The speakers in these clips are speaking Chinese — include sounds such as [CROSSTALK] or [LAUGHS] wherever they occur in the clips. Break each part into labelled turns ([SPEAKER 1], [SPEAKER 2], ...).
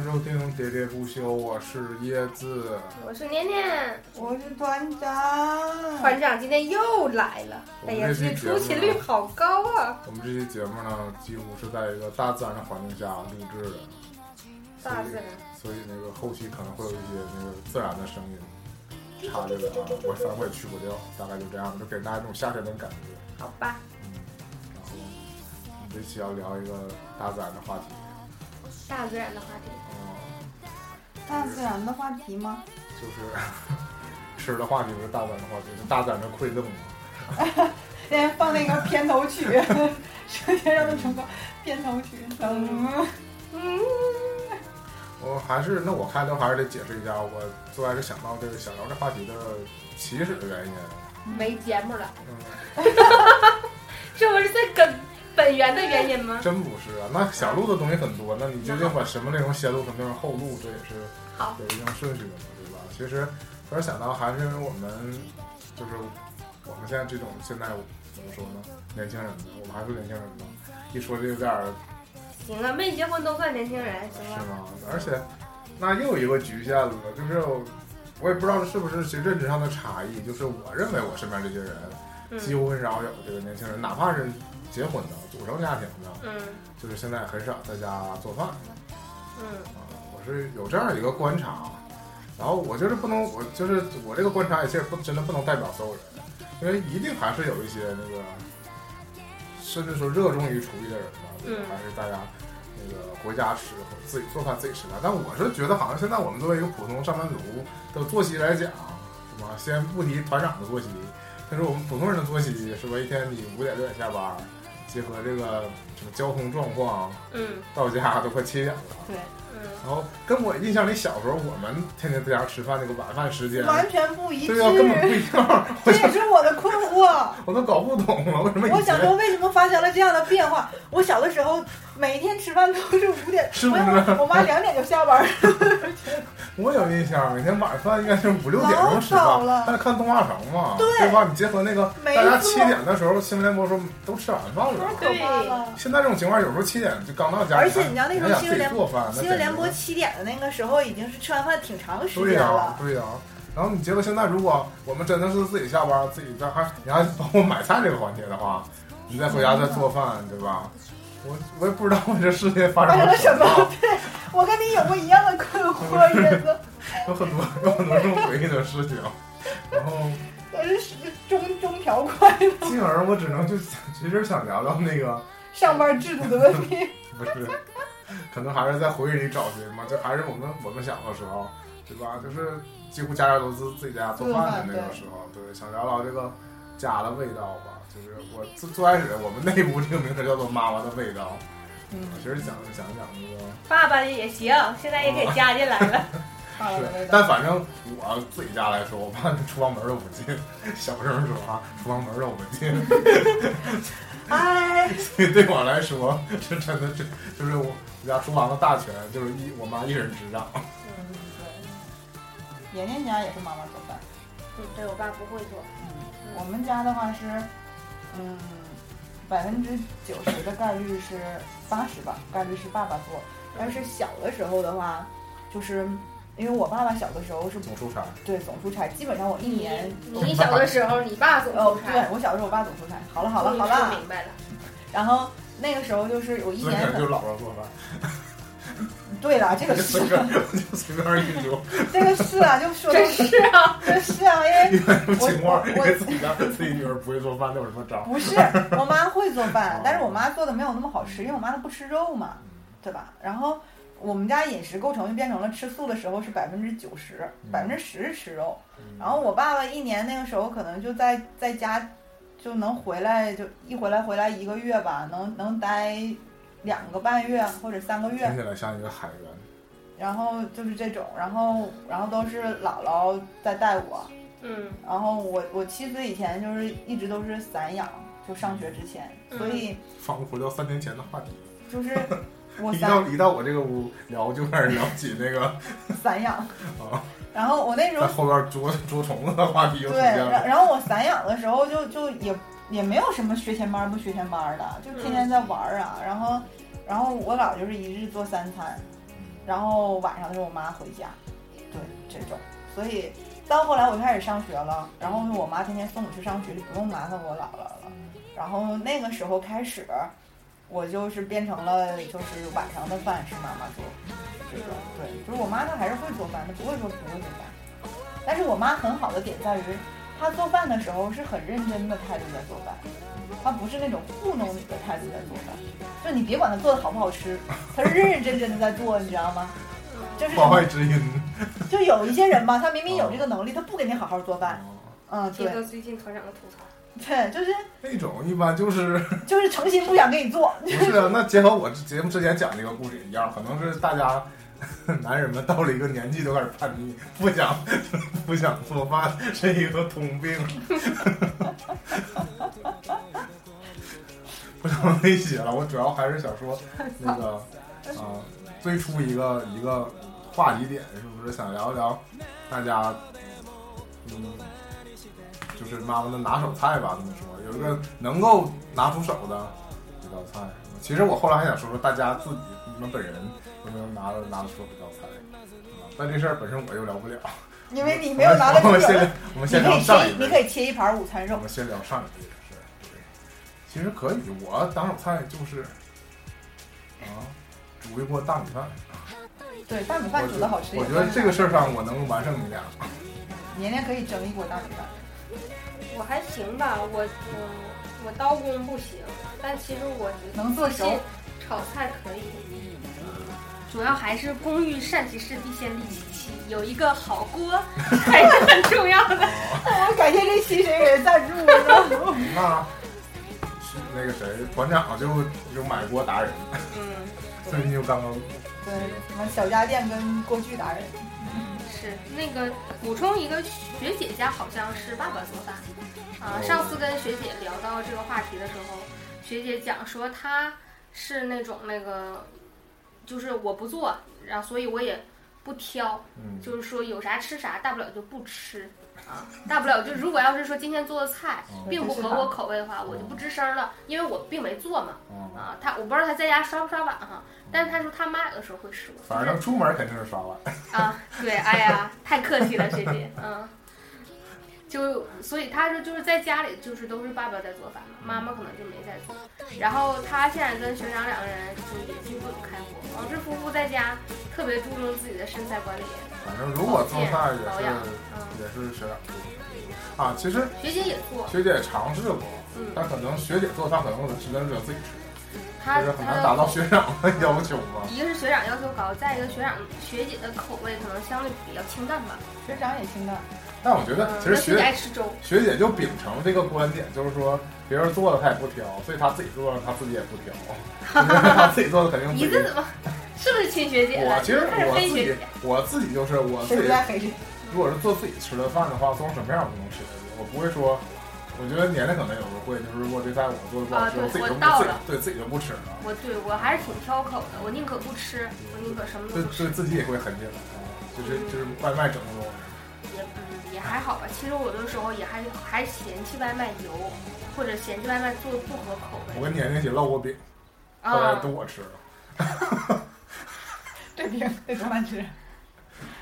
[SPEAKER 1] 喋喋不休，我是椰子。
[SPEAKER 2] 我是念念，
[SPEAKER 3] 我是团长，
[SPEAKER 2] 团长今天又来了。哎呀，
[SPEAKER 1] 我们这
[SPEAKER 2] 这
[SPEAKER 1] 期
[SPEAKER 2] 个出
[SPEAKER 1] 节
[SPEAKER 2] 勤
[SPEAKER 1] 目
[SPEAKER 2] 率好高啊！
[SPEAKER 1] 我们这期节目呢，几乎是在一个大自然的环境下录制的，
[SPEAKER 2] 大自然，
[SPEAKER 1] 所以那个后期可能会有一些那个自然的声音插
[SPEAKER 2] [LAUGHS]
[SPEAKER 1] 进来啊，我反正我也去不掉，大概就这样，就给大家一种夏天的感觉。
[SPEAKER 2] 好吧，
[SPEAKER 1] 嗯，然后我们这期要聊一个大自然的话题。
[SPEAKER 2] 大自然的话题，
[SPEAKER 1] 嗯，
[SPEAKER 3] 大自然的话题吗？
[SPEAKER 1] 就是 [LAUGHS] 吃的话题不是大自然的话题，是大自然的馈赠嘛。
[SPEAKER 3] 先放那个片头曲，首先让它成个片头曲。嗯，
[SPEAKER 2] 嗯，
[SPEAKER 1] 我还是那我开头还是得解释一下，我最开始想到这个想聊这话题的起始的原因。
[SPEAKER 2] 没节目了，
[SPEAKER 1] 嗯，
[SPEAKER 2] 这不是最根本源的原因吗？
[SPEAKER 1] 真不是啊，那想录的东西很多，那你究竟把什么内容先录，什么内容后录，这也是
[SPEAKER 2] 好
[SPEAKER 1] 有一定顺序的嘛，对吧？其实突然想到，还是我们就是我们现在这种现在怎么说呢，年轻人呢，我们还是年轻人呢，一说就有点儿
[SPEAKER 2] 行啊，没结婚都算年轻人，行
[SPEAKER 1] 是
[SPEAKER 2] 吗？
[SPEAKER 1] 吗？而且，那又有一个局限了，就是我我也不知道是不是其实认知上的差异，就是我认为我身边这些人几
[SPEAKER 2] 嗯
[SPEAKER 1] 乎很少有这个年轻人，哪怕是结婚的、组成家庭的，
[SPEAKER 2] 嗯
[SPEAKER 1] 就是现在很少在家做饭
[SPEAKER 2] 嗯
[SPEAKER 1] 啊。我是有这样一个观察，啊然后我就是不能，我就是我这个观察也其实不真的不能代表所有人，因为一定还是有一些那个，甚至说热衷于厨艺的人吧，对吧
[SPEAKER 2] 嗯
[SPEAKER 1] 还是大家那个回家吃或者自己做饭自己吃饭。但我是觉得，好像现在我们作为一个普通上班族的作息来讲，对吧？先不提团长的作息，但是我们普通人的作息是吧？一天你五点六点下班，结合这个什么交通状况，
[SPEAKER 2] 嗯
[SPEAKER 1] 到家都快七点了。
[SPEAKER 3] 对，
[SPEAKER 2] 嗯，
[SPEAKER 1] 然后跟我印象里小时候我们天天在家吃饭那个晚饭时间，
[SPEAKER 3] 完全不一致
[SPEAKER 1] 对，呀、根本不一样， [LAUGHS]
[SPEAKER 3] 这也是我的困惑。
[SPEAKER 1] 我都搞不懂了，为什么
[SPEAKER 3] 我
[SPEAKER 1] 以
[SPEAKER 3] 想
[SPEAKER 1] 前
[SPEAKER 3] 说，为什么发生了这样的变化？我小的时候每天吃饭都是五点，
[SPEAKER 1] 是不是
[SPEAKER 3] 我我妈两点就下班，
[SPEAKER 1] 我有印象，每天晚饭应该是五六点钟吃
[SPEAKER 3] 老早
[SPEAKER 1] 饭
[SPEAKER 3] 了，
[SPEAKER 1] 但是看动画城嘛，
[SPEAKER 3] 对
[SPEAKER 1] 对吧？你结合那个
[SPEAKER 3] 没
[SPEAKER 1] 大家
[SPEAKER 3] 错
[SPEAKER 1] 七点的时候新闻联播说都吃晚饭了。
[SPEAKER 3] 可怕了。
[SPEAKER 1] 现在这种情况，有时候七点就刚到家，
[SPEAKER 3] 而且你知道那时候
[SPEAKER 1] 还想
[SPEAKER 3] 新闻联
[SPEAKER 1] 自己做饭那
[SPEAKER 3] 新闻联播
[SPEAKER 1] 简直
[SPEAKER 3] 七点的那个时候，已经是吃完饭挺长时
[SPEAKER 1] 对啊
[SPEAKER 3] 间
[SPEAKER 1] 呀、
[SPEAKER 3] 了。
[SPEAKER 1] 对呀、然后你结合现在，如果我们真的是自己下班，自己在还你还包括买菜这个环节的话，你再回家再做饭，对吧？我我也不知道我这世界发
[SPEAKER 3] 发
[SPEAKER 1] 生
[SPEAKER 3] 生了什
[SPEAKER 1] 么，
[SPEAKER 3] 么？
[SPEAKER 1] [LAUGHS]
[SPEAKER 3] 对，我跟你有过一样的困惑，
[SPEAKER 1] 不是
[SPEAKER 3] 叶子。
[SPEAKER 1] 有很多有很多这种诡异的事情，然后
[SPEAKER 3] 我呃是中中条款，
[SPEAKER 1] 进而我只能就其实想聊聊那个
[SPEAKER 3] 上班制度的问题。
[SPEAKER 1] 不是，可能还是在回忆里找寻嘛，就还是我们我们小的时候，对吧？就是几乎家家都自自己家做饭的那个时候，对，想聊聊这个家的味道吧。就是我最最开始我们内部这个名字叫做“妈妈的味道”，
[SPEAKER 3] 嗯，
[SPEAKER 1] 其实讲讲讲那个。
[SPEAKER 2] 爸爸也行，现在也给加进来 [LAUGHS] 了。
[SPEAKER 1] 是，但反正我自己家来说，我爸厨房门都不进。 [LAUGHS] 小声说啊，厨房门都不进。 [LAUGHS]
[SPEAKER 3] 哎，
[SPEAKER 1] 所以对我来说，这真的这就是我我家厨房的大权，就是一我妈一人执掌。
[SPEAKER 3] 妍妍家也是妈妈做饭，
[SPEAKER 2] 嗯，对我爸不会做，
[SPEAKER 3] 我们家的话是，嗯，百分之九十的概率是八十吧，概率是爸爸做。但是小的时候的话，就是因为我爸爸小的时候是不
[SPEAKER 1] 总出差，
[SPEAKER 3] 对总出差，基本上我一年。
[SPEAKER 2] 你你嗯小的时候，你爸总
[SPEAKER 3] 哦
[SPEAKER 2] 出，差
[SPEAKER 3] 对，，我小的时候我爸总出差。好了好
[SPEAKER 2] 终
[SPEAKER 3] 了
[SPEAKER 2] 于
[SPEAKER 3] 好
[SPEAKER 2] 说
[SPEAKER 3] 了，
[SPEAKER 2] 明白了，
[SPEAKER 3] 然后那个时候就是我一
[SPEAKER 1] 所以
[SPEAKER 3] 年
[SPEAKER 1] 可能
[SPEAKER 3] 可
[SPEAKER 1] 就姥姥做饭。
[SPEAKER 3] 对了，这
[SPEAKER 1] [LAUGHS]
[SPEAKER 3] 个是
[SPEAKER 1] 随便就随便一说，
[SPEAKER 3] 这个是啊，就说
[SPEAKER 2] 真是啊，
[SPEAKER 3] [LAUGHS] 这是啊，因为
[SPEAKER 1] 一般这种情况，
[SPEAKER 3] 我
[SPEAKER 1] 因
[SPEAKER 3] 我
[SPEAKER 1] 为自己家自己女儿不会做饭，那有什么招？
[SPEAKER 3] 不是我妈会做饭，但是我妈做的没有那么好吃，因为我妈她不吃肉嘛，对吧？然后我们家饮食构成就变成了吃素的时候是百分之九十，
[SPEAKER 1] 嗯
[SPEAKER 3] 百分之十是吃肉。
[SPEAKER 1] 嗯
[SPEAKER 3] 然后我爸爸一年那个时候可能就在在家就能回来，就一回来回来一个月吧，能能待两个半月或者三个月
[SPEAKER 1] 听，起来像一个海员，
[SPEAKER 3] 然后就是这种，然后然后都是姥姥在带我，
[SPEAKER 2] 嗯
[SPEAKER 3] 然后我我妻子以前就是一直都是散养，就上学之前，
[SPEAKER 2] 嗯
[SPEAKER 3] 所以
[SPEAKER 1] 仿佛回到三年前的话题。
[SPEAKER 3] 就是我
[SPEAKER 1] 一
[SPEAKER 3] 散
[SPEAKER 1] 到一到我这个屋聊，就开始聊起那个
[SPEAKER 3] 散养
[SPEAKER 1] 啊，
[SPEAKER 3] 然后我那时
[SPEAKER 1] 在
[SPEAKER 3] 候
[SPEAKER 1] 后边捉捉虫子的话题又出
[SPEAKER 3] 对，
[SPEAKER 1] 现
[SPEAKER 3] 然
[SPEAKER 1] 了。
[SPEAKER 3] 然后我散养的时候就就也也没有什么学前班不学前班的，就天天在玩儿啊，然后然后我姥就是一日做三餐，
[SPEAKER 1] 嗯
[SPEAKER 3] 然后晚上的时候我妈回家，对这种，所以到后来我就开始上学了，然后我妈天天送我去上学，就不用麻烦我姥姥了。然后那个时候开始，我就是变成了就是晚上的饭是妈妈做，这种对，就是我妈她还是会做饭，她不会说不会做饭。但是我妈很好的点在于，她做饭的时候是很认真的态度在做饭，她不是那种糊弄你的态度在做饭，就你别管她做的好不好吃，她是认认真真的在做，你知道吗？
[SPEAKER 2] 嗯
[SPEAKER 3] 就是
[SPEAKER 1] 话外之音。
[SPEAKER 3] 就有一些人吧，他明明有这个能力，他不给你好好做饭，嗯，
[SPEAKER 4] 结
[SPEAKER 3] 对
[SPEAKER 4] 合最近团长的吐槽，
[SPEAKER 3] 对，就是
[SPEAKER 1] 那种一般就是
[SPEAKER 3] 就是诚心不想给你做，
[SPEAKER 1] 不是啊，那结合我之节目之前讲这个故事一样，可能是大家男人们到了一个年纪都开始叛逆，不想 [LAUGHS] 不想做饭是一个通病。 [LAUGHS] 不想威胁了，我主要还是想说那个啊，最初一个一个话题点是不是想聊一聊大家嗯，就是妈妈的拿手菜吧，这么说，有一个能够拿出手的一道菜。其实我后来还想说说大家自己，你们本人有没有拿着拿得出手一道菜？啊但这事儿本身我又聊不了，
[SPEAKER 3] 因为你没有拿得
[SPEAKER 1] 我
[SPEAKER 3] 出
[SPEAKER 1] 们
[SPEAKER 3] 手
[SPEAKER 1] 先
[SPEAKER 3] 来，
[SPEAKER 1] 聊我们
[SPEAKER 3] 你
[SPEAKER 1] 先
[SPEAKER 3] 可
[SPEAKER 1] 聊
[SPEAKER 3] 以
[SPEAKER 1] 上
[SPEAKER 3] 切
[SPEAKER 1] 一，
[SPEAKER 3] 你
[SPEAKER 1] 个
[SPEAKER 3] 可以切一盘午餐肉
[SPEAKER 1] 我，们先聊上一个事儿。对其实可以，我拿手菜就是啊，煮一锅大米饭。
[SPEAKER 3] 对，大米饭煮的好吃一
[SPEAKER 1] 我
[SPEAKER 3] 点。
[SPEAKER 1] 觉得这个事儿上我能完胜你俩。
[SPEAKER 3] 年年可以蒸一锅大米饭， [LAUGHS]
[SPEAKER 4] 我还行吧，我嗯，我刀工不行，但其实我觉得
[SPEAKER 3] 能做熟。
[SPEAKER 4] 炒菜可以。嗯主要还是工欲善其事，必先利其器。有一个好锅
[SPEAKER 3] [LAUGHS]
[SPEAKER 4] 还是很重要的。
[SPEAKER 3] 我感谢这期谁给人赞助的？
[SPEAKER 1] 嗯那是那个谁，团长就就买锅达人，
[SPEAKER 4] 嗯，
[SPEAKER 1] 最近就刚刚
[SPEAKER 3] [LAUGHS] 对，什么小家电跟锅具达人，
[SPEAKER 4] 是那个补充一个，学姐家好像是爸爸做饭啊。
[SPEAKER 1] 哦
[SPEAKER 4] 上次跟学姐聊到这个话题的时候，学姐讲说她是那种那个，就是我不做，然后所以我也不挑，
[SPEAKER 1] 嗯，
[SPEAKER 4] 就是说有啥吃啥，大不了就不吃啊，大不了就如果要是说今天做的菜
[SPEAKER 1] 哦
[SPEAKER 4] 并不合嗯我口味的话，我就不吱声了，因为我并没做嘛
[SPEAKER 1] 哦
[SPEAKER 4] 啊。她我不知道她在家刷不刷碗哈，但是她说她妈有的时候会说，
[SPEAKER 1] 反正出门肯定是刷碗。
[SPEAKER 4] [LAUGHS] 啊，对，哎呀，太客气了，学姐，嗯。就所以他说就是在家里就是都是爸爸在做饭嘛，妈妈可能就没在做。然后他现在跟学长两个人就也基本开火。王志夫妇在家特别注重自己的身材管理，
[SPEAKER 1] 反正如果做菜也
[SPEAKER 4] 保
[SPEAKER 1] 是
[SPEAKER 4] 养嗯，
[SPEAKER 1] 也是学长做啊。其实
[SPEAKER 4] 学姐也做，
[SPEAKER 1] 学姐也尝试过，
[SPEAKER 4] 嗯，
[SPEAKER 1] 但可能学姐做饭可能我只能只有自己吃，
[SPEAKER 4] 她
[SPEAKER 1] 就是很
[SPEAKER 4] 她
[SPEAKER 1] 难
[SPEAKER 4] 的
[SPEAKER 1] 达到
[SPEAKER 4] 口
[SPEAKER 1] 学长的要求嘛。
[SPEAKER 4] 一个是学长要求高，再一个学长学姐的口味可能相对比较清淡吧。
[SPEAKER 3] 学长也清淡。
[SPEAKER 1] 但我觉
[SPEAKER 4] 嗯
[SPEAKER 1] 得，啊其
[SPEAKER 4] 那
[SPEAKER 1] 实
[SPEAKER 4] 学姐
[SPEAKER 1] 学
[SPEAKER 4] 爱吃粥，
[SPEAKER 1] 学姐就秉承这个观点，就是说别人做的她也不挑，所以她自己做的她 [LAUGHS] 自己也不挑，因为她自己做的肯定
[SPEAKER 4] 你
[SPEAKER 1] 不
[SPEAKER 4] 这怎么是不是亲学姐
[SPEAKER 1] 嗯
[SPEAKER 4] 了？
[SPEAKER 1] 我其实
[SPEAKER 4] 开始
[SPEAKER 1] 我
[SPEAKER 4] 黑
[SPEAKER 1] 自
[SPEAKER 4] 学
[SPEAKER 1] 己
[SPEAKER 4] 姐。
[SPEAKER 1] 我自己就是我 [LAUGHS] 自
[SPEAKER 3] 谁不
[SPEAKER 1] 己，
[SPEAKER 3] 在黑谁？
[SPEAKER 1] 如果是做自己吃的饭的话，做成什么样我都能吃下去。我不会说，我觉得年龄可能有时候会，就是如果这菜我做的不好吃，
[SPEAKER 4] 啊
[SPEAKER 1] 我
[SPEAKER 4] 对
[SPEAKER 1] 自己就不
[SPEAKER 4] 我到
[SPEAKER 1] 自己
[SPEAKER 4] 了
[SPEAKER 1] 对自己就不吃了，
[SPEAKER 4] 我对我还是挺挑口的，我宁可不吃，我宁可什么
[SPEAKER 1] 对
[SPEAKER 4] 都不吃
[SPEAKER 1] 对，自己也会很紧啊，就是就是外卖整的东西，
[SPEAKER 4] 也嗯也还好吧。其实我有的时候也还还嫌弃外卖油，或者嫌弃外卖做的不合口
[SPEAKER 1] 我
[SPEAKER 4] 味
[SPEAKER 1] 跟年年一起唠过饼，后来
[SPEAKER 4] 啊
[SPEAKER 1] 都。我吃了，
[SPEAKER 3] 这饼得多难吃！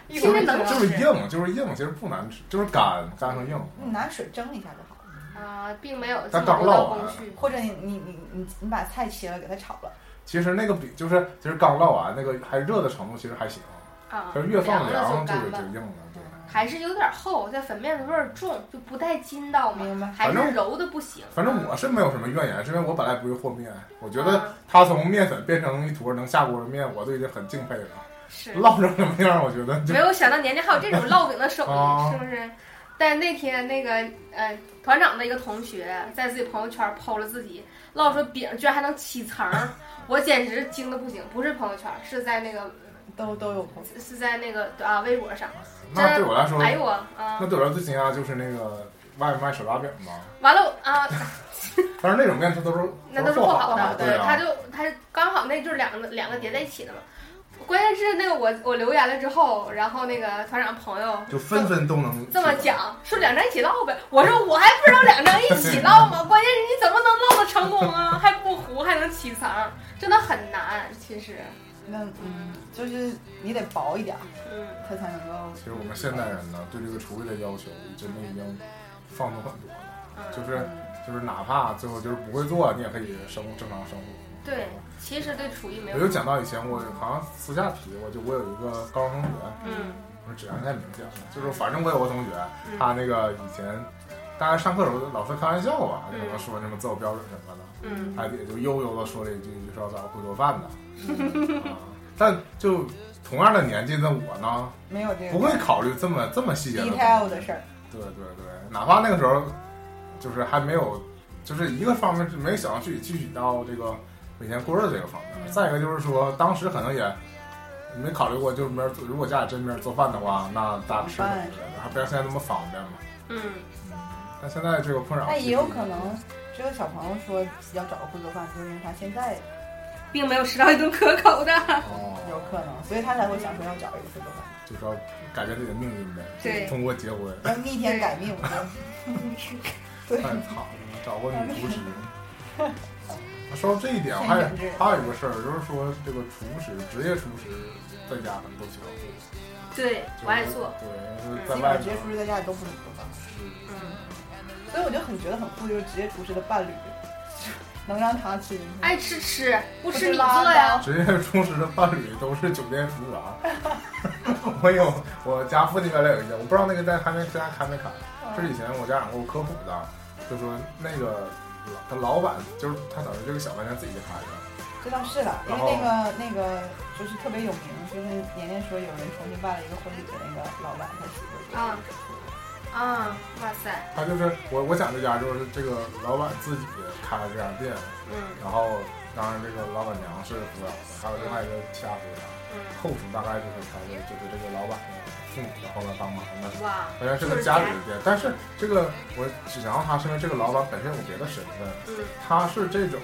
[SPEAKER 3] 一
[SPEAKER 4] 现在能
[SPEAKER 3] 口
[SPEAKER 1] 就
[SPEAKER 3] 水
[SPEAKER 1] 是
[SPEAKER 4] 吃
[SPEAKER 1] 硬，就是硬，其实不难吃，就是干干和硬。
[SPEAKER 4] 嗯
[SPEAKER 3] 你拿水蒸一下就好了，
[SPEAKER 4] 啊，并没有这
[SPEAKER 1] 他
[SPEAKER 4] 么
[SPEAKER 1] 刚
[SPEAKER 4] 多的
[SPEAKER 1] 唠完
[SPEAKER 4] 工序。
[SPEAKER 3] 或者你你你你你把菜切了给它炒了，
[SPEAKER 1] 其实那个饼就是其实刚烙完那个还热的程度其实还行，
[SPEAKER 4] 啊
[SPEAKER 1] 可是越放
[SPEAKER 4] 凉
[SPEAKER 1] 凉
[SPEAKER 4] 了
[SPEAKER 1] 就就
[SPEAKER 4] 就干
[SPEAKER 1] 就
[SPEAKER 4] 巴，
[SPEAKER 1] 硬了，对。
[SPEAKER 4] 还是有点厚，在粉面的味儿重，就不带筋道嘛，
[SPEAKER 3] 明白？
[SPEAKER 4] 还是
[SPEAKER 1] 反正
[SPEAKER 4] 揉的不行。
[SPEAKER 1] 反正我是没有什么怨言，是因为我本来不会和面，我觉得
[SPEAKER 4] 啊
[SPEAKER 1] 它从面粉变成一坨能下锅的面，我都已经很敬佩
[SPEAKER 4] [LAUGHS]
[SPEAKER 1] 了。
[SPEAKER 4] 是
[SPEAKER 1] 烙成什么样，我觉得就
[SPEAKER 4] 没有想到年年还有这种烙饼的手
[SPEAKER 1] 啊
[SPEAKER 4] 艺，是不是？但那天那个呃团长的一个同学在自己朋友圈剖了自己烙出饼居然还能起层儿，我简直惊的不行。不是朋友圈，是在那个
[SPEAKER 3] 都都有口水。
[SPEAKER 4] 是在那个啊微博上。
[SPEAKER 1] [LAUGHS] 那对我来说，
[SPEAKER 4] 哎呦我啊
[SPEAKER 1] 那，对我来说最惊讶就是那个外卖手抓饼嘛，
[SPEAKER 4] 完了啊，
[SPEAKER 1] 但是那种面它都是
[SPEAKER 4] 那
[SPEAKER 1] 都
[SPEAKER 4] 都
[SPEAKER 1] 是
[SPEAKER 4] 是不
[SPEAKER 1] 做
[SPEAKER 4] 好的
[SPEAKER 1] 的，，
[SPEAKER 4] 对，他
[SPEAKER 1] 啊，
[SPEAKER 4] 就他刚好那就是两个两个叠在一起的嘛。关键是那个我我留言了之后，然后那个团长朋友
[SPEAKER 1] 就纷纷都能
[SPEAKER 4] 这么，讲，说两张一起唠呗。我说我还不知道两张一起唠 [LAUGHS] 吗？关键是你怎么能唠得成功啊？还不糊，还能起层，真的很难。其实，
[SPEAKER 5] 那嗯，就是你得薄一点儿，
[SPEAKER 4] 嗯，
[SPEAKER 5] 它才能够
[SPEAKER 1] 其实我们现代人呢，对这个厨艺的要求真的已经放松很多了，
[SPEAKER 4] 嗯
[SPEAKER 1] 就是就是哪怕最后就是不会做，你也可以生活正常生活。
[SPEAKER 4] 对，其实对厨艺没
[SPEAKER 1] 我就
[SPEAKER 4] 有，
[SPEAKER 1] 讲到以前我好像私下提过，就我有一个高中同学，
[SPEAKER 4] 嗯
[SPEAKER 1] 我只能太明显了，就是反正我有个同学，
[SPEAKER 4] 嗯
[SPEAKER 1] 他那个以前大家上课的时候老师开玩笑吧，
[SPEAKER 4] 嗯
[SPEAKER 1] 可能说什么自我标准什么的，
[SPEAKER 4] 嗯
[SPEAKER 1] 他也就悠悠的说了一句，就说咱会做饭的。
[SPEAKER 3] 嗯 [LAUGHS]
[SPEAKER 1] 啊 [LAUGHS] 但就同样的年纪的我呢，
[SPEAKER 5] 没有这
[SPEAKER 1] 不
[SPEAKER 5] 个
[SPEAKER 1] 会考虑这么这么细节的东西
[SPEAKER 5] detail 的事儿。
[SPEAKER 1] 对对对，哪怕那个时候就是还没有，就是一个方面是没想到去具体到这个每天过日子这个方面，再一个就是说当时可能也没考虑过，就是没人做如果家里真没人做饭的话，那大家吃什么之类的，还不像现在那么方便嘛。
[SPEAKER 4] 嗯，
[SPEAKER 1] 但现在这个困扰，
[SPEAKER 5] 哎但也有可能，只有小朋友说要找个会做饭，就是因为他现在
[SPEAKER 4] 并没有吃到一顿可口的，
[SPEAKER 5] 有
[SPEAKER 1] 哦，
[SPEAKER 5] 可能，所以他才会想说要找一个会做饭。
[SPEAKER 1] 就是要改变自己的命运呗，
[SPEAKER 4] 对
[SPEAKER 1] 通过结婚，
[SPEAKER 5] 要逆天改命，
[SPEAKER 1] 太惨了，找个女厨
[SPEAKER 5] [LAUGHS]
[SPEAKER 1] 师。说到这一点，我
[SPEAKER 5] 太
[SPEAKER 1] 还有
[SPEAKER 5] 原汁
[SPEAKER 1] 还有一个事儿，就是说这个厨师，职业厨师在家可能都喜欢做。
[SPEAKER 4] 对我爱做，，
[SPEAKER 1] 对，就是在
[SPEAKER 5] 基本
[SPEAKER 1] 外
[SPEAKER 5] 上直接
[SPEAKER 1] 面
[SPEAKER 5] 厨师在家里都不怎么做饭。
[SPEAKER 4] 嗯，
[SPEAKER 5] 所以我就很觉得很酷，就是职业厨师的伴侣，能让他去。
[SPEAKER 3] 哎
[SPEAKER 4] 爱吃吃，不吃你
[SPEAKER 5] 不吃
[SPEAKER 4] 做
[SPEAKER 5] 拉
[SPEAKER 4] 呀，
[SPEAKER 1] 职业厨师的伴侣都是酒店服务员。 [LAUGHS] 我有，我家附近原来有一家，我不知道那个在他那家开没开，这是以前我家长给我科普的，就说那个老他老板就是他等于这个小饭店自己开的，
[SPEAKER 5] 这倒是了，因为那个那个就是特别有名，就是年年说有人重新办了一个婚礼的那个老板，他媳妇儿。
[SPEAKER 4] 啊啊，哇塞，
[SPEAKER 1] 他就是我我讲这家就是这个老板自己开了这家店，
[SPEAKER 4] 嗯
[SPEAKER 1] 然后当然这个老板娘是服务员，还有另外一个下属员，
[SPEAKER 4] 嗯，
[SPEAKER 1] 后厨大概就是他的就是这个老板的父母，然后呢帮忙的。
[SPEAKER 4] 哇，
[SPEAKER 1] 好像是个家里的店，但是这个我只想到他是因为这个老板本身有别的身份，
[SPEAKER 4] 嗯
[SPEAKER 1] 他是这种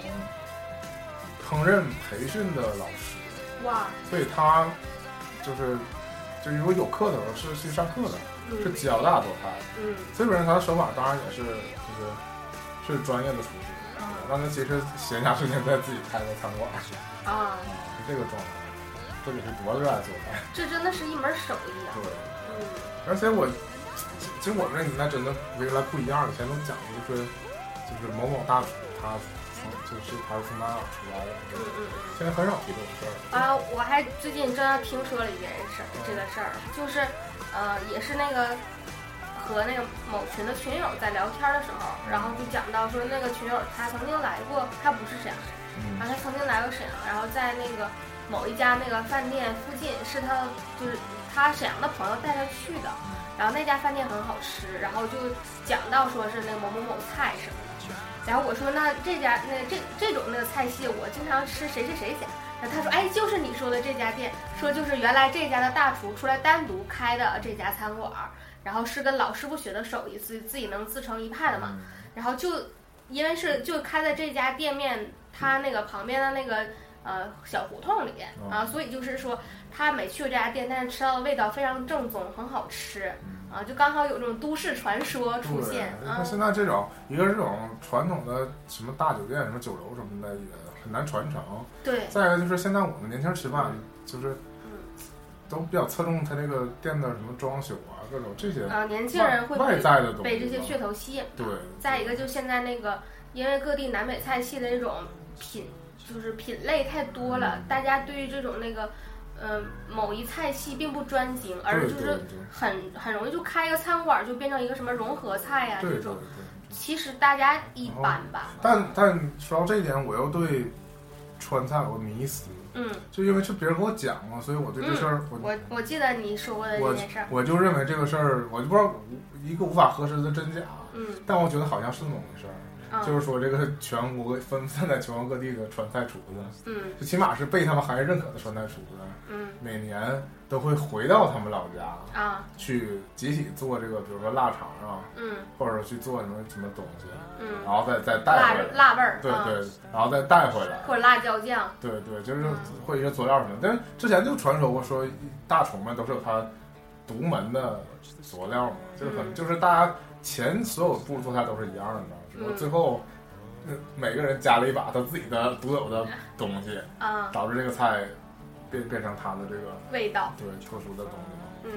[SPEAKER 1] 烹饪培训的老师，
[SPEAKER 4] 哇，
[SPEAKER 1] 所以他就是就如果有课的时候是去上课的，是
[SPEAKER 4] 嗯
[SPEAKER 1] 教大家做菜，
[SPEAKER 4] 嗯
[SPEAKER 1] 所以本身他的手法当然也是就是是专业的厨师，
[SPEAKER 4] 啊
[SPEAKER 1] 但他其实闲暇时间在自己开个餐馆，
[SPEAKER 4] 啊，
[SPEAKER 1] 是这个状态，这也是多热爱做饭，
[SPEAKER 4] 这真的是一门手艺啊，
[SPEAKER 1] 对。
[SPEAKER 4] 嗯
[SPEAKER 1] [LAUGHS] 而且我，其实我们这年代真的跟原来不一样。以前都讲的就是，就是某某大厨，他从就是他是从哪哪出来的，
[SPEAKER 4] 嗯嗯嗯。
[SPEAKER 1] 现在很少提这种事儿了。
[SPEAKER 4] 啊，我还最近真的听说了一件事儿，这个事儿就是，呃，也是那个和那个某群的群友在聊天的时候，然后就讲到说那个群友他曾经来过，他不是沈阳人，
[SPEAKER 1] 嗯，
[SPEAKER 4] 然后他曾经来过沈阳，然后在那个某一家那个饭店附近，是他就是他沈阳的朋友带他去的，然后那家饭店很好吃，然后就讲到说是那个某某某菜什么的，然后我说那这家那这这种那个菜系我经常吃谁谁谁家，然后他说哎就是你说的这家店，说就是原来这家的大厨出来单独开的这家餐馆儿，然后是跟老师傅学的手艺，自己自己能自成一派的嘛，然后就因为是就开在这家店面，它那个旁边的那个呃小胡同里
[SPEAKER 1] 哦
[SPEAKER 4] 啊，所以就是说他没去过这家店，但是吃到的味道非常正宗，很好吃
[SPEAKER 1] 嗯
[SPEAKER 4] 啊，就刚好有这种都市传说出
[SPEAKER 1] 对
[SPEAKER 4] 现，
[SPEAKER 1] 你
[SPEAKER 4] 啊
[SPEAKER 1] 看。现在这种，一个是这种传统的什么大酒店、什么酒楼什么的也很难传承。
[SPEAKER 4] 对，
[SPEAKER 1] 再一个就是现在我们年轻人吃饭，就是
[SPEAKER 4] 嗯
[SPEAKER 1] 都比较侧重他这个店的什么装修啊，各种这些
[SPEAKER 4] 啊，年轻
[SPEAKER 1] 外
[SPEAKER 4] 人会
[SPEAKER 1] 外
[SPEAKER 4] 被
[SPEAKER 1] 在的东西吧。
[SPEAKER 4] 被这些噱头吸引，
[SPEAKER 1] 对。
[SPEAKER 4] 再一个就现在那个，因为各地南北菜系的这种品，就是品类太多了，
[SPEAKER 1] 嗯
[SPEAKER 4] 大家对于这种那个，呃，某一菜系并不专精，而
[SPEAKER 1] 对
[SPEAKER 4] 就
[SPEAKER 1] 对
[SPEAKER 4] 是
[SPEAKER 1] 对
[SPEAKER 4] 很很容易就开个餐馆儿就变成一个什么融合菜呀、
[SPEAKER 1] 对
[SPEAKER 4] 这
[SPEAKER 1] 对对
[SPEAKER 4] 种，。其实大家一般吧。
[SPEAKER 1] 但但说到这一点，我又对川菜有个迷思，
[SPEAKER 4] 嗯，
[SPEAKER 1] 就因为是别人给我讲过，所以我对这事儿、我
[SPEAKER 4] 我我记得你说过的这
[SPEAKER 1] 我
[SPEAKER 4] 件事儿。
[SPEAKER 1] 我就认为这个事儿，我就不知道一个无法核实的真假，
[SPEAKER 4] 嗯
[SPEAKER 1] 但我觉得好像是那么回事儿，
[SPEAKER 4] 啊
[SPEAKER 1] 就是说这个全国分散在全国各地的川菜厨子，
[SPEAKER 4] 嗯
[SPEAKER 1] 就起码是被他们行业认可的川菜厨子，
[SPEAKER 4] 嗯
[SPEAKER 1] 每年都会回到他们老家
[SPEAKER 4] 啊
[SPEAKER 1] 去集体做这个，比如说腊肠啊，
[SPEAKER 4] 嗯
[SPEAKER 1] 或者去做什么什么东西，然
[SPEAKER 4] 嗯，
[SPEAKER 1] 后再再哦带
[SPEAKER 4] 辣
[SPEAKER 1] 回来，
[SPEAKER 4] 辣味儿，
[SPEAKER 1] 对
[SPEAKER 4] 啊，
[SPEAKER 1] 对，然后再带回来。
[SPEAKER 4] 或者辣椒酱，
[SPEAKER 1] 对对，就是
[SPEAKER 4] 嗯
[SPEAKER 1] 会一些佐料什么的，但是之前就传说过说大厨们都是有他独门的佐料嘛，就是很、
[SPEAKER 4] 嗯
[SPEAKER 1] 就是大家前所有步骤做菜都是一样的，只不过
[SPEAKER 4] 嗯
[SPEAKER 1] 最后、呃每个人加了一把他自己的独有的东西，
[SPEAKER 4] 啊
[SPEAKER 1] 导致这个菜变变成他的这个
[SPEAKER 4] 味道，
[SPEAKER 1] 对特殊的东西嘛。
[SPEAKER 4] 嗯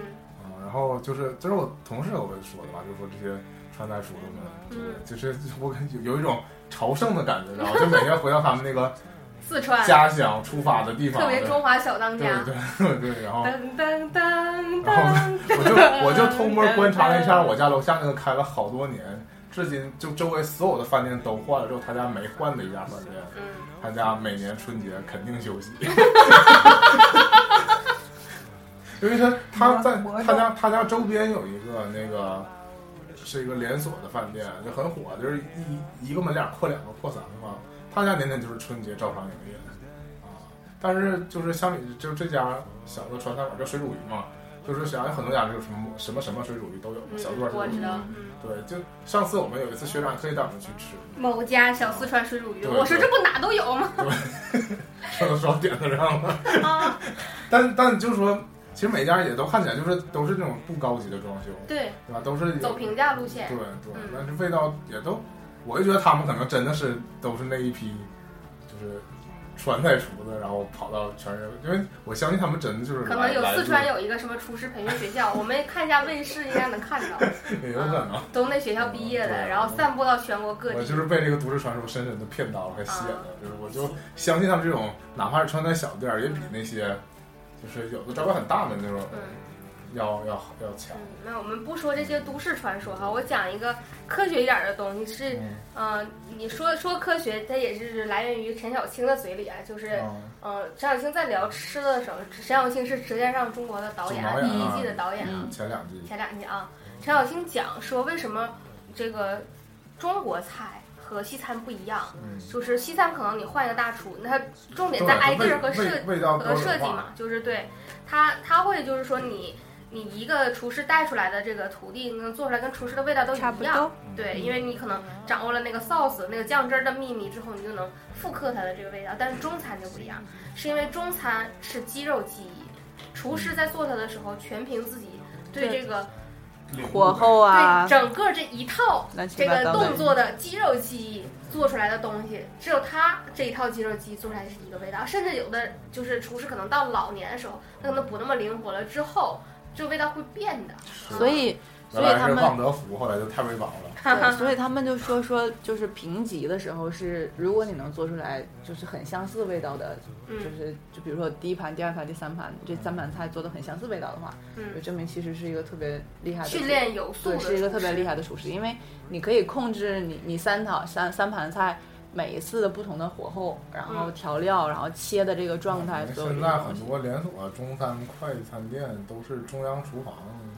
[SPEAKER 1] 嗯，然后就是这是我同事有跟我说的吧，就是说这些穿戴叔叔们，
[SPEAKER 4] 嗯，
[SPEAKER 1] 就是我感觉有有一种朝圣的感觉，然后就每天回到他们那
[SPEAKER 4] [LAUGHS]
[SPEAKER 1] 个
[SPEAKER 4] 四川
[SPEAKER 1] 家乡出发的地方，
[SPEAKER 4] 特别中华小当
[SPEAKER 1] 对
[SPEAKER 4] 家，
[SPEAKER 1] 对对对，哦然后
[SPEAKER 4] 噔噔噔
[SPEAKER 1] 然
[SPEAKER 4] 噔，
[SPEAKER 1] 我就我就
[SPEAKER 4] [LAUGHS]
[SPEAKER 1] 偷摸观察了一下我家楼下那个开了好多年，至今就周围所有的饭店都换了，只有他家没换的一家饭店，
[SPEAKER 4] 嗯，
[SPEAKER 1] 他家每年春节肯定休
[SPEAKER 4] [LAUGHS]
[SPEAKER 1] 息。因为他他在他家他家周边有一个那个是一个连锁的饭店，就很火，就是一一个门脸扩两个扩三个嘛。他家年年就是春节照常营业啊，但是就是相比就这家小的川菜馆叫水煮鱼嘛，就是想有很多家就是什么什么什么水煮鱼都有，小段
[SPEAKER 4] 我
[SPEAKER 1] 水煮
[SPEAKER 4] 知
[SPEAKER 1] 鱼。
[SPEAKER 4] 道，嗯。
[SPEAKER 1] 对，就上次我们有一次学长特意带我们去吃，
[SPEAKER 4] 某家小四川水煮鱼，
[SPEAKER 1] 对
[SPEAKER 4] 我说这不哪都有吗？
[SPEAKER 1] [LAUGHS] 说的时候点子上了。
[SPEAKER 4] 啊，
[SPEAKER 1] [LAUGHS] 但但就是说，其实每家也都看起来就是都是那种不高级的装修，
[SPEAKER 4] 对，
[SPEAKER 1] 对吧？都是有
[SPEAKER 4] 走平价路
[SPEAKER 1] 对
[SPEAKER 4] 线，
[SPEAKER 1] 对
[SPEAKER 4] 嗯，
[SPEAKER 1] 但是味道也都，我就觉得他们可能真的是都是那一批，就是川菜厨子，然后跑到全是，因为我相信他们真的就是
[SPEAKER 4] 可能
[SPEAKER 1] 来
[SPEAKER 4] 有
[SPEAKER 1] 来
[SPEAKER 4] 四
[SPEAKER 1] 自
[SPEAKER 4] 川有一个什么厨师培训学校，我们看一下卫视应该能看
[SPEAKER 1] [LAUGHS]
[SPEAKER 4] 到，
[SPEAKER 1] 也有可能，
[SPEAKER 4] 都那学校毕业的，
[SPEAKER 1] 对啊
[SPEAKER 4] 然后散播到全国啊各
[SPEAKER 1] 我
[SPEAKER 4] 地啊
[SPEAKER 1] 就。是被这个都市传说深深的骗到了，还吸引了，就是我就相信他们这种，哪怕是川菜小店儿，也比那些就是有的招牌很大的那种
[SPEAKER 4] 嗯
[SPEAKER 1] 要要要强
[SPEAKER 4] 嗯。，那我们不说这些都市传说哈，我讲一个科学一点的东西是，
[SPEAKER 1] 嗯
[SPEAKER 4] 嗯、你说说科学，它也是来源于陈小青的嘴里啊，就是，
[SPEAKER 1] 嗯
[SPEAKER 4] 嗯、陈小青在聊吃的时候，陈小青是《舌尖上中国》的导演，
[SPEAKER 1] 总导演
[SPEAKER 4] 第一
[SPEAKER 1] 啊
[SPEAKER 4] 季的导演啊。
[SPEAKER 1] 嗯前两季，
[SPEAKER 4] 前两天啊，陈小青讲说为什么这个中国菜和西餐不一样，
[SPEAKER 1] 嗯。
[SPEAKER 4] 就是西餐可能你换一个大厨，那它重点
[SPEAKER 1] 对，
[SPEAKER 4] 在
[SPEAKER 1] 它
[SPEAKER 4] 挨个
[SPEAKER 1] 味
[SPEAKER 4] 儿和设
[SPEAKER 1] 味味道
[SPEAKER 4] 和
[SPEAKER 1] 标准
[SPEAKER 4] 设计
[SPEAKER 1] 化
[SPEAKER 4] 嘛，就是对他他会就是说你你一个厨师带出来的这个徒弟，能做出来跟厨师的味道都一
[SPEAKER 3] 差不
[SPEAKER 4] 样
[SPEAKER 3] 多。，嗯
[SPEAKER 4] 对，因为你可能掌握了那个 sauce 那个酱汁儿的秘密之后，你就能复刻它的这个味道。但是中餐就不一样，是因为中餐是肌肉记忆，厨师在做它的时候全凭自己对
[SPEAKER 3] 对
[SPEAKER 4] 这个
[SPEAKER 3] 火候啊
[SPEAKER 4] 对，整个这一套
[SPEAKER 3] 乱七
[SPEAKER 4] 这
[SPEAKER 3] 八
[SPEAKER 4] 个
[SPEAKER 3] 糟
[SPEAKER 4] 动
[SPEAKER 3] 的。
[SPEAKER 4] 作的肌肉记忆做出来的东西，只有他这一套肌肉记忆做出来是一个味道。甚至有的就是厨师可能到老年的时候，他可能不那么灵活了，之后这味道会变的。
[SPEAKER 3] 所以，所
[SPEAKER 4] 嗯
[SPEAKER 1] 原
[SPEAKER 3] 以
[SPEAKER 1] 来
[SPEAKER 3] 他
[SPEAKER 1] 是
[SPEAKER 3] 们
[SPEAKER 1] 旺德福，后来就太微薄了。
[SPEAKER 3] 对
[SPEAKER 4] [LAUGHS]
[SPEAKER 3] 所以他们就说说，就是评级的时候是，如果你能做出来就是很相似味道的，就
[SPEAKER 4] 嗯
[SPEAKER 3] 是就比如说第一盘、第二盘、第三盘这三盘菜做的很相似味道的话，就
[SPEAKER 4] 嗯，
[SPEAKER 3] 证明其实是一个特别厉害的
[SPEAKER 4] 训练有素
[SPEAKER 3] 对，
[SPEAKER 4] 的
[SPEAKER 3] 是一个特别厉
[SPEAKER 4] 害。
[SPEAKER 3] 害的厨师，因为你可以控制你你三套三三盘菜每一次的不同的火候，然后
[SPEAKER 4] 嗯
[SPEAKER 3] 调料，然后切的这个状态，所有
[SPEAKER 1] 现
[SPEAKER 3] 这
[SPEAKER 1] 在
[SPEAKER 3] 些
[SPEAKER 1] 嗯很
[SPEAKER 3] 东西。
[SPEAKER 1] 多连锁中餐快餐店都是中央厨房，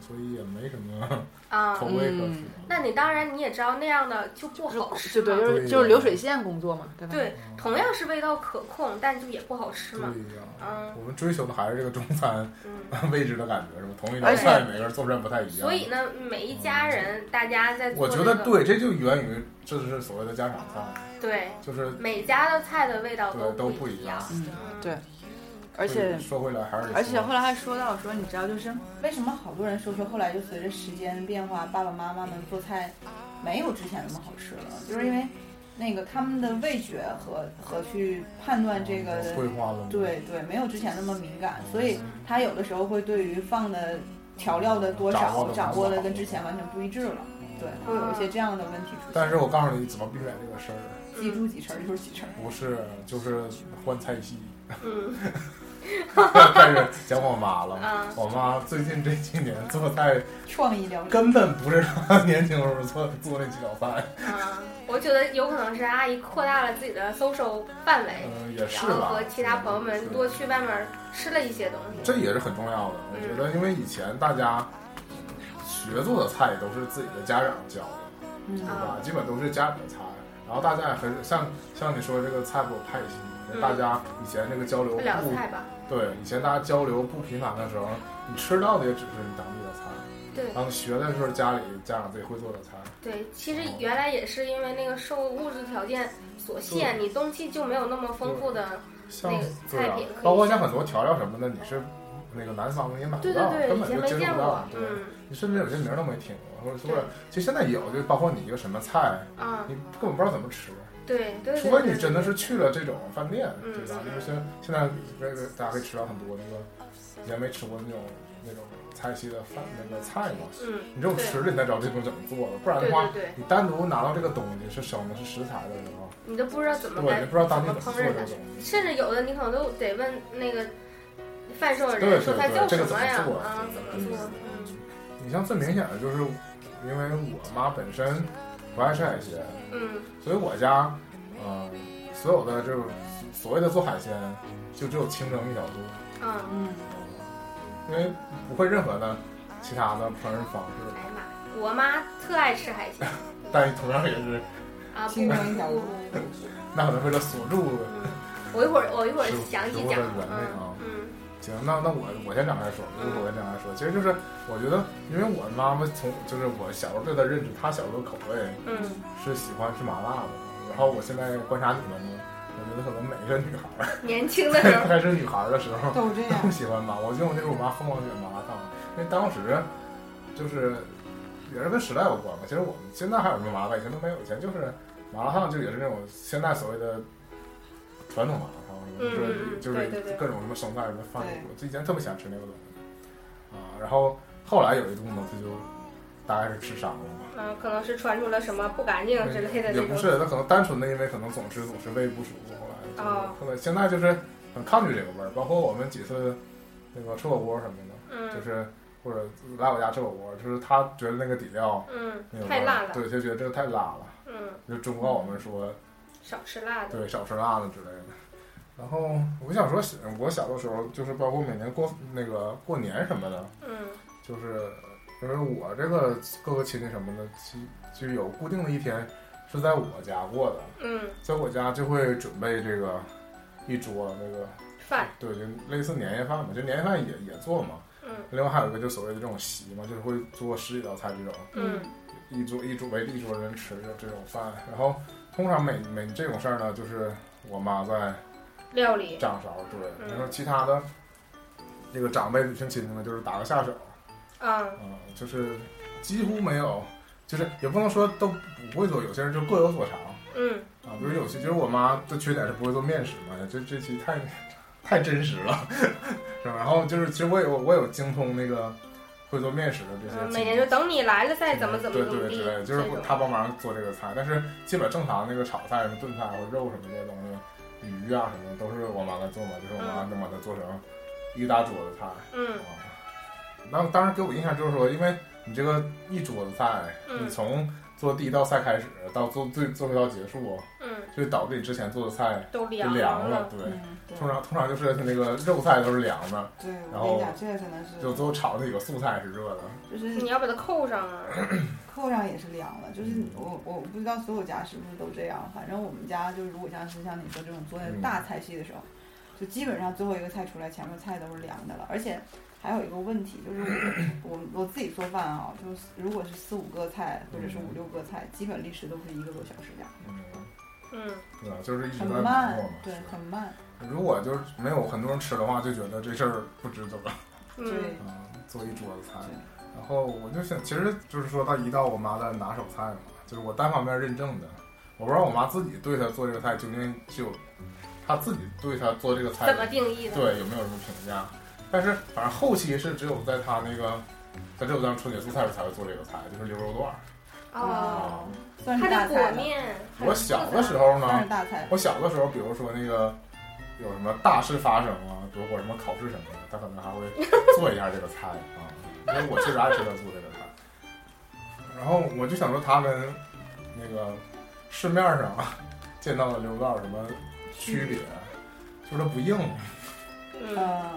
[SPEAKER 1] 所以也没什么
[SPEAKER 4] 啊
[SPEAKER 1] 口。味可
[SPEAKER 3] 嗯
[SPEAKER 1] 说。
[SPEAKER 4] 那你当然你也知道那样的就不好吃
[SPEAKER 3] 就对，
[SPEAKER 4] 嘛
[SPEAKER 3] 就。
[SPEAKER 1] 对
[SPEAKER 3] 是就是流水线工作嘛，对吧？
[SPEAKER 4] 对，同样是味道可控，但就也不好吃
[SPEAKER 1] 嗯对
[SPEAKER 4] 嘛。
[SPEAKER 1] 呀，
[SPEAKER 4] 嗯
[SPEAKER 1] 我们追求的还是这个中餐
[SPEAKER 4] 嗯。
[SPEAKER 1] [LAUGHS] 位置的感觉，是吧？同一道
[SPEAKER 3] 而且
[SPEAKER 1] 菜，每个人做出来不太一样。
[SPEAKER 4] 所以，呢，每一家人大家在做
[SPEAKER 1] 我觉
[SPEAKER 4] 这
[SPEAKER 1] 得
[SPEAKER 4] 个
[SPEAKER 1] 对，这就源于这是所谓的家常菜，
[SPEAKER 4] 对
[SPEAKER 1] 就是
[SPEAKER 4] 每家的菜的味道
[SPEAKER 1] 对都
[SPEAKER 4] 哦不
[SPEAKER 1] 不
[SPEAKER 4] 一
[SPEAKER 1] 一样。
[SPEAKER 3] 嗯，
[SPEAKER 4] 嗯
[SPEAKER 3] 对，而且
[SPEAKER 1] 所以说回来还是得
[SPEAKER 3] 而且
[SPEAKER 1] 说
[SPEAKER 3] 后来还说到说，你知道就是
[SPEAKER 5] 为什么好多人说说后来就随着时间变化，爸爸妈妈们做菜没有之前那么好吃了，就是因为那个他们的味觉和和去判断这个，
[SPEAKER 1] 嗯规划了，，
[SPEAKER 5] 对对，没有之前那么敏感，所以他有的时候会对于放的调料的多
[SPEAKER 1] 掌握
[SPEAKER 5] 少
[SPEAKER 1] 得
[SPEAKER 5] 掌
[SPEAKER 1] 不
[SPEAKER 5] 握
[SPEAKER 1] 好
[SPEAKER 5] 的跟之前完全不一致了，对，会有一些这样的问题出现。
[SPEAKER 1] 但是我告诉你怎么避免这个事儿。
[SPEAKER 5] 记住几成儿就是几成儿。
[SPEAKER 1] 不是，就是换菜系。
[SPEAKER 4] 嗯，
[SPEAKER 1] [LAUGHS] 开始讲我妈了。
[SPEAKER 4] 啊，
[SPEAKER 1] 我妈最近这几年做菜，
[SPEAKER 5] 创意料理，
[SPEAKER 1] 根本不是她年轻时候做做那几道菜。
[SPEAKER 4] 嗯，我觉得有可能是阿姨扩大了自己的 social 范围，
[SPEAKER 1] 嗯，也
[SPEAKER 4] 然
[SPEAKER 1] 是
[SPEAKER 4] 后
[SPEAKER 1] 吧。
[SPEAKER 4] 和其他朋友们多去外面吃了一些东西。
[SPEAKER 1] 这也是很重要的。我觉得，因为以前大家学做的菜都是自己的家长教的，
[SPEAKER 5] 嗯
[SPEAKER 1] 对吧
[SPEAKER 4] 啊？
[SPEAKER 1] 基本都是家长的菜。然后大家也很像像你说这个菜谱派系，
[SPEAKER 4] 嗯
[SPEAKER 1] 大家以前这个交流
[SPEAKER 4] 不聊
[SPEAKER 1] 不
[SPEAKER 4] 菜吧，
[SPEAKER 1] 对，以前大家交流不频繁的时候，你吃到的也只是你当地的菜。
[SPEAKER 4] 对
[SPEAKER 1] 然后学的就是家里家长自己会做的菜，
[SPEAKER 4] 对，其实原来也是因为那个受物质条件所限，你东西就没有那么丰富的。
[SPEAKER 1] 像
[SPEAKER 4] 嗯那个
[SPEAKER 1] 对
[SPEAKER 4] 菜
[SPEAKER 1] 啊
[SPEAKER 4] 品可以，
[SPEAKER 1] 包括像很多调料什么的，你是那个南方的也买不
[SPEAKER 4] 对
[SPEAKER 1] 到，
[SPEAKER 4] 对对，
[SPEAKER 1] 根
[SPEAKER 4] 以
[SPEAKER 1] 本
[SPEAKER 4] 前
[SPEAKER 1] 就
[SPEAKER 4] 没
[SPEAKER 1] 接
[SPEAKER 4] 见
[SPEAKER 1] 触不到
[SPEAKER 4] 过。。
[SPEAKER 1] 对，
[SPEAKER 4] 嗯
[SPEAKER 1] 你甚至有些名儿都没听过，或者或者，其实现在有，就包括你一个什么菜，
[SPEAKER 4] 啊，
[SPEAKER 1] 你根本不知道怎么吃，
[SPEAKER 4] 对对对，
[SPEAKER 1] 除非
[SPEAKER 4] 对
[SPEAKER 1] 你真的是去了这种饭店，
[SPEAKER 4] 嗯
[SPEAKER 1] 对吧？
[SPEAKER 4] 嗯
[SPEAKER 1] 就是现现在那个大家可以吃到很多那个以前没吃过那种那种菜系的饭那个菜嘛。
[SPEAKER 4] 嗯，
[SPEAKER 1] 你只有
[SPEAKER 4] 对
[SPEAKER 1] 吃了，你才知道这东西怎么做的，不然
[SPEAKER 4] 对
[SPEAKER 1] 的话
[SPEAKER 4] 对，对，
[SPEAKER 1] 你单独拿到这个东西是什么是食材的时候，
[SPEAKER 4] 你都不知道怎么
[SPEAKER 1] 对，
[SPEAKER 4] 该
[SPEAKER 1] 你不知道当
[SPEAKER 4] 怎
[SPEAKER 1] 地
[SPEAKER 4] 么
[SPEAKER 1] 怎么
[SPEAKER 4] 烹
[SPEAKER 1] 做
[SPEAKER 4] 饪
[SPEAKER 1] 这
[SPEAKER 4] 它
[SPEAKER 1] 个，东西。
[SPEAKER 4] 甚至有的你可能都得问那个贩售的
[SPEAKER 1] 对
[SPEAKER 4] 人
[SPEAKER 1] 对
[SPEAKER 4] 说它
[SPEAKER 1] 对
[SPEAKER 4] 叫
[SPEAKER 1] 这个
[SPEAKER 4] 什么
[SPEAKER 1] 怎么
[SPEAKER 4] 呀？
[SPEAKER 1] 做嗯
[SPEAKER 4] 啊，怎么做？
[SPEAKER 1] 你像最明显的就是，因为我妈本身不爱吃海鲜，
[SPEAKER 4] 嗯嗯
[SPEAKER 1] 所以我家，呃，所有的这种所谓的做海鲜，就只有清蒸一条路，
[SPEAKER 4] 嗯，
[SPEAKER 5] 嗯，
[SPEAKER 1] 因为不会任何的其他的烹饪方式，
[SPEAKER 4] 哎呀妈呀，我妈特爱吃海鲜
[SPEAKER 1] 但同样也是，
[SPEAKER 4] 啊，不
[SPEAKER 5] 清蒸一条
[SPEAKER 4] 不
[SPEAKER 5] 路
[SPEAKER 4] 不不不，
[SPEAKER 1] 那可能为了锁住，
[SPEAKER 2] 嗯
[SPEAKER 4] 我一会儿我一会儿
[SPEAKER 1] 食物
[SPEAKER 4] 详细
[SPEAKER 1] 食物的
[SPEAKER 4] 讲
[SPEAKER 1] 原味啊，
[SPEAKER 4] 嗯
[SPEAKER 1] 行，那那我我先展开说，就是我先展开说，其实就是我觉得，因为我妈妈从就是我小时候对她认知，她小时候口味
[SPEAKER 4] 嗯嗯，
[SPEAKER 1] 是喜欢吃麻辣的，然后我现在观察你们呢，我觉得可能每一个女孩儿
[SPEAKER 4] 年轻的时候，
[SPEAKER 1] 开始女孩儿的时候，
[SPEAKER 5] 都这样
[SPEAKER 1] 更。喜欢麻。我记得我那时候我妈疯狂选麻辣烫，因为当时就是也是跟时代有关吧。其实我们现在还有什么麻辣烫，以前都没有。以前就是麻辣烫，就也是那种现在所谓的传统麻辣烫，
[SPEAKER 4] 嗯
[SPEAKER 1] 就是就
[SPEAKER 4] 对对
[SPEAKER 1] 是
[SPEAKER 4] 对
[SPEAKER 1] 各种什么生菜什么放进去。我以前特别喜欢吃那个东西啊。然后后来有一度呢，他就大概是吃伤了吧。
[SPEAKER 4] 嗯，可能是传出了什么不干净之类的
[SPEAKER 1] 也
[SPEAKER 4] 那
[SPEAKER 1] 不
[SPEAKER 4] 种。
[SPEAKER 1] 是，他可能单纯的因为可能总吃总是胃不舒服，后来就是、
[SPEAKER 4] 哦
[SPEAKER 1] 后来现在就是很抗拒这个味儿，包括我们几次那个吃火锅什么的，就
[SPEAKER 4] 嗯
[SPEAKER 1] 是或者来我家吃火锅，就是他觉得那个底料那个味
[SPEAKER 4] 嗯，太
[SPEAKER 1] 儿
[SPEAKER 4] 辣了，
[SPEAKER 1] 对，就觉得这个太辣了，
[SPEAKER 4] 嗯，
[SPEAKER 1] 就忠告我们说，
[SPEAKER 4] 少吃辣的。
[SPEAKER 1] 对，少吃辣的之类的。然后我想说，我小的时候就是包括每年过那个过年什么的，
[SPEAKER 4] 嗯
[SPEAKER 1] 就是因为我这个各个亲戚什么的，其就有固定的一天是在我家过的，
[SPEAKER 4] 嗯，
[SPEAKER 1] 在我家就会准备这个一桌那个
[SPEAKER 4] 饭，
[SPEAKER 1] 对，就类似年夜饭嘛，就年夜饭也也做嘛。
[SPEAKER 4] 嗯
[SPEAKER 1] 另外还有一个就所谓的这种席嘛，就是会做十几道菜这种，
[SPEAKER 4] 嗯
[SPEAKER 1] 一桌一桌围着一桌人吃的这种饭。然后通常每每这种事儿呢，就是我妈在
[SPEAKER 4] 料理，
[SPEAKER 1] 掌勺之类的，
[SPEAKER 4] 嗯
[SPEAKER 1] 然后其他的这个长辈女性亲戚们就是打个下手，
[SPEAKER 4] 嗯
[SPEAKER 1] 嗯，就是几乎没有，就是也不能说都不会做，有些人就各有所长。
[SPEAKER 4] 嗯
[SPEAKER 1] 啊，比如有些，就是我妈的缺点是不会做面食嘛，这这期太太真实了， [LAUGHS] 是吧？然后就是，其实我有我有精通那个会做面食的这些
[SPEAKER 4] 嗯，
[SPEAKER 1] 亲戚，
[SPEAKER 4] 每年就等你来了再怎么怎么
[SPEAKER 1] 对
[SPEAKER 4] 怎么
[SPEAKER 1] 对
[SPEAKER 4] 地
[SPEAKER 1] 之类的，，就是她帮忙做这个菜，但是基本正常那个炒菜、什么炖菜或者肉什么的东西，鱼啊什么的都是我妈来做嘛，就是我妈能把它做成一大桌子菜
[SPEAKER 4] 嗯
[SPEAKER 1] 啊。那当时给我印象就是说，因为你这个一桌子菜，你
[SPEAKER 4] 嗯
[SPEAKER 1] 从做第一道菜开始到做最最后一道结束。
[SPEAKER 4] 嗯，
[SPEAKER 1] 就导致你之前做的菜
[SPEAKER 4] 都
[SPEAKER 1] 就
[SPEAKER 4] 凉
[SPEAKER 1] 凉了，
[SPEAKER 4] 了，
[SPEAKER 1] [LAUGHS] 对。
[SPEAKER 5] 嗯，对
[SPEAKER 1] 通常通常就是那个肉菜都是凉的，
[SPEAKER 5] 对，
[SPEAKER 1] 然
[SPEAKER 5] 我
[SPEAKER 1] 后
[SPEAKER 5] 跟你讲，这个真的是，
[SPEAKER 1] 就最后炒的那个素菜是热的。
[SPEAKER 5] 就是
[SPEAKER 4] 你要把它扣上啊。
[SPEAKER 5] 扣上也是凉的，就是我我不知道所有家是不是都这样，反正我们家就是如果像是像你说这种做
[SPEAKER 1] 嗯
[SPEAKER 5] 大菜系的时候，就基本上最后一个菜出来，前面菜都是凉的了，而且还有一个问题就是我 [COUGHS] 我我自己做饭啊，就是如果是四五个菜或者是五六个菜，基本历时都是一个多小时的，
[SPEAKER 1] 嗯，
[SPEAKER 4] 嗯
[SPEAKER 1] 对吧？啊就是一直在
[SPEAKER 5] 很
[SPEAKER 1] 琢磨
[SPEAKER 5] 慢
[SPEAKER 1] 嘛。，
[SPEAKER 5] 对，
[SPEAKER 1] 是
[SPEAKER 5] 很慢，
[SPEAKER 1] 如果就是没有很多人吃的话，就觉得这事儿不值得。
[SPEAKER 4] 嗯
[SPEAKER 5] 对
[SPEAKER 1] 嗯，做一桌子菜
[SPEAKER 5] 对。
[SPEAKER 1] 然后我就想，其实就是说到一道我妈的拿手菜嘛，就是我单方面认证的。我不知道我妈自己对她做这个菜究竟就，她自己对她做这个菜
[SPEAKER 4] 怎么定义的？
[SPEAKER 1] 对，有没有什么评价？但是反正后期是只有在他那个，在只有当春节素菜时才会做这个菜，就是牛肉段儿。
[SPEAKER 4] 哦，
[SPEAKER 5] 哦，算
[SPEAKER 4] 它
[SPEAKER 5] 是大
[SPEAKER 4] 的
[SPEAKER 5] 菜
[SPEAKER 4] 裹
[SPEAKER 5] 了，
[SPEAKER 4] 面。
[SPEAKER 1] 我小的时候
[SPEAKER 5] 算
[SPEAKER 1] 呢
[SPEAKER 4] 嗯
[SPEAKER 5] 是，大
[SPEAKER 3] 哎
[SPEAKER 5] 菜了，
[SPEAKER 1] 我小的时候，比如说那个有什么大事发生啊，比如我什么考试什么的，他可能还会做一下这个菜啊，因为我确实爱吃他做这个菜。然后我就想说，他跟那个市面上啊见到的牛肉段儿有什么区别？就是它不硬。
[SPEAKER 4] 嗯
[SPEAKER 5] 嗯，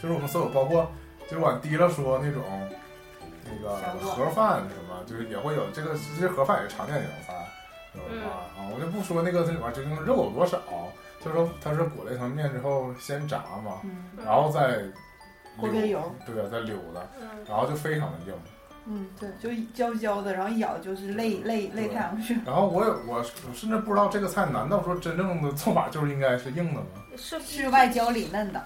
[SPEAKER 1] 就是我们所有包括就是往低了说那种那个盒饭什么，就是也会有这个，其实盒饭也是常见的一种菜，有什么
[SPEAKER 5] 嗯
[SPEAKER 1] 啊？我就不说那个这里面究竟肉有多少，就是说它是裹了一层面之后先炸嘛，
[SPEAKER 5] 嗯
[SPEAKER 1] 然后再
[SPEAKER 5] 锅边油，
[SPEAKER 1] 对啊，再溜达，
[SPEAKER 4] 嗯，
[SPEAKER 1] 然后就非常的硬。
[SPEAKER 5] 嗯，对，就一焦焦的，然后一咬就是累累累太阳穴，
[SPEAKER 1] 然后我也我甚至不知道这个菜，难道说真正的做法就是应该是硬的吗？
[SPEAKER 4] 是
[SPEAKER 5] 是外焦里嫩的。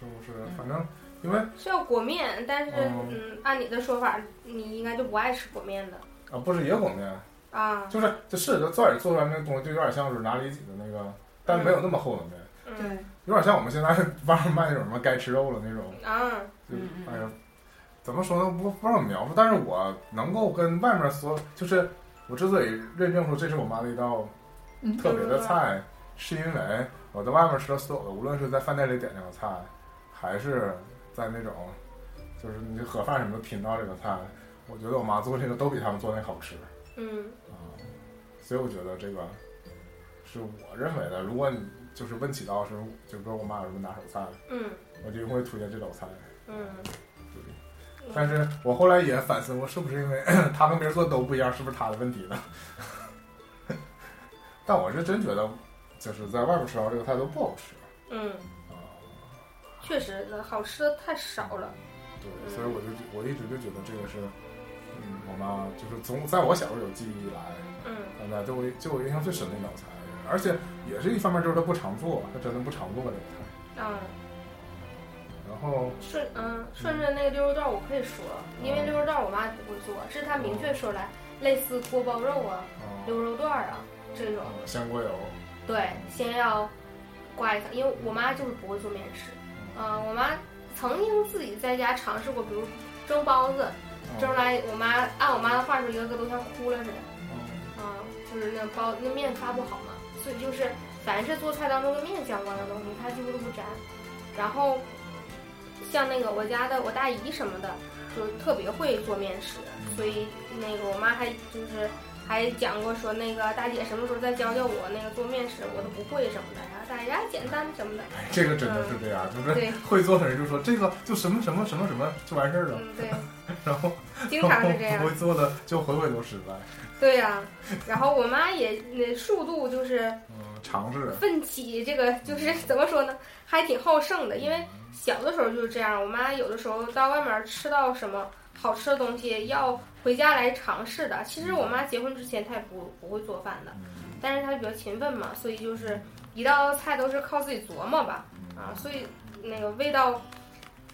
[SPEAKER 1] 是不是？反正因为
[SPEAKER 4] 是要裹面，但是
[SPEAKER 1] 嗯
[SPEAKER 4] 嗯，按你的说法，你应该就不爱吃裹面的。
[SPEAKER 1] 啊，不是也有裹面，
[SPEAKER 2] 啊，
[SPEAKER 1] 就是就是自个儿做出来那东西，就有点像是拿里脊的那个，但没有那么厚的面，
[SPEAKER 2] 嗯
[SPEAKER 3] 对，
[SPEAKER 1] 有点像我们现在 [LAUGHS] 外面卖那种什么该吃肉了那种，
[SPEAKER 2] 啊，
[SPEAKER 1] 就
[SPEAKER 6] 嗯嗯
[SPEAKER 1] 哎呀，怎么说呢？不不知道怎么描述，但是我能够跟外面所就是我之所以认证说这是我妈的一道
[SPEAKER 6] 嗯
[SPEAKER 1] 特别的菜，是因为我在外面吃的所有的，无论是在饭店里点这个菜，还是在那种就是你盒饭什么的品到这个菜，我觉得我妈做这个都比他们做那个好吃
[SPEAKER 2] 嗯
[SPEAKER 1] 啊、所以我觉得这个是我认为的。如果你就是问起到是就比如我妈有什么拿手菜，
[SPEAKER 2] 嗯
[SPEAKER 1] 我就会推荐这道菜。
[SPEAKER 2] 嗯，
[SPEAKER 1] 对但是我后来也反思，我是不是因为 [CLEARS THROAT] 他跟别人做的都不一样，是不是他的问题呢？ [LAUGHS] 但我是真觉得，就是在外面吃到这个菜都不好吃
[SPEAKER 2] 嗯，
[SPEAKER 1] 啊、
[SPEAKER 2] 确实好吃的太少了，
[SPEAKER 1] 对，所以我就我一直就觉得这个是，嗯，我妈就是从在我小时候有记忆以来，
[SPEAKER 2] 嗯
[SPEAKER 1] 现在对我就我印象最深的一道菜，而且也是一方面就是她不常做，她真的不常做这个菜。
[SPEAKER 2] 啊。
[SPEAKER 1] 然后
[SPEAKER 2] 顺嗯，顺着那个溜肉段，我可以说，因
[SPEAKER 1] 嗯
[SPEAKER 2] 为溜肉段我妈不会做，是她明确说来，类似锅包肉啊、
[SPEAKER 1] 啊，
[SPEAKER 2] 溜肉段啊这种，
[SPEAKER 1] 呃香锅油，
[SPEAKER 2] 对，先要挂一层，因为我妈就是不会做面食，嗯，我妈曾经自己在家尝试过，比如蒸包子，
[SPEAKER 1] 呃
[SPEAKER 2] 蒸出来我妈按我妈的话说，一个个都像哭了似的，
[SPEAKER 1] 嗯
[SPEAKER 2] 啊，就是那包那面发不好嘛，所以就是凡是做菜当中跟面相关的东西，她几乎都不沾。然后像那个我家的我大姨什么的，就特别会做面食，所以那个我妈还就是还讲过说那个大姐什么时候再教教我那个做面食，我都不会什么的。然后大姐哎简单什么的，
[SPEAKER 1] 这个真的是这样，就是
[SPEAKER 2] 对，
[SPEAKER 1] 会做的人就说这个就什么什么什么什么就完事儿了，
[SPEAKER 2] 嗯对，
[SPEAKER 1] [LAUGHS] 然后。
[SPEAKER 2] 经常是这样
[SPEAKER 1] 不。会做的就回回都失败。
[SPEAKER 2] 对呀、然后我妈也那数度就是
[SPEAKER 1] 嗯，尝试。
[SPEAKER 2] 奋起，这个就是怎么说呢，还挺好胜的。因为小的时候就是这样，我妈有的时候到外面吃到什么好吃的东西，要回家来尝试的。其实我妈结婚之前她也不不会做饭的，
[SPEAKER 1] 嗯
[SPEAKER 2] 但是她比较勤奋嘛，所以就是一道菜都是靠自己琢磨吧，
[SPEAKER 1] 嗯
[SPEAKER 2] 啊，所以那个味道，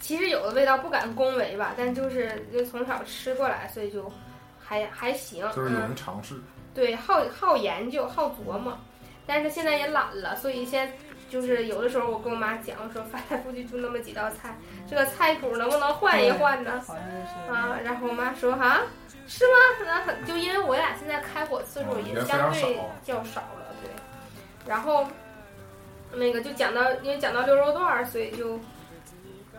[SPEAKER 2] 其实有的味道不敢恭维吧，但就是就从小吃过来，所以就还还行，
[SPEAKER 1] 就是
[SPEAKER 2] 嗯
[SPEAKER 1] 有人尝试，
[SPEAKER 2] 对，好好研究，好琢磨，但是现在也懒了，所以现在就是有的时候我跟我妈讲，我说 [LAUGHS] 翻来覆去就那么几道菜，这个菜谱能不能换一换呢？
[SPEAKER 3] 好像就是
[SPEAKER 2] 啊，然后我妈说啊，是吗？那很就因为我俩现在开火次数
[SPEAKER 1] 嗯也
[SPEAKER 2] 也
[SPEAKER 1] 非
[SPEAKER 2] 相
[SPEAKER 1] 常
[SPEAKER 2] 对
[SPEAKER 1] 少
[SPEAKER 2] 较少了，对。然后那个就讲到，因为讲到溜肉段儿，所以就，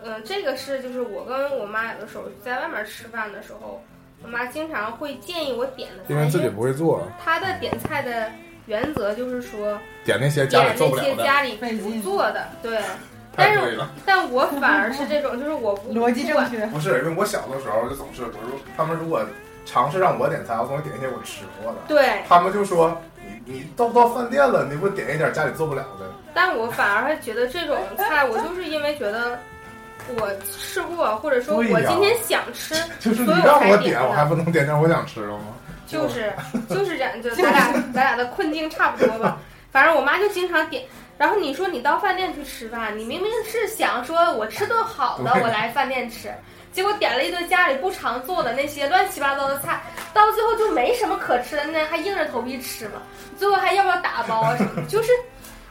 [SPEAKER 2] 嗯、这个是就是我跟我妈有的时候在外面吃饭的时候，我妈经常会建议我点的菜，
[SPEAKER 1] 因为自己不会做，
[SPEAKER 2] 他的点菜的原则就是说
[SPEAKER 1] 点那些家
[SPEAKER 2] 点
[SPEAKER 1] 里做不
[SPEAKER 2] 那
[SPEAKER 1] 了
[SPEAKER 2] 些
[SPEAKER 1] 的，
[SPEAKER 2] 家里
[SPEAKER 3] 费
[SPEAKER 2] 不
[SPEAKER 3] 劲
[SPEAKER 2] 做的，对。但
[SPEAKER 1] 太
[SPEAKER 2] 是
[SPEAKER 1] 对
[SPEAKER 2] 我
[SPEAKER 1] 了。
[SPEAKER 2] 但
[SPEAKER 3] [LAUGHS]
[SPEAKER 2] 我反而是这种，就是我不
[SPEAKER 3] 逻辑
[SPEAKER 2] 不
[SPEAKER 3] 正
[SPEAKER 2] 管，
[SPEAKER 3] 确，
[SPEAKER 1] 不是，因为我小的时候就总是，我说他们如果尝试让我点菜，我总是点一些我吃过的，
[SPEAKER 2] 对。
[SPEAKER 1] 他们就说你你都到饭店了，你给我点一点家里做不了的。
[SPEAKER 2] 但我反而还觉得这种菜，我就是因为觉得我吃过，或者说
[SPEAKER 1] 对呀
[SPEAKER 2] 我今天想吃，
[SPEAKER 1] 就是你
[SPEAKER 2] 所以我
[SPEAKER 1] 让
[SPEAKER 2] 才
[SPEAKER 1] 我
[SPEAKER 2] 点
[SPEAKER 1] 点，
[SPEAKER 2] 的
[SPEAKER 1] 我还不能点点我想吃的吗？
[SPEAKER 2] 就是就是这样，就咱俩咱俩的困境差不多吧。反正我妈就经常点。然后你说你到饭店去吃饭，你明明是想说我吃顿好的，
[SPEAKER 1] 对
[SPEAKER 2] 我来饭店吃，结果点了一顿家里不常做的那些乱七八糟的菜，到最后就没什么可吃的，那还硬着头皮吃嘛。最后还要不要打包啊什么的，就是，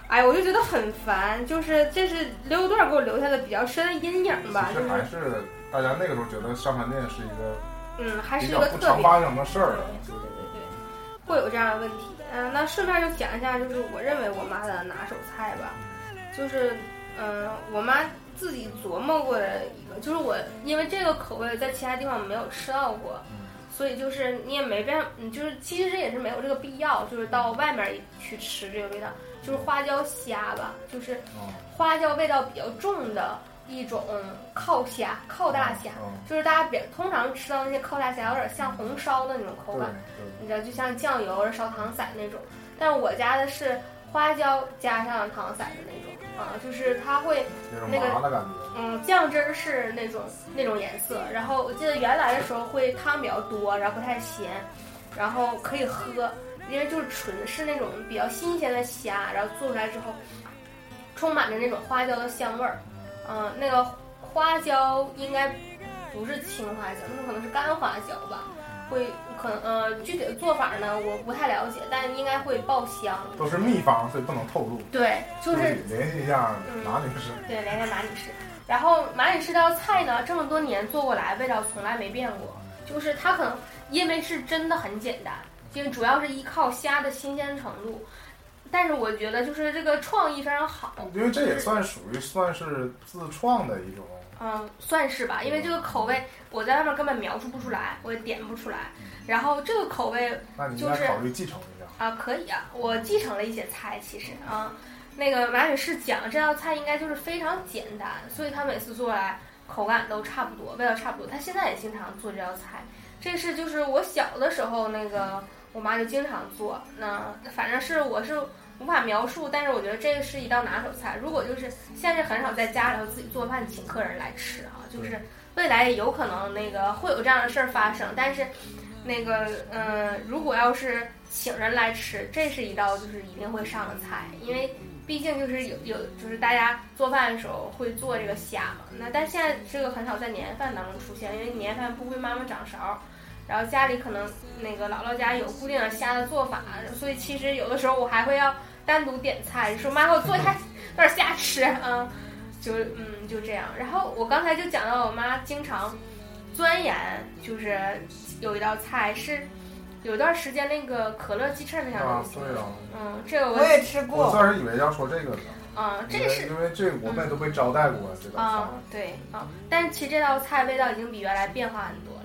[SPEAKER 2] 哎，我就觉得很烦，就是这是溜肉段给我留下的比较深的阴影吧，
[SPEAKER 1] 其
[SPEAKER 2] 就
[SPEAKER 1] 实还
[SPEAKER 2] 是
[SPEAKER 1] 是大家那个时候觉得上饭店是一个
[SPEAKER 2] 嗯，还是
[SPEAKER 1] 比
[SPEAKER 2] 一
[SPEAKER 1] 较
[SPEAKER 2] 个
[SPEAKER 1] 不
[SPEAKER 2] 特
[SPEAKER 1] 常
[SPEAKER 2] 别嗯
[SPEAKER 1] 发生的事儿
[SPEAKER 2] 对对对对对，会有这样的问题。嗯、那顺便就讲一下，就是我认为我妈的拿手菜吧，就是嗯、我妈自己琢磨过的一个，就是我因为这个口味在其他地方没有吃到过。
[SPEAKER 1] 嗯
[SPEAKER 2] 所以就是你也没办，嗯，就是其实这也是没有这个必要，就是到
[SPEAKER 1] 嗯
[SPEAKER 2] 外面去吃这个味道，就是花椒虾吧，就是
[SPEAKER 1] 嗯
[SPEAKER 2] 花椒味道比较重的一种嗯靠虾、靠大虾，
[SPEAKER 1] 嗯
[SPEAKER 2] 就是大家比通常吃到那些靠大虾，有点像红烧的那种口
[SPEAKER 1] 对
[SPEAKER 2] 感，
[SPEAKER 1] 对。
[SPEAKER 2] 你知道，就像酱油或者烧糖色那种。但我家的是花椒加上糖色的那种，啊，就是它会，
[SPEAKER 1] 那种
[SPEAKER 2] 那个
[SPEAKER 1] 麻的感觉。
[SPEAKER 2] 嗯，酱汁儿是那种那种颜色。然后我记得原来的时候会汤比较多，然后不太咸，然后可以喝，因为就是纯是那种比较新鲜的虾，然后做出来之后，充满着那种花椒的香味儿。嗯、那个花椒应该不是青花椒，那可能是干花椒吧。
[SPEAKER 4] 会可能呃具体的做法呢我不太了解，但应该会爆香。
[SPEAKER 1] 都是秘方，所以不能透露。
[SPEAKER 4] 对，就是
[SPEAKER 1] 联系一下哪里是
[SPEAKER 4] 对连连马女士。然后马女士这道菜呢，这么多年做过来，味道从来没变过。就是它可能因为是真的很简单，就是主要是依靠虾的新鲜程度。但是我觉得就是这个创意非常好，
[SPEAKER 2] 嗯
[SPEAKER 1] 因为这也算属于算是自创的一种，
[SPEAKER 4] 嗯，算是吧，因为这个口味我在外面根本描述不出来，我也点不出来。然后这个口味
[SPEAKER 1] 嗯那你应该考虑继承一下。
[SPEAKER 4] 啊，可以啊，我继承了一些菜，其实啊，那个马女士讲这道菜应该就是非常简单，所以她每次做来口感都差不多，味道差不多。她现在也经常做这道菜，这是就是我小的时候那个我妈就经常做，那反正是我是无法描述，但是我觉得这是一道拿手菜。如果就是现在很少在家里头自己做饭请客人来吃啊，就是未来也有可能那个会有这样的事儿发生，但是那个，嗯，如果要是请人来吃，这是一道就是一定会上的菜，因为毕竟就是有有就是大家做饭的时候会做这个虾嘛。那但现在这个很少在年夜饭当中出现，因为年夜饭不归妈妈掌勺，然后家里可能那个姥姥家有固定的虾的做法，所以其实有的时候我还会要单独点菜，说妈给我做一下有点虾吃，嗯，就嗯就这样。然后我刚才就讲到我妈经常钻研，就是有一道菜是有一段时间那个可乐鸡翅那项
[SPEAKER 1] 啊
[SPEAKER 4] 东，西，
[SPEAKER 1] 对啊，
[SPEAKER 4] 嗯，这个
[SPEAKER 5] 我
[SPEAKER 4] 我
[SPEAKER 5] 也吃
[SPEAKER 1] 我
[SPEAKER 5] 过，
[SPEAKER 1] 算是以为要说这个呢，
[SPEAKER 4] 嗯，这
[SPEAKER 1] 因
[SPEAKER 4] 个
[SPEAKER 1] 为
[SPEAKER 4] 是
[SPEAKER 1] 因为这我们都被招待过这道
[SPEAKER 4] 啊、
[SPEAKER 1] 菜。
[SPEAKER 4] 对啊、但是其实这道菜味道已经比原来变化很多了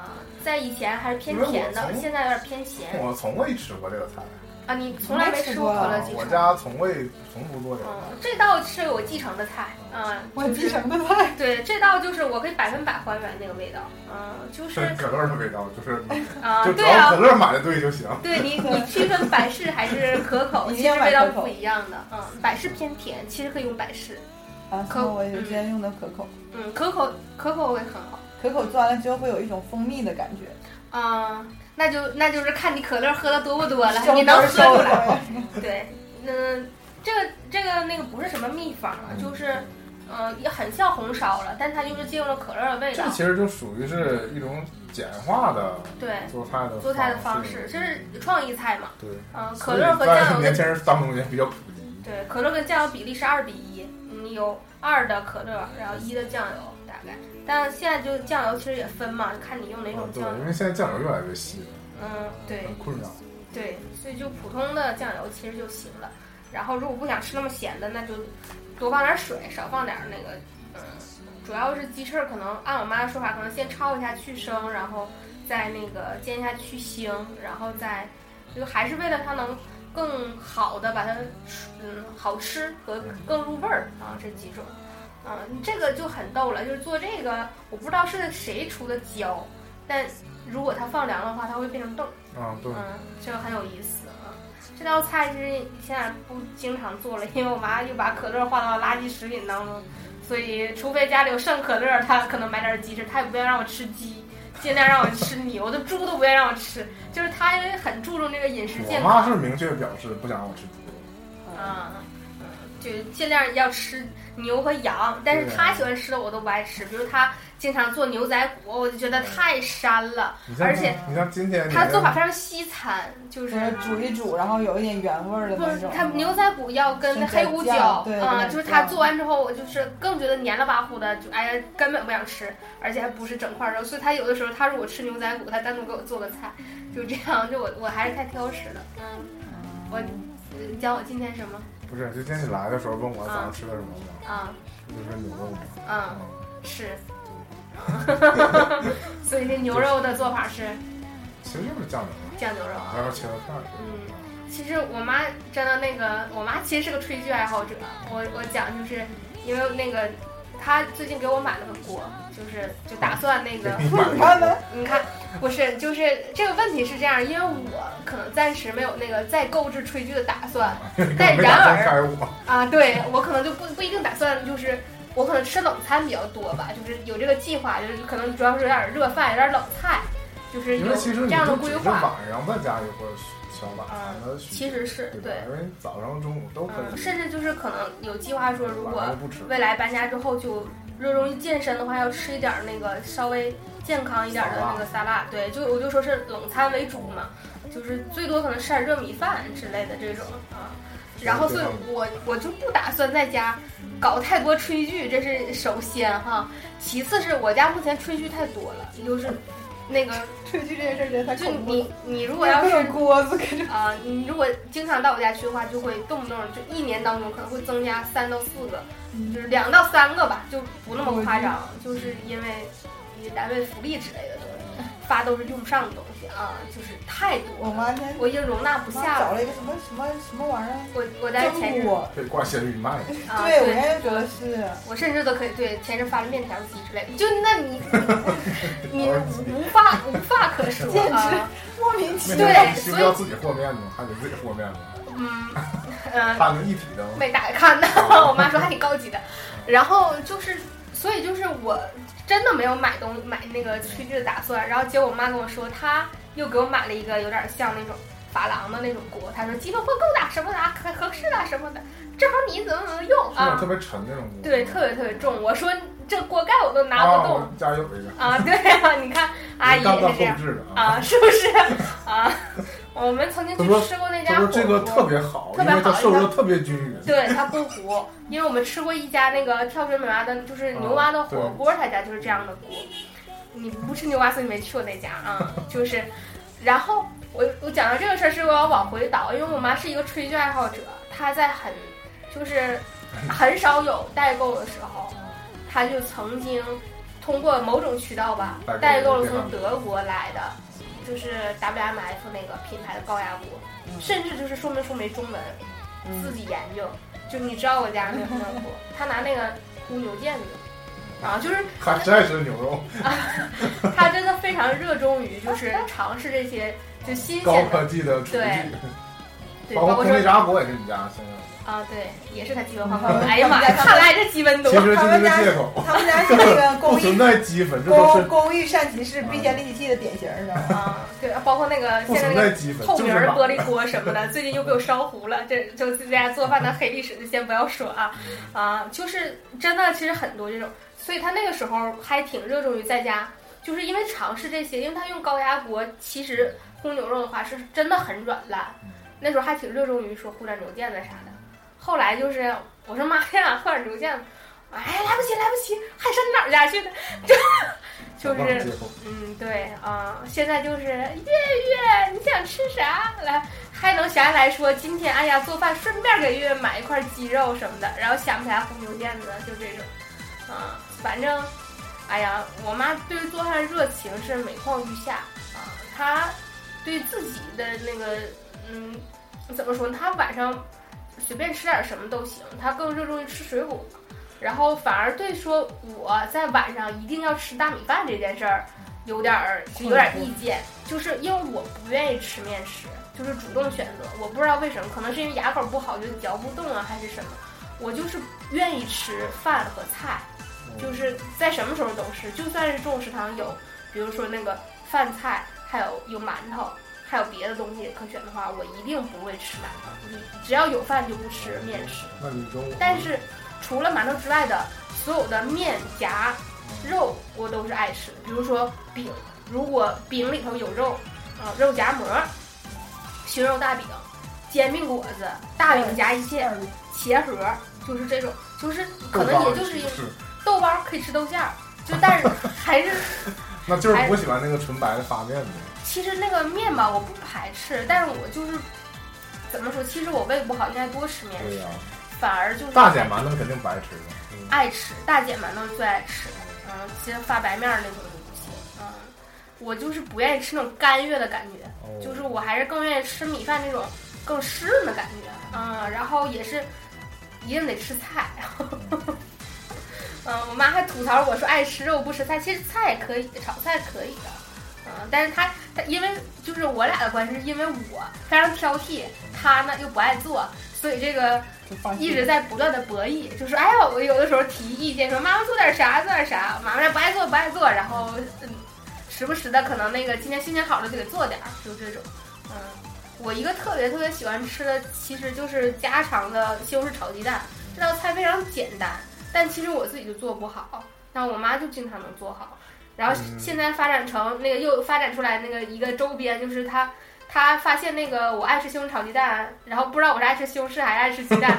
[SPEAKER 4] 啊、在以前还是偏甜
[SPEAKER 1] 因为我
[SPEAKER 4] 的，
[SPEAKER 1] 从
[SPEAKER 4] 现在有点偏咸
[SPEAKER 1] 我从未吃过这个菜，
[SPEAKER 4] 啊。你从来没吃过可
[SPEAKER 5] 好
[SPEAKER 4] 乐
[SPEAKER 1] 啊
[SPEAKER 4] 鸡
[SPEAKER 1] 我
[SPEAKER 4] 翅？
[SPEAKER 1] 家从未从不做这个
[SPEAKER 4] 嗯
[SPEAKER 1] 菜。，
[SPEAKER 4] 这道是我继承的菜，嗯，
[SPEAKER 5] 我
[SPEAKER 4] 就
[SPEAKER 5] 继
[SPEAKER 4] 是
[SPEAKER 5] 承的菜，
[SPEAKER 4] 对，这道就是我可以百分百还原那个味道，嗯，就是
[SPEAKER 1] 是可乐的味道，就是
[SPEAKER 4] 啊、
[SPEAKER 1] 就只
[SPEAKER 4] 对
[SPEAKER 1] 要可
[SPEAKER 4] 啊，
[SPEAKER 1] 乐买的对就行。
[SPEAKER 4] 对你
[SPEAKER 1] [LAUGHS]
[SPEAKER 4] 你区分百事还是可口，
[SPEAKER 5] 一
[SPEAKER 4] 其
[SPEAKER 5] 定
[SPEAKER 4] 实
[SPEAKER 5] 要买
[SPEAKER 4] 味道
[SPEAKER 5] 可口
[SPEAKER 4] 不一样的，嗯，百事偏甜，其实可以用百事，
[SPEAKER 5] 啊，
[SPEAKER 4] 可
[SPEAKER 5] 所以我有些用的可口，
[SPEAKER 4] 嗯，可口可口也很好，
[SPEAKER 5] 可口做完了之后会有一种蜂蜜的感觉，
[SPEAKER 4] 啊、那就那就是看你可乐喝的多不多了，
[SPEAKER 5] 香
[SPEAKER 4] 啊你能喝
[SPEAKER 5] 烧
[SPEAKER 4] 出
[SPEAKER 5] 的
[SPEAKER 4] 来。
[SPEAKER 1] [LAUGHS]
[SPEAKER 4] 对，嗯、这个这个那个不是什么秘方啊，就是呃也很像红烧了，但它就是借用了可乐的味道
[SPEAKER 1] 这。其实就属于是一种简化的
[SPEAKER 4] 对，
[SPEAKER 1] 做菜的
[SPEAKER 4] 做菜的方式，这是创意菜嘛？
[SPEAKER 1] 对。
[SPEAKER 4] 嗯、可
[SPEAKER 1] 哦所以
[SPEAKER 4] 乐和
[SPEAKER 1] 在
[SPEAKER 4] 酱油
[SPEAKER 1] 年
[SPEAKER 4] 的
[SPEAKER 1] 轻人当中也比较普及。
[SPEAKER 4] 对，可乐跟酱油比例是二比一，你有二的可乐，然后一的酱油大概。但现在就酱油其实也分嘛，看你用哪
[SPEAKER 1] 啊
[SPEAKER 4] 种
[SPEAKER 1] 对
[SPEAKER 4] 酱油。，
[SPEAKER 1] 因为现在酱油越来越稀了，
[SPEAKER 4] 嗯，对。
[SPEAKER 1] 很困扰。
[SPEAKER 4] 对，所以就普通的酱油其实就行了。然后如果不想吃那么咸的，那就多放点水，少放点那个，嗯，主要是鸡翅可能按我妈的说法，可能先焯一下去生，然后再那个煎一下去腥，然后再就还是为了它能更好的把它嗯好吃和更入味儿啊这几种。嗯，这个就很逗了，就是做这个，我不知道是谁出的胶，但如果它放凉的话，它会变成冻。
[SPEAKER 1] 啊，对，
[SPEAKER 4] 嗯，这个很有意思啊。这道菜其实现在不经常做了，因为我妈又把可乐划到垃圾食品当中，所以除非家里有剩可乐，她可能买点鸡翅，她也不愿意让我吃鸡，尽量让我吃牛的，猪都不愿意让我吃。就是她因为很注重这个饮食
[SPEAKER 1] 我
[SPEAKER 4] 健
[SPEAKER 1] 妈
[SPEAKER 4] 康，
[SPEAKER 1] 是明确表示不想让我吃猪肉，
[SPEAKER 4] 啊，嗯就尽量要吃牛和羊，但是她喜欢吃的我都不爱吃，比如她经常做牛仔骨，我就觉得太膻了，
[SPEAKER 1] 你像
[SPEAKER 4] 啊而且
[SPEAKER 1] 你像今天
[SPEAKER 4] 她做法非常西餐，就
[SPEAKER 5] 就是是煮一煮，然后有一点原味儿的
[SPEAKER 4] 不
[SPEAKER 5] 那
[SPEAKER 4] 是
[SPEAKER 5] 种，，
[SPEAKER 4] [LAUGHS] 它牛仔骨要跟黑胡椒
[SPEAKER 5] 生姜对
[SPEAKER 4] 啊、
[SPEAKER 5] 跟那
[SPEAKER 4] 就是它
[SPEAKER 5] 酱
[SPEAKER 4] 做完之后，我就是更觉得黏了吧乎的，就哎呀根本不想吃，而且还不是整块肉，所以他有的时候他如果吃牛仔骨，他单独给我做个菜，就这样，就我我还是太挑食了。嗯，我呃讲我今天什么
[SPEAKER 1] 不是，就今天你来的时候问我早上吃的什么吗？
[SPEAKER 4] 啊
[SPEAKER 1] 我就说牛肉嘛。
[SPEAKER 4] 啊
[SPEAKER 1] 嗯，
[SPEAKER 4] 是， [LAUGHS] 所以这牛肉的做法是
[SPEAKER 1] 其实就是酱油，
[SPEAKER 4] 酱牛肉啊。
[SPEAKER 1] 然后切个片儿。
[SPEAKER 4] 嗯，其实我妈真的那个，我妈其实是个炊具爱好者。我我讲就是因为那个，她最近给我买了个锅，就是就打算嗯那个 [LAUGHS]
[SPEAKER 1] 给，你买
[SPEAKER 5] 你看
[SPEAKER 1] 了
[SPEAKER 5] 呢，
[SPEAKER 4] 你看不是就是这个问题是这样，因为我可能暂时没有那个再购置炊具的打算，
[SPEAKER 1] [LAUGHS]
[SPEAKER 4] 但
[SPEAKER 1] 没
[SPEAKER 4] 然
[SPEAKER 1] 打算开
[SPEAKER 4] 而
[SPEAKER 1] 我，
[SPEAKER 4] 啊，对我可能就不不一定打算就是。我可能吃冷餐比较多吧，就是有这个计划，就是可能主要是有点热饭，有点冷菜，就是
[SPEAKER 1] 因
[SPEAKER 4] 有
[SPEAKER 1] 为其实
[SPEAKER 4] 这
[SPEAKER 1] 你
[SPEAKER 4] 样的
[SPEAKER 1] 就
[SPEAKER 4] 规
[SPEAKER 1] 只是
[SPEAKER 4] 划。
[SPEAKER 1] 晚
[SPEAKER 4] 呃
[SPEAKER 1] 上在家里或者小晚上的需
[SPEAKER 4] 其
[SPEAKER 1] 求，
[SPEAKER 4] 实是
[SPEAKER 1] 对吧
[SPEAKER 4] 对，？
[SPEAKER 1] 因为早上、中午都可
[SPEAKER 4] 嗯，
[SPEAKER 1] 以，
[SPEAKER 4] 甚至就是可能有计划说，如
[SPEAKER 1] 晚
[SPEAKER 4] 果
[SPEAKER 1] 上不吃，
[SPEAKER 4] 未来搬家之后就热衷于健身的话，要吃一点儿那个稍微健康一点的那个沙拉，对，就我就说是冷餐为主嘛，就是最多可能吃点热米饭之类的这种啊。然后，所以我我就不打算在家搞太多炊具，这是首先哈。其次是我家目前炊具太多了，就是那个，
[SPEAKER 5] 炊具这件事儿真的太
[SPEAKER 4] 就
[SPEAKER 5] 恐怖了。
[SPEAKER 4] 你你如果要是
[SPEAKER 5] 有锅子，跟着
[SPEAKER 4] 啊、你如果经常到我家去的话，就会动不动就一年当中可能会增加三到四个，就是两到三个吧，就不那么夸张，就是因为你单位福利之类的东西，发都是用不上的东西啊，就是太多
[SPEAKER 5] [LAUGHS] 我
[SPEAKER 4] 了，
[SPEAKER 5] 妈那天
[SPEAKER 4] 我已经容纳不
[SPEAKER 5] 我妈
[SPEAKER 4] 下
[SPEAKER 5] 找
[SPEAKER 4] 了。
[SPEAKER 5] 了一个什么什么什么玩意儿，
[SPEAKER 4] 我我在前
[SPEAKER 5] 蒸
[SPEAKER 4] 日
[SPEAKER 5] 锅。
[SPEAKER 1] 可以挂闲鱼卖，
[SPEAKER 4] 啊，
[SPEAKER 5] 对，我也觉得是。
[SPEAKER 4] 我甚至都可以对前任发了面条机之类的，就那你你无法无法可
[SPEAKER 5] [LAUGHS]
[SPEAKER 4] 说
[SPEAKER 5] 简直
[SPEAKER 4] 啊，
[SPEAKER 5] 莫名其
[SPEAKER 1] 那
[SPEAKER 5] 妙。
[SPEAKER 4] 对
[SPEAKER 1] 你需不需要自己和面吗？还得自己和面吗？
[SPEAKER 4] 嗯嗯，
[SPEAKER 1] 它能一体的吗？
[SPEAKER 4] 没打开看到， [LAUGHS] 我妈说还挺高级的。然后就是，所以就是我真的没有买东买那个炊具的打算。然后结果我妈跟我说，她又给我买了一个有点像那种珐琅的那种锅，她说鸡头货够的，什么的啊合合适的啊什么的，正好你怎么怎么用
[SPEAKER 1] 是那种特
[SPEAKER 4] 啊？
[SPEAKER 1] 别沉那种锅。
[SPEAKER 4] 对，特别特别重。我说这锅盖我都拿
[SPEAKER 1] 啊，
[SPEAKER 4] 不动
[SPEAKER 1] 我家有一个，
[SPEAKER 4] 啊！对啊，你看阿姨
[SPEAKER 1] 刚到
[SPEAKER 4] 也是这
[SPEAKER 1] 后
[SPEAKER 4] 样
[SPEAKER 1] 置的啊。
[SPEAKER 4] 啊，是不是啊？我们曾经去
[SPEAKER 1] 他说
[SPEAKER 4] 吃过那
[SPEAKER 1] 他
[SPEAKER 4] 家火
[SPEAKER 1] 说
[SPEAKER 4] 锅，
[SPEAKER 1] 这个特别好，
[SPEAKER 4] 特
[SPEAKER 1] 因
[SPEAKER 4] 别好
[SPEAKER 1] 为它受热特别均匀。
[SPEAKER 4] 对，它不糊，因为我们吃过一家那个跳水美蛙的，就是牛蛙的
[SPEAKER 1] 哦
[SPEAKER 4] 火锅，他家就是这样的锅。你不吃牛蛙，所以你没去过那家啊。就是，然后我我讲到这个事儿是我要往回倒，因为我妈是一个炊具爱好者，她在很就是很少有代购的时候，
[SPEAKER 1] 嗯
[SPEAKER 4] 她就曾经通过某种渠道吧，代
[SPEAKER 1] 代购
[SPEAKER 4] 购
[SPEAKER 1] 了
[SPEAKER 4] 了从德国来的，就是 WMF 那个品牌的高压锅，
[SPEAKER 1] 嗯
[SPEAKER 4] 甚至就是说明书没中文。
[SPEAKER 5] 嗯
[SPEAKER 4] 自己研究。就你知道我家那个面锅，他拿那个牯牛腱子，然后就是
[SPEAKER 1] 他实爱吃牛肉，
[SPEAKER 4] 他真的非常热衷于就是尝试这些就新
[SPEAKER 1] 高
[SPEAKER 4] 鲜的，
[SPEAKER 1] 科技的厨具
[SPEAKER 4] 对，对，
[SPEAKER 1] 包括
[SPEAKER 4] 包
[SPEAKER 1] 空
[SPEAKER 4] 括
[SPEAKER 1] 气
[SPEAKER 4] 说
[SPEAKER 1] 炸锅也是你家现在。
[SPEAKER 4] 啊，对，也是他基本化工。哎呀妈呀，看来这基本多
[SPEAKER 1] 其。实就是一个借口，
[SPEAKER 5] 他们家是那个
[SPEAKER 1] 不
[SPEAKER 5] 公
[SPEAKER 1] 存
[SPEAKER 5] 益
[SPEAKER 1] 在积分，这都
[SPEAKER 5] 公
[SPEAKER 1] 是嗯
[SPEAKER 5] 公益善其事，必先利其器的典型，你知道吗？
[SPEAKER 4] 啊，对，包括那个
[SPEAKER 1] 不
[SPEAKER 4] 现
[SPEAKER 1] 存
[SPEAKER 4] 在那
[SPEAKER 1] 在
[SPEAKER 4] 个
[SPEAKER 1] 积分，
[SPEAKER 4] 透
[SPEAKER 1] 就
[SPEAKER 4] 明
[SPEAKER 1] 是
[SPEAKER 4] 儿
[SPEAKER 1] 买
[SPEAKER 4] 玻璃锅什么的，最近又被我烧糊了。这就自己在家做饭的黑历史，就先不要说啊啊，就是真的，其实很多这种，所以他那个时候还挺热衷于在家，就是因为尝试这些，因为他用高压锅，其实烘牛肉的话是真的很软烂，那时候还挺热衷于说烀点牛腱子
[SPEAKER 1] 嗯
[SPEAKER 4] 啥的。后来就是我说妈呀，烀点牛腱子，哎，来不及来不及，还上哪儿家去的？ [LAUGHS] 就就
[SPEAKER 1] 忘
[SPEAKER 4] 是
[SPEAKER 1] 了借口
[SPEAKER 4] 嗯，对啊、现在就是月月，你想吃啥？来，还能想起来说今天哎呀做饭，顺便给月月买一块鸡肉什么的，然后想不起来红牛腱子，就这种啊、反正哎呀，我妈对于做饭热情是每况愈下啊、她对自己的那个嗯，怎么说呢？她晚上随便吃点什么都行，她更热衷于吃水果。然后反而对说我在晚上一定要吃大米饭这件事儿，有点儿有点儿意见，就是因为我不愿意吃面食，就是主动选择，我不知道为什么，可能是因为牙口不好，就嚼不动啊，还是什么，我就是愿意吃饭和菜，
[SPEAKER 1] 嗯
[SPEAKER 4] 就是在什么时候都吃，就算是中午食堂有，比如说那个饭菜，还有有馒头。还有别的东西可选的话，我一定不会吃馒头。你只要有饭就不吃面食。
[SPEAKER 1] 哎那你中午，
[SPEAKER 4] 但是除了馒头之外的所有的面夹
[SPEAKER 1] 嗯
[SPEAKER 4] 肉，我都是爱吃的。比如说饼，如果饼里头有肉，啊、肉夹馍、熏肉大饼、煎饼果子、大饼夹一切、茄盒，就是这种，就是可能也就是一
[SPEAKER 1] 是，
[SPEAKER 4] 豆包可以吃豆馅儿，就
[SPEAKER 1] [LAUGHS]
[SPEAKER 4] 但是还是
[SPEAKER 1] 那就是不喜欢那个纯白的发面的。
[SPEAKER 4] 其实那个面吧，我不排斥，但是我就是怎么说，其实我胃不好，应该多吃面
[SPEAKER 1] 对
[SPEAKER 4] 食，
[SPEAKER 1] 呀，
[SPEAKER 4] 反而就是
[SPEAKER 1] 大姐馒头肯定不爱吃的。
[SPEAKER 4] 爱吃，大姐馒头是最爱吃的。嗯，其实发白面儿那种就不行。嗯，我就是不愿意吃那种干越的感觉，
[SPEAKER 1] 嗯
[SPEAKER 4] 就是我还是更愿意吃米饭这种更湿润的感觉。嗯，然后也是一定得吃菜。 [LAUGHS] 嗯，我妈还吐槽我说爱吃肉不吃菜，其实菜也可以，炒菜可以的。嗯，但是她她因为就是我俩的关系，是因为我非常挑剔，她呢又不爱做，所以这个
[SPEAKER 5] 就放心
[SPEAKER 4] 一直在不断的博弈，就是哎呀，我有的时候提意见说妈妈做点啥，做点啥，妈妈说不爱做不爱做，然后嗯，时不时的可能那个今天心情好了就给做点儿，就这种，嗯，我一个特别特别喜欢吃的其实就是家常的西红柿炒鸡蛋，这道菜非常简单，但其实我自己就做不好，但我妈就经常能做好。然后
[SPEAKER 1] 嗯
[SPEAKER 4] 现在发展成那个又发展出来那个一个周边，就是他他发现那个我爱吃西红柿炒鸡蛋，然后不知道我是爱吃西红柿还是爱吃鸡蛋，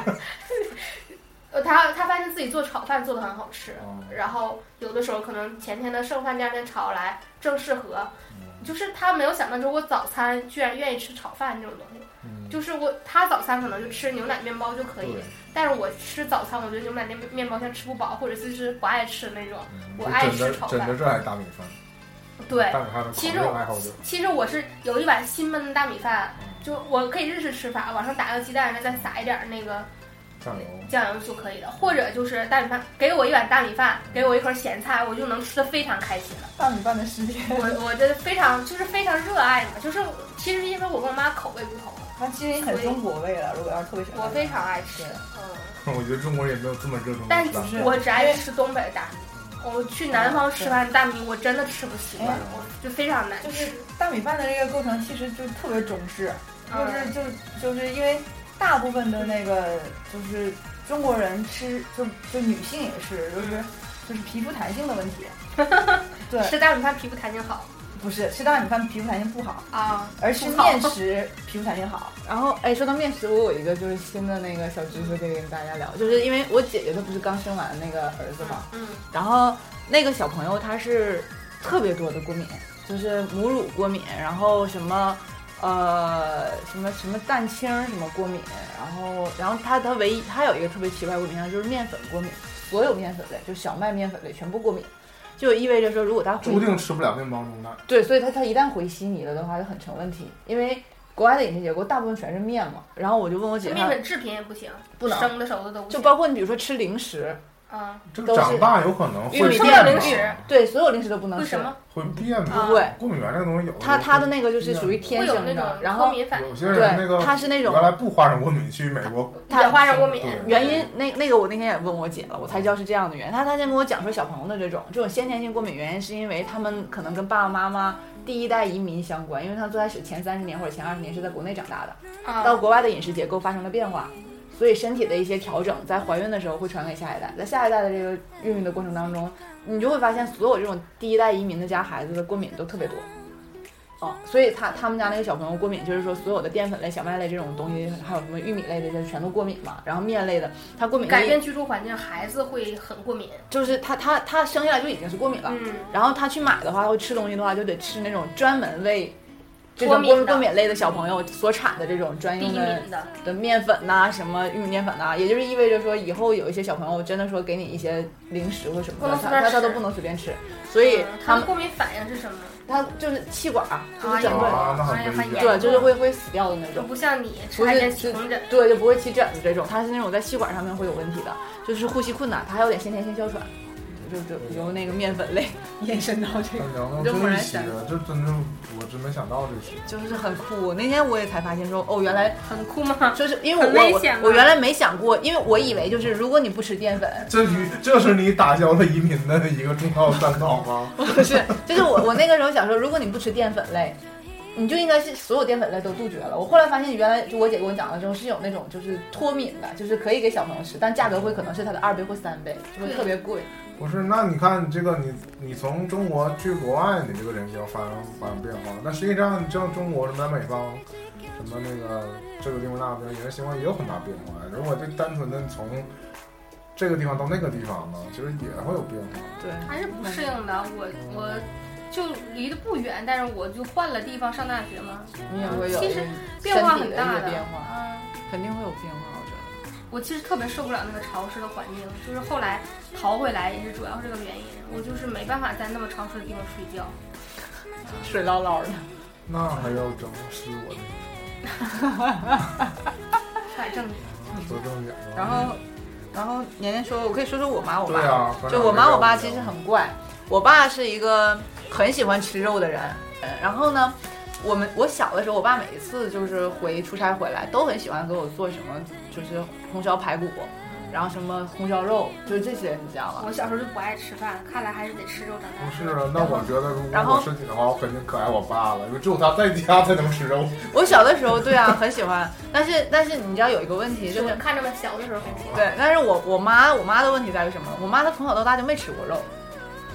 [SPEAKER 4] 呃，他他发现自己做炒饭做的很好吃，
[SPEAKER 1] 嗯
[SPEAKER 4] 然后有的时候可能前天的剩饭第二天炒来正适合，
[SPEAKER 1] 嗯
[SPEAKER 4] 就是他没有想到，如果早餐居然愿意吃炒饭这种东西，
[SPEAKER 1] 嗯，
[SPEAKER 4] 就是我他早餐可能就吃牛奶面包就可以，
[SPEAKER 1] 对，
[SPEAKER 4] 但是我吃早餐，我觉得牛奶面面包像吃不饱，或者就是不爱吃那种。
[SPEAKER 1] 嗯
[SPEAKER 4] 我
[SPEAKER 1] 就
[SPEAKER 4] 爱
[SPEAKER 1] 真的
[SPEAKER 4] 吃炒
[SPEAKER 1] 真的
[SPEAKER 4] 饭
[SPEAKER 1] 热爱大米饭，嗯
[SPEAKER 4] 对，
[SPEAKER 1] 大米饭的
[SPEAKER 4] 其
[SPEAKER 1] 狂
[SPEAKER 4] 实
[SPEAKER 1] 热
[SPEAKER 4] 我
[SPEAKER 1] 爱好者，
[SPEAKER 4] 其实我是有一碗新焖的大米饭，
[SPEAKER 1] 嗯
[SPEAKER 4] 就我可以日式吃法，往上打个鸡蛋，然后再撒一点那个
[SPEAKER 1] 酱油， [LAUGHS]
[SPEAKER 4] 酱油就可以了。或者就是大米饭，给我一碗大米饭，给我一盒咸菜，我就能吃的非常开心了。
[SPEAKER 5] 大米饭的世界。
[SPEAKER 4] 我我觉得非常就是非常热爱嘛，就是其实因为我跟我妈口味不同，
[SPEAKER 5] 那其实你很中国味了，如果要是特别喜欢，
[SPEAKER 4] 我非常爱吃，
[SPEAKER 5] 对
[SPEAKER 4] 嗯，
[SPEAKER 1] 我觉得中国人也没有这么热衷于
[SPEAKER 4] 但
[SPEAKER 1] 吃大米
[SPEAKER 5] 是
[SPEAKER 1] 饭
[SPEAKER 4] 我只爱吃东北大米。我去南方吃
[SPEAKER 5] 对
[SPEAKER 4] 完大米，我真的吃不习
[SPEAKER 1] 嗯
[SPEAKER 4] 惯，
[SPEAKER 5] 哎
[SPEAKER 4] 我就非常难
[SPEAKER 5] 就是
[SPEAKER 4] 吃。
[SPEAKER 5] 大米饭的这个构成其实就特别中式，就
[SPEAKER 4] 嗯
[SPEAKER 5] 是就是就是因为大部分的那个就是中国人吃，就就女性也是，就是就是皮肤弹性的问
[SPEAKER 4] [LAUGHS]
[SPEAKER 5] 题。对，
[SPEAKER 4] 吃大米饭皮肤弹性好
[SPEAKER 5] 不是吃大米饭皮肤弹性不好，
[SPEAKER 4] 啊，
[SPEAKER 5] 而吃
[SPEAKER 4] 不好
[SPEAKER 5] 面食皮肤弹性好。
[SPEAKER 3] [LAUGHS] 然后，哎，说到面食，我有一个就是新的那个小知识可以跟大家聊，就是因为我姐姐她不是刚生完那个儿子嘛，
[SPEAKER 4] 嗯
[SPEAKER 3] 然后那个小朋友他是特别多的过敏，就是母乳过敏，然后什么呃什么什么蛋清儿什么过敏，然后然后他他唯一他有一个特别奇怪过敏，他就是面粉过敏，所有面粉类就小麦面粉类全部过敏，就意味着说如果他回
[SPEAKER 1] 注定吃不了面包牛奶，
[SPEAKER 3] 对，所以他他一旦回悉尼了的话就很成问题，因为国外的饮食结构大部分全是面嘛，然后我就问我姐
[SPEAKER 4] 面
[SPEAKER 3] 她。
[SPEAKER 4] 粉制品也不行，
[SPEAKER 3] 不能
[SPEAKER 4] 生的熟的都不
[SPEAKER 3] 就
[SPEAKER 4] 行。
[SPEAKER 3] 包括你比如说吃零食，
[SPEAKER 4] 嗯，
[SPEAKER 1] 这
[SPEAKER 3] 都
[SPEAKER 1] 个
[SPEAKER 3] 是
[SPEAKER 1] 长大有可能
[SPEAKER 3] 玉米
[SPEAKER 1] 会
[SPEAKER 3] 淀
[SPEAKER 1] 变
[SPEAKER 3] 粉
[SPEAKER 1] 嘛
[SPEAKER 4] 吃
[SPEAKER 3] 对，所有零食都不能
[SPEAKER 4] 为
[SPEAKER 3] 吃。
[SPEAKER 4] 什么
[SPEAKER 1] 会变
[SPEAKER 4] 啊
[SPEAKER 1] 嘛，
[SPEAKER 3] 对，
[SPEAKER 1] 过敏源这个东西有
[SPEAKER 3] 它
[SPEAKER 1] 时候
[SPEAKER 3] 它的那个就是属于
[SPEAKER 4] 会
[SPEAKER 3] 天
[SPEAKER 4] 有
[SPEAKER 3] 生
[SPEAKER 4] 那
[SPEAKER 3] 的
[SPEAKER 4] 种，
[SPEAKER 3] 然
[SPEAKER 4] 脱
[SPEAKER 3] 后
[SPEAKER 4] 敏反
[SPEAKER 1] 有些
[SPEAKER 3] 对
[SPEAKER 1] 人那个，
[SPEAKER 3] 它是那种
[SPEAKER 1] 原来不花生过敏去美
[SPEAKER 3] [LAUGHS]
[SPEAKER 1] 国，
[SPEAKER 4] 应，也花生过敏。
[SPEAKER 1] 对
[SPEAKER 3] 原因那那个我那天也问我姐了，我才知道是这样的原因。她她先跟我讲说小朋友的这种这种先天性过敏原因是因为他们可能跟爸爸妈妈第一代移民相关，因为他们最开始前三十年或者前二十年是在国内长大的，
[SPEAKER 4] 啊
[SPEAKER 3] 到国外的饮食结构发生了变化，所以身体的一些调整在怀孕的时候会传给下一代，在下一代的这个孕育的过程当中，你就会发现所有这种第一代移民的家孩子的过敏都特别多。哦，所以他他们家那个小朋友过敏，就是说所有的淀粉类、小麦类这种东西，还有什么玉米类的，就全都过敏嘛。然后面类的，他过敏的
[SPEAKER 4] 改变居住环境，孩子会很过敏。
[SPEAKER 3] 就是他他他生下来就已经是过敏了。
[SPEAKER 4] 嗯，
[SPEAKER 3] 然后他去买的话，会吃东西的话，就得吃那种专门为这
[SPEAKER 4] 脱
[SPEAKER 3] 种
[SPEAKER 4] 敏
[SPEAKER 3] 过
[SPEAKER 4] 的
[SPEAKER 3] 过敏类的小朋友所产的这种专
[SPEAKER 4] 第
[SPEAKER 3] 用
[SPEAKER 4] 一
[SPEAKER 3] 的
[SPEAKER 4] 名的，
[SPEAKER 3] 的面粉呐、什么玉米面粉呐、也就是意味着说，以后有一些小朋友真的说给你一些零食或什么
[SPEAKER 4] 不
[SPEAKER 3] 的
[SPEAKER 4] 能，随
[SPEAKER 3] 他
[SPEAKER 4] 便
[SPEAKER 3] 他他
[SPEAKER 4] 吃
[SPEAKER 3] 都不能随便吃，所以
[SPEAKER 4] 嗯他
[SPEAKER 3] 他
[SPEAKER 4] 们
[SPEAKER 3] 们
[SPEAKER 4] 过敏反应是什么？
[SPEAKER 3] 他就是气管啊，就是整个
[SPEAKER 1] 啊，那
[SPEAKER 4] 哎呀
[SPEAKER 1] 很危
[SPEAKER 4] 很
[SPEAKER 1] 险。
[SPEAKER 3] 对，就是会会死掉的那
[SPEAKER 4] 就
[SPEAKER 3] 种，
[SPEAKER 4] 不像你吃
[SPEAKER 3] 不
[SPEAKER 4] 海
[SPEAKER 3] 是
[SPEAKER 4] 鲜起
[SPEAKER 3] 是
[SPEAKER 4] 红疹，
[SPEAKER 3] 对，就不会起疹子这种，他是那种在气管上面会有问题的，就是呼吸困难，他还有点先天性哮喘，就就就由那个面粉
[SPEAKER 4] [LAUGHS]
[SPEAKER 3] 类延伸到这个
[SPEAKER 1] 但。聊到
[SPEAKER 3] 你就猛
[SPEAKER 1] 这一
[SPEAKER 3] 然
[SPEAKER 1] 期
[SPEAKER 3] 想
[SPEAKER 1] 了，这真的我真没想到这些。
[SPEAKER 3] [LAUGHS] 就是很酷，那天我也才发现说，哦，原来
[SPEAKER 4] 很酷吗？
[SPEAKER 3] 就是因为
[SPEAKER 4] 很
[SPEAKER 3] 我
[SPEAKER 4] 危
[SPEAKER 3] 我
[SPEAKER 4] 险吗
[SPEAKER 3] 我原来没想过，因为我以为就是如果你不吃淀粉，
[SPEAKER 1] 这你这是你打消了移民的一个重要参考吗？
[SPEAKER 3] 不是，就是我我那个时候想说，如果你不吃淀粉类，你就应该是所有淀粉类都杜绝了。我后来发现，原来就我姐跟我讲了之后，是有那种就是脱敏的，就是可以给小朋友吃，但价格会可能是它的二倍或三倍，就会特别贵。
[SPEAKER 1] 不是，那你看这个你你从中国去国外，你这个人就要发生发生变化。那实际上，你像中国什么南北方，什么那个这个地方那个地方，饮食习惯也有很大变化。如果就单纯的从这个地方到那个地方呢，其实也会有变化。
[SPEAKER 3] 对，
[SPEAKER 4] 还是不适应的。我我就离得不远，但是我就换了地方上大学嘛，
[SPEAKER 3] 你也会有
[SPEAKER 4] 其实
[SPEAKER 3] 身
[SPEAKER 4] 变化
[SPEAKER 3] 体
[SPEAKER 4] 很
[SPEAKER 3] 的
[SPEAKER 4] 大
[SPEAKER 3] 一
[SPEAKER 4] 的
[SPEAKER 3] 些变化，
[SPEAKER 4] 嗯。
[SPEAKER 3] 肯定会有变化，我觉得。
[SPEAKER 4] 我其实特别受不了那个潮湿的环境，就是后来逃回来也是主要是这个原因。我就是没办法在那么潮湿的地方睡觉，
[SPEAKER 3] 水捞捞的，
[SPEAKER 1] 那还要整失我的
[SPEAKER 4] 太正经。
[SPEAKER 1] 多正经啊
[SPEAKER 3] 然后，然后年年说，我可以说说我妈我爸。
[SPEAKER 1] 对啊，反正
[SPEAKER 3] 就我妈
[SPEAKER 1] 没有
[SPEAKER 3] 我爸
[SPEAKER 1] 必
[SPEAKER 3] 其
[SPEAKER 1] 要
[SPEAKER 3] 实很怪，我爸是一个很喜欢吃肉的人，呃然后呢，我们我小的时候，我爸每一次就是回出差回来，都很喜欢给我做什么，就是红烧排骨，然后什么红烧肉，就是这些，你知道吗
[SPEAKER 4] 我？小时候就不爱吃饭，看来还是得吃肉长大。
[SPEAKER 1] 不是啊，那我觉得如
[SPEAKER 3] 然
[SPEAKER 1] 果
[SPEAKER 3] 后
[SPEAKER 1] 我是你的话，我肯定可爱我爸了，因为只有他在家才能吃肉。
[SPEAKER 3] 我小的时候，对啊，很喜欢，但是但是你知道有一个问题
[SPEAKER 4] 就
[SPEAKER 3] 就是是
[SPEAKER 4] 我。看着们小的时候很喜欢。
[SPEAKER 3] 对，但是我我妈我妈的问题在于什么？我妈她从小到大就没吃过肉，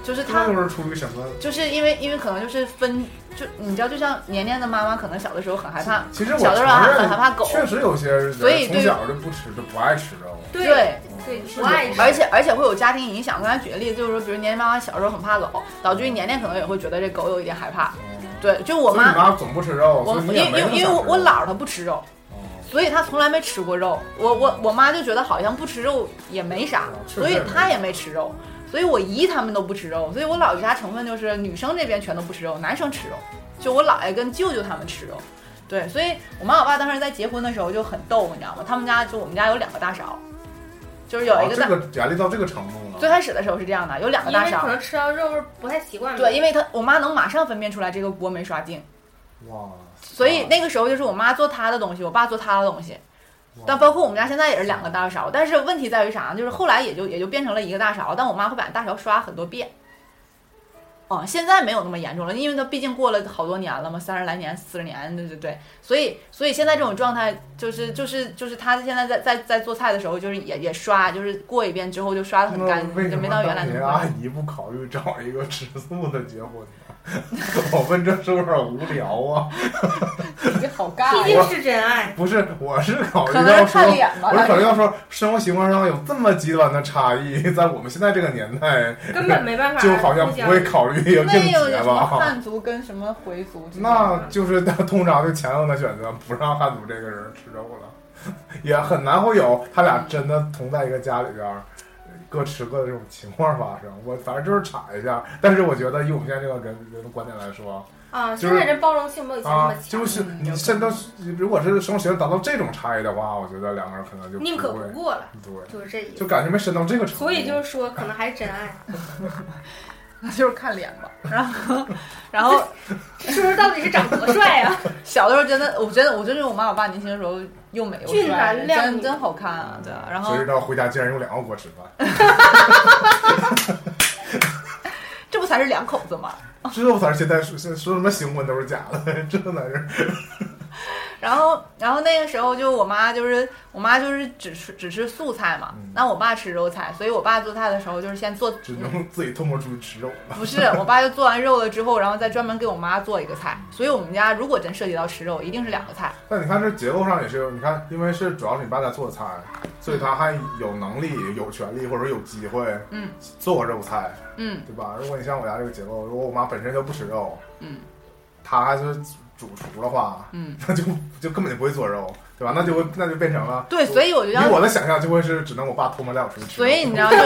[SPEAKER 3] 就是
[SPEAKER 1] 那
[SPEAKER 3] 他
[SPEAKER 1] 又是出于什么？
[SPEAKER 3] 就是因为因为可能就是分就你知道，就像年年的妈妈可能小的时候很害怕，
[SPEAKER 1] 其实我
[SPEAKER 3] 小的时候
[SPEAKER 1] 承
[SPEAKER 3] 很
[SPEAKER 1] 认
[SPEAKER 3] 害怕狗，
[SPEAKER 1] 确实有些人
[SPEAKER 3] 所以
[SPEAKER 1] 从
[SPEAKER 3] 对于
[SPEAKER 1] 小就不吃，就不爱吃肉。嗯
[SPEAKER 4] 对
[SPEAKER 3] 对。
[SPEAKER 4] 对，
[SPEAKER 1] 是
[SPEAKER 4] 不爱
[SPEAKER 1] 有
[SPEAKER 4] 吃
[SPEAKER 3] 而且而且会有家庭影响。我刚才举个例子，就是说，比如年年妈妈小时候很怕狗，导致于年年可能也会觉得这狗有一点害怕。
[SPEAKER 1] 嗯
[SPEAKER 3] 对，就我
[SPEAKER 1] 所以你妈
[SPEAKER 3] 妈，
[SPEAKER 1] 总不吃肉，
[SPEAKER 3] 我
[SPEAKER 1] 所以你
[SPEAKER 3] 因为
[SPEAKER 1] 也
[SPEAKER 3] 因
[SPEAKER 1] 没
[SPEAKER 3] 为
[SPEAKER 1] 那么
[SPEAKER 3] 因为
[SPEAKER 1] 想
[SPEAKER 3] 我
[SPEAKER 1] 吃
[SPEAKER 3] 我
[SPEAKER 1] 肉
[SPEAKER 3] 姥儿她不吃肉，
[SPEAKER 1] 哦
[SPEAKER 3] 所以她从来没吃过肉。我我我妈就觉得好像不吃肉也没啥，
[SPEAKER 1] 确实
[SPEAKER 3] 所以
[SPEAKER 1] 也没
[SPEAKER 3] 她也没吃肉。所以我姨他们都不吃肉，所以我姥爷家成分就是女生这边全都不吃肉，男生吃肉，就我姥爷跟舅舅他们吃肉。对，所以我妈我爸当时在结婚的时候就很逗，你知道吗？他们家就我们家有两个大勺，就是有一
[SPEAKER 1] 哦
[SPEAKER 3] 个大、
[SPEAKER 1] 这个严厉到这个程度了。
[SPEAKER 3] 最开始的时候是这样的，有两个
[SPEAKER 4] 因
[SPEAKER 3] 大
[SPEAKER 4] 为可
[SPEAKER 3] 勺。
[SPEAKER 4] 能吃到
[SPEAKER 1] [LAUGHS]
[SPEAKER 4] 肉味儿不太习惯。
[SPEAKER 3] 对，因为她我妈能马上分辨出来这个锅没刷净，
[SPEAKER 1] 哇，
[SPEAKER 3] 所
[SPEAKER 1] 哦
[SPEAKER 3] 以那个时候就是我妈做她的东西，我爸做他的东西。
[SPEAKER 1] 哇
[SPEAKER 3] 但包括我们家现在也是两个大勺，但是问题在于啥呢？就是后来也就也就变成了一个大勺，但我妈会把大勺刷很多遍。哦，现在没有那么严重了，因为它毕竟过了好多年了嘛，三十来年、四十年，对对对，所以所以现在这种状态就是就是就是他现在在在在做菜的时候，就是也也刷，就是过一遍之后就刷的很
[SPEAKER 1] 那
[SPEAKER 3] 干
[SPEAKER 1] 为
[SPEAKER 3] 净，
[SPEAKER 1] 什
[SPEAKER 3] 就
[SPEAKER 1] 么
[SPEAKER 3] 没到原来那
[SPEAKER 1] 当啊年
[SPEAKER 3] 么干
[SPEAKER 1] 阿姨不考虑找一个吃素的结婚呢？ [LAUGHS] 我问这是不是有点无聊啊？ [LAUGHS]
[SPEAKER 5] 这好尬
[SPEAKER 4] 毕
[SPEAKER 5] 呀，
[SPEAKER 4] 竟是真爱。
[SPEAKER 1] 不是，我是考虑
[SPEAKER 5] 可能
[SPEAKER 1] 到
[SPEAKER 5] 是看
[SPEAKER 1] 说。
[SPEAKER 5] 脸吧
[SPEAKER 1] 我，是考虑到说，生活习惯上有这么极端的差异，在我们现在这个年代，
[SPEAKER 4] 根 [LAUGHS] 本没办法，
[SPEAKER 1] 就好像不会考虑要
[SPEAKER 3] 那
[SPEAKER 1] 应
[SPEAKER 3] 又有
[SPEAKER 1] 节
[SPEAKER 3] 什么
[SPEAKER 1] [LAUGHS] 吧？
[SPEAKER 3] 汉族跟什么回族之间
[SPEAKER 1] 那
[SPEAKER 3] 的？
[SPEAKER 1] 就是 [LAUGHS] 通常就强硬的选择不让汉族这个人吃肉了，也很难会有他俩
[SPEAKER 4] 嗯
[SPEAKER 1] 真的同在一个家里边儿，各吃各的这种情况发生。我反正就是查一下，但是我觉得以我们现在这个人人的观点来说
[SPEAKER 4] 啊，
[SPEAKER 1] 就
[SPEAKER 4] 现
[SPEAKER 1] 是
[SPEAKER 4] 在人包容性没有以前那
[SPEAKER 1] 啊
[SPEAKER 4] 么，强，
[SPEAKER 1] 就是
[SPEAKER 3] 嗯
[SPEAKER 1] 你
[SPEAKER 3] 有
[SPEAKER 1] 现在如果是生活习惯达到这种差异的话，我觉得两个人可能就
[SPEAKER 4] 宁可
[SPEAKER 1] 不
[SPEAKER 4] 不
[SPEAKER 1] 会
[SPEAKER 4] 过了，
[SPEAKER 1] 对，
[SPEAKER 4] 就是这意
[SPEAKER 1] 就
[SPEAKER 4] 思。
[SPEAKER 1] 感觉没深到这个程度。
[SPEAKER 4] 所以就是说，可能还是真爱。
[SPEAKER 3] 那 [LAUGHS] 就是看脸吧。然后，
[SPEAKER 1] [LAUGHS]
[SPEAKER 3] 然后
[SPEAKER 4] 是不是到底是长多帅啊？ [LAUGHS]
[SPEAKER 3] 小的时候真的，我觉得我就是我妈我爸年轻的时候又美又
[SPEAKER 4] 俊
[SPEAKER 3] 帅，
[SPEAKER 4] 男靓
[SPEAKER 3] 哎真
[SPEAKER 4] 女
[SPEAKER 3] 真好看啊，对啊。然后
[SPEAKER 1] 谁知道回家竟然有两个锅吃饭，
[SPEAKER 3] 这不才是两口子吗？
[SPEAKER 1] 这才是现在说说什么新闻都是假的， [LAUGHS] 这才是
[SPEAKER 3] 然后，然后那个时候就我妈就是我妈就是只吃只吃素菜嘛
[SPEAKER 1] 嗯，
[SPEAKER 3] 那我爸吃肉菜，所以我爸做菜的时候就是先做，
[SPEAKER 1] 只能自己偷摸出去吃肉了。
[SPEAKER 3] 不是我爸就做完肉了之后，然后再专门给我妈做一个菜。所以我们家如果真涉及到吃肉，一定是两个菜。
[SPEAKER 1] 但你看这结构上也是有，你看，因为是主要是你爸在做菜，所以他还有能力、有权利或者说有机会，
[SPEAKER 3] 嗯，
[SPEAKER 1] 做肉菜，
[SPEAKER 3] 嗯
[SPEAKER 1] 对吧？如果你像我家这个结构，如果我妈本身就不吃肉，
[SPEAKER 3] 嗯
[SPEAKER 1] 她还是主厨的话，
[SPEAKER 3] 嗯，
[SPEAKER 1] 那就就根本就不会做肉，对吧？那就会那就变成了
[SPEAKER 3] 对，所
[SPEAKER 1] 以
[SPEAKER 3] 以我就
[SPEAKER 1] 以
[SPEAKER 3] 要
[SPEAKER 1] 我的想象就会是只能我爸偷摸带我出去吃肉，
[SPEAKER 3] 所以你知道，就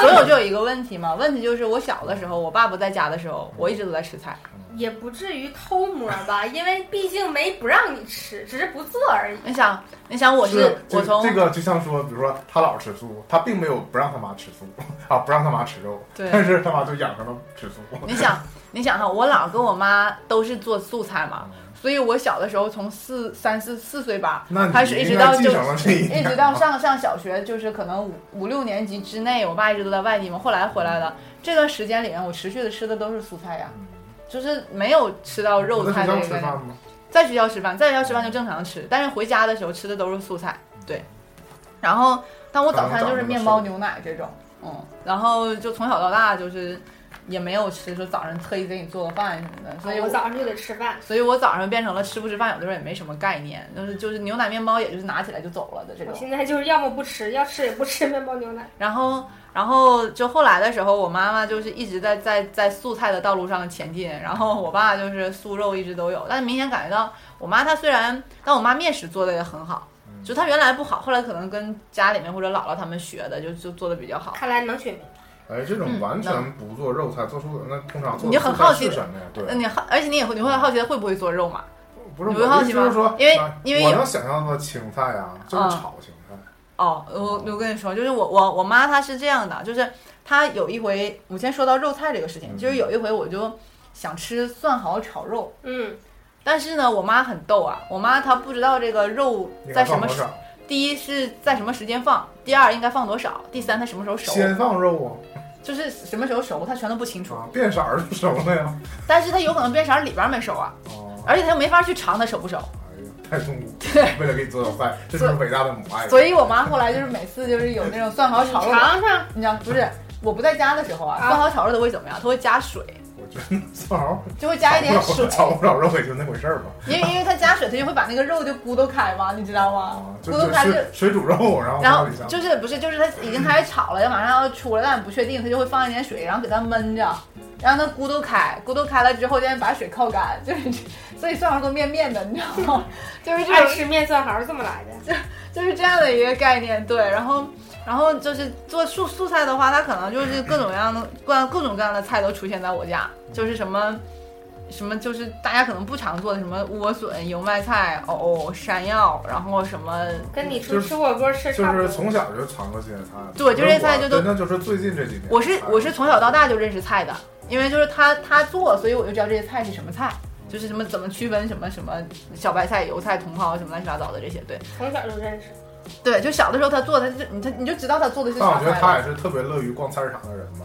[SPEAKER 3] 所以我就有一个问题嘛，问题就是我小的时候，我爸不在家的时候，我一直都在吃菜。
[SPEAKER 4] 也不至于偷摸吧，因为毕竟没不让你吃，只是不做而已。
[SPEAKER 3] 你想，你想我是
[SPEAKER 1] 这
[SPEAKER 3] 我从
[SPEAKER 1] 这个就像说，比如说他老吃素，他并没有不让他妈吃素啊，不让他妈吃肉，
[SPEAKER 3] 对
[SPEAKER 1] 但是他妈就养成了吃素。
[SPEAKER 3] 你想你想哈，我姥跟我妈都是做素菜嘛，所以我小的时候从四三四四岁吧
[SPEAKER 1] 那，
[SPEAKER 3] 开
[SPEAKER 1] 你
[SPEAKER 3] 始一直
[SPEAKER 1] 应
[SPEAKER 3] 到
[SPEAKER 1] 该
[SPEAKER 3] 就
[SPEAKER 1] 继承了这一点，
[SPEAKER 3] 一直到上上小学，就是可能五五六年级之内，我爸一直都在外地嘛，后来回来了。这段时间里面，我持续的吃的都是素菜呀，就是没有吃到肉菜
[SPEAKER 1] 在学校
[SPEAKER 3] 的一
[SPEAKER 1] 吃
[SPEAKER 3] 个概
[SPEAKER 1] 饭
[SPEAKER 3] 念。
[SPEAKER 1] 吗？
[SPEAKER 3] 在学校吃饭，在学校吃饭就正常吃，但是回家的时候吃的都是素菜，对。然后，但我早餐就是面包、牛奶这种，嗯，然后就从小到大就是也没有吃说早上特意给你做个饭什么的，所以
[SPEAKER 4] 哎我早上就得吃饭，
[SPEAKER 3] 所以我早上变成了吃不吃饭，有的时候也没什么概念，就是就是牛奶面包，也就是拿起来就走了的这
[SPEAKER 4] 我
[SPEAKER 3] 种。
[SPEAKER 4] 现在就是要么不吃，要吃也不吃面包牛奶。
[SPEAKER 3] 然后，然后就后来的时候，我妈妈就是一直在在在素菜的道路上前进，然后我爸就是素肉一直都有，但是明显感觉到我妈她虽然，但我妈面食做的也很好，
[SPEAKER 1] 嗯
[SPEAKER 3] 就她原来不好，后来可能跟家里面或者姥姥他们学的，就就做的比较好。
[SPEAKER 4] 看来能选民，
[SPEAKER 1] 哎，这种完全不做肉菜，做素的那通常做
[SPEAKER 3] 你就很好奇
[SPEAKER 1] 是什么呀？
[SPEAKER 3] 那
[SPEAKER 1] 对，
[SPEAKER 3] 你好，而且你也会你会好奇她会不会做肉嘛？
[SPEAKER 1] 不是
[SPEAKER 3] 你会
[SPEAKER 1] 我
[SPEAKER 3] 好
[SPEAKER 1] 的意
[SPEAKER 3] 奇
[SPEAKER 1] 思就是
[SPEAKER 3] 吗
[SPEAKER 1] 说，
[SPEAKER 3] 因为
[SPEAKER 1] 啊
[SPEAKER 3] 因为
[SPEAKER 1] 我
[SPEAKER 3] 有
[SPEAKER 1] 能想象到青菜啊，就是
[SPEAKER 3] 嗯
[SPEAKER 1] 炒青菜，
[SPEAKER 3] 哦，我我跟你说，就是我我我妈她是这样的，就是她有一回，我先说到肉菜这个事
[SPEAKER 1] 嗯
[SPEAKER 3] 情，就是有一回我就想吃蒜毫炒肉，
[SPEAKER 4] 嗯，
[SPEAKER 3] 但是呢，我妈很逗啊，我妈她不知道这个肉
[SPEAKER 1] 你
[SPEAKER 3] 在
[SPEAKER 1] 看
[SPEAKER 3] 什
[SPEAKER 1] 放
[SPEAKER 3] 么
[SPEAKER 1] 多
[SPEAKER 3] 时，
[SPEAKER 1] 少？
[SPEAKER 3] 第一是在什么时间放，第二应该放多少，第三它什么时候熟，
[SPEAKER 1] 先放肉
[SPEAKER 3] 就是什么时候熟，她全都不清
[SPEAKER 1] 啊，
[SPEAKER 3] 楚。
[SPEAKER 1] 啊，变色儿就熟了呀。
[SPEAKER 3] 但是它有可能变色儿里边儿没熟啊，
[SPEAKER 1] 哦，
[SPEAKER 3] 而且她又没法去尝它熟不熟。
[SPEAKER 1] 哎呀，太痛苦
[SPEAKER 3] [LAUGHS]
[SPEAKER 1] 了，为了给你做道菜，这就
[SPEAKER 3] 所
[SPEAKER 1] 是伟大的母爱。
[SPEAKER 3] 所以我妈后来就是每次就是有那种蒜毫炒肉，
[SPEAKER 4] 尝尝
[SPEAKER 3] 你知道不是？我不在家的时候啊，
[SPEAKER 4] 啊
[SPEAKER 3] 酸蚝炒肉它会怎么样？它会加水，
[SPEAKER 1] 我觉得正好
[SPEAKER 3] 就会加一点水，
[SPEAKER 1] 炒不了肉也就那回事儿吧。
[SPEAKER 3] 因为因为它加水，它就会把那个肉就咕嘟开嘛，你知道吗
[SPEAKER 1] 啊，？
[SPEAKER 3] 咕
[SPEAKER 1] 就就
[SPEAKER 3] 嘟开就。
[SPEAKER 1] 水水煮肉，然后
[SPEAKER 3] 然后
[SPEAKER 1] 放里头
[SPEAKER 3] 就是不是就是它已经开始炒了，要马上要出了，但不确定，它就会放一点水，然后给它焖着，让它咕嘟开，咕嘟开了之后再把水靠干，就是这所以蒜黄都面面的，你知道吗？就是这
[SPEAKER 4] 爱
[SPEAKER 3] 种
[SPEAKER 4] 吃面蒜毫是这么来的。
[SPEAKER 3] 就是这样的一个概念，对。然后，然后就是做素素菜的话，它可能就是各种各样的各各种各样的菜都出现在我家，就是什么什么就是大家可能不常做的什么莴笋、油麦菜、藕、山药，然后什么。
[SPEAKER 4] 跟你出
[SPEAKER 1] 就
[SPEAKER 4] 去
[SPEAKER 1] 是
[SPEAKER 4] 吃火锅吃
[SPEAKER 1] 就
[SPEAKER 4] 差不多。
[SPEAKER 1] 是从小就尝过这些菜，
[SPEAKER 3] 对就这些菜就都
[SPEAKER 1] 那就是最近这几年。
[SPEAKER 3] 我是我是从小到大就认识菜的，因为就是他他做，所以我就知道这些菜是什么菜。就是什么怎么区分什么什么小白菜、油菜、茼蒿什么乱七八糟的这些，对
[SPEAKER 4] 从小就认识。
[SPEAKER 3] 对，就小的时候他做的，他就你他你就知道他做的是
[SPEAKER 1] 但
[SPEAKER 3] 啥
[SPEAKER 1] 哦我觉
[SPEAKER 3] 菜了。
[SPEAKER 1] 得他也是特别乐于逛菜市场的人吧。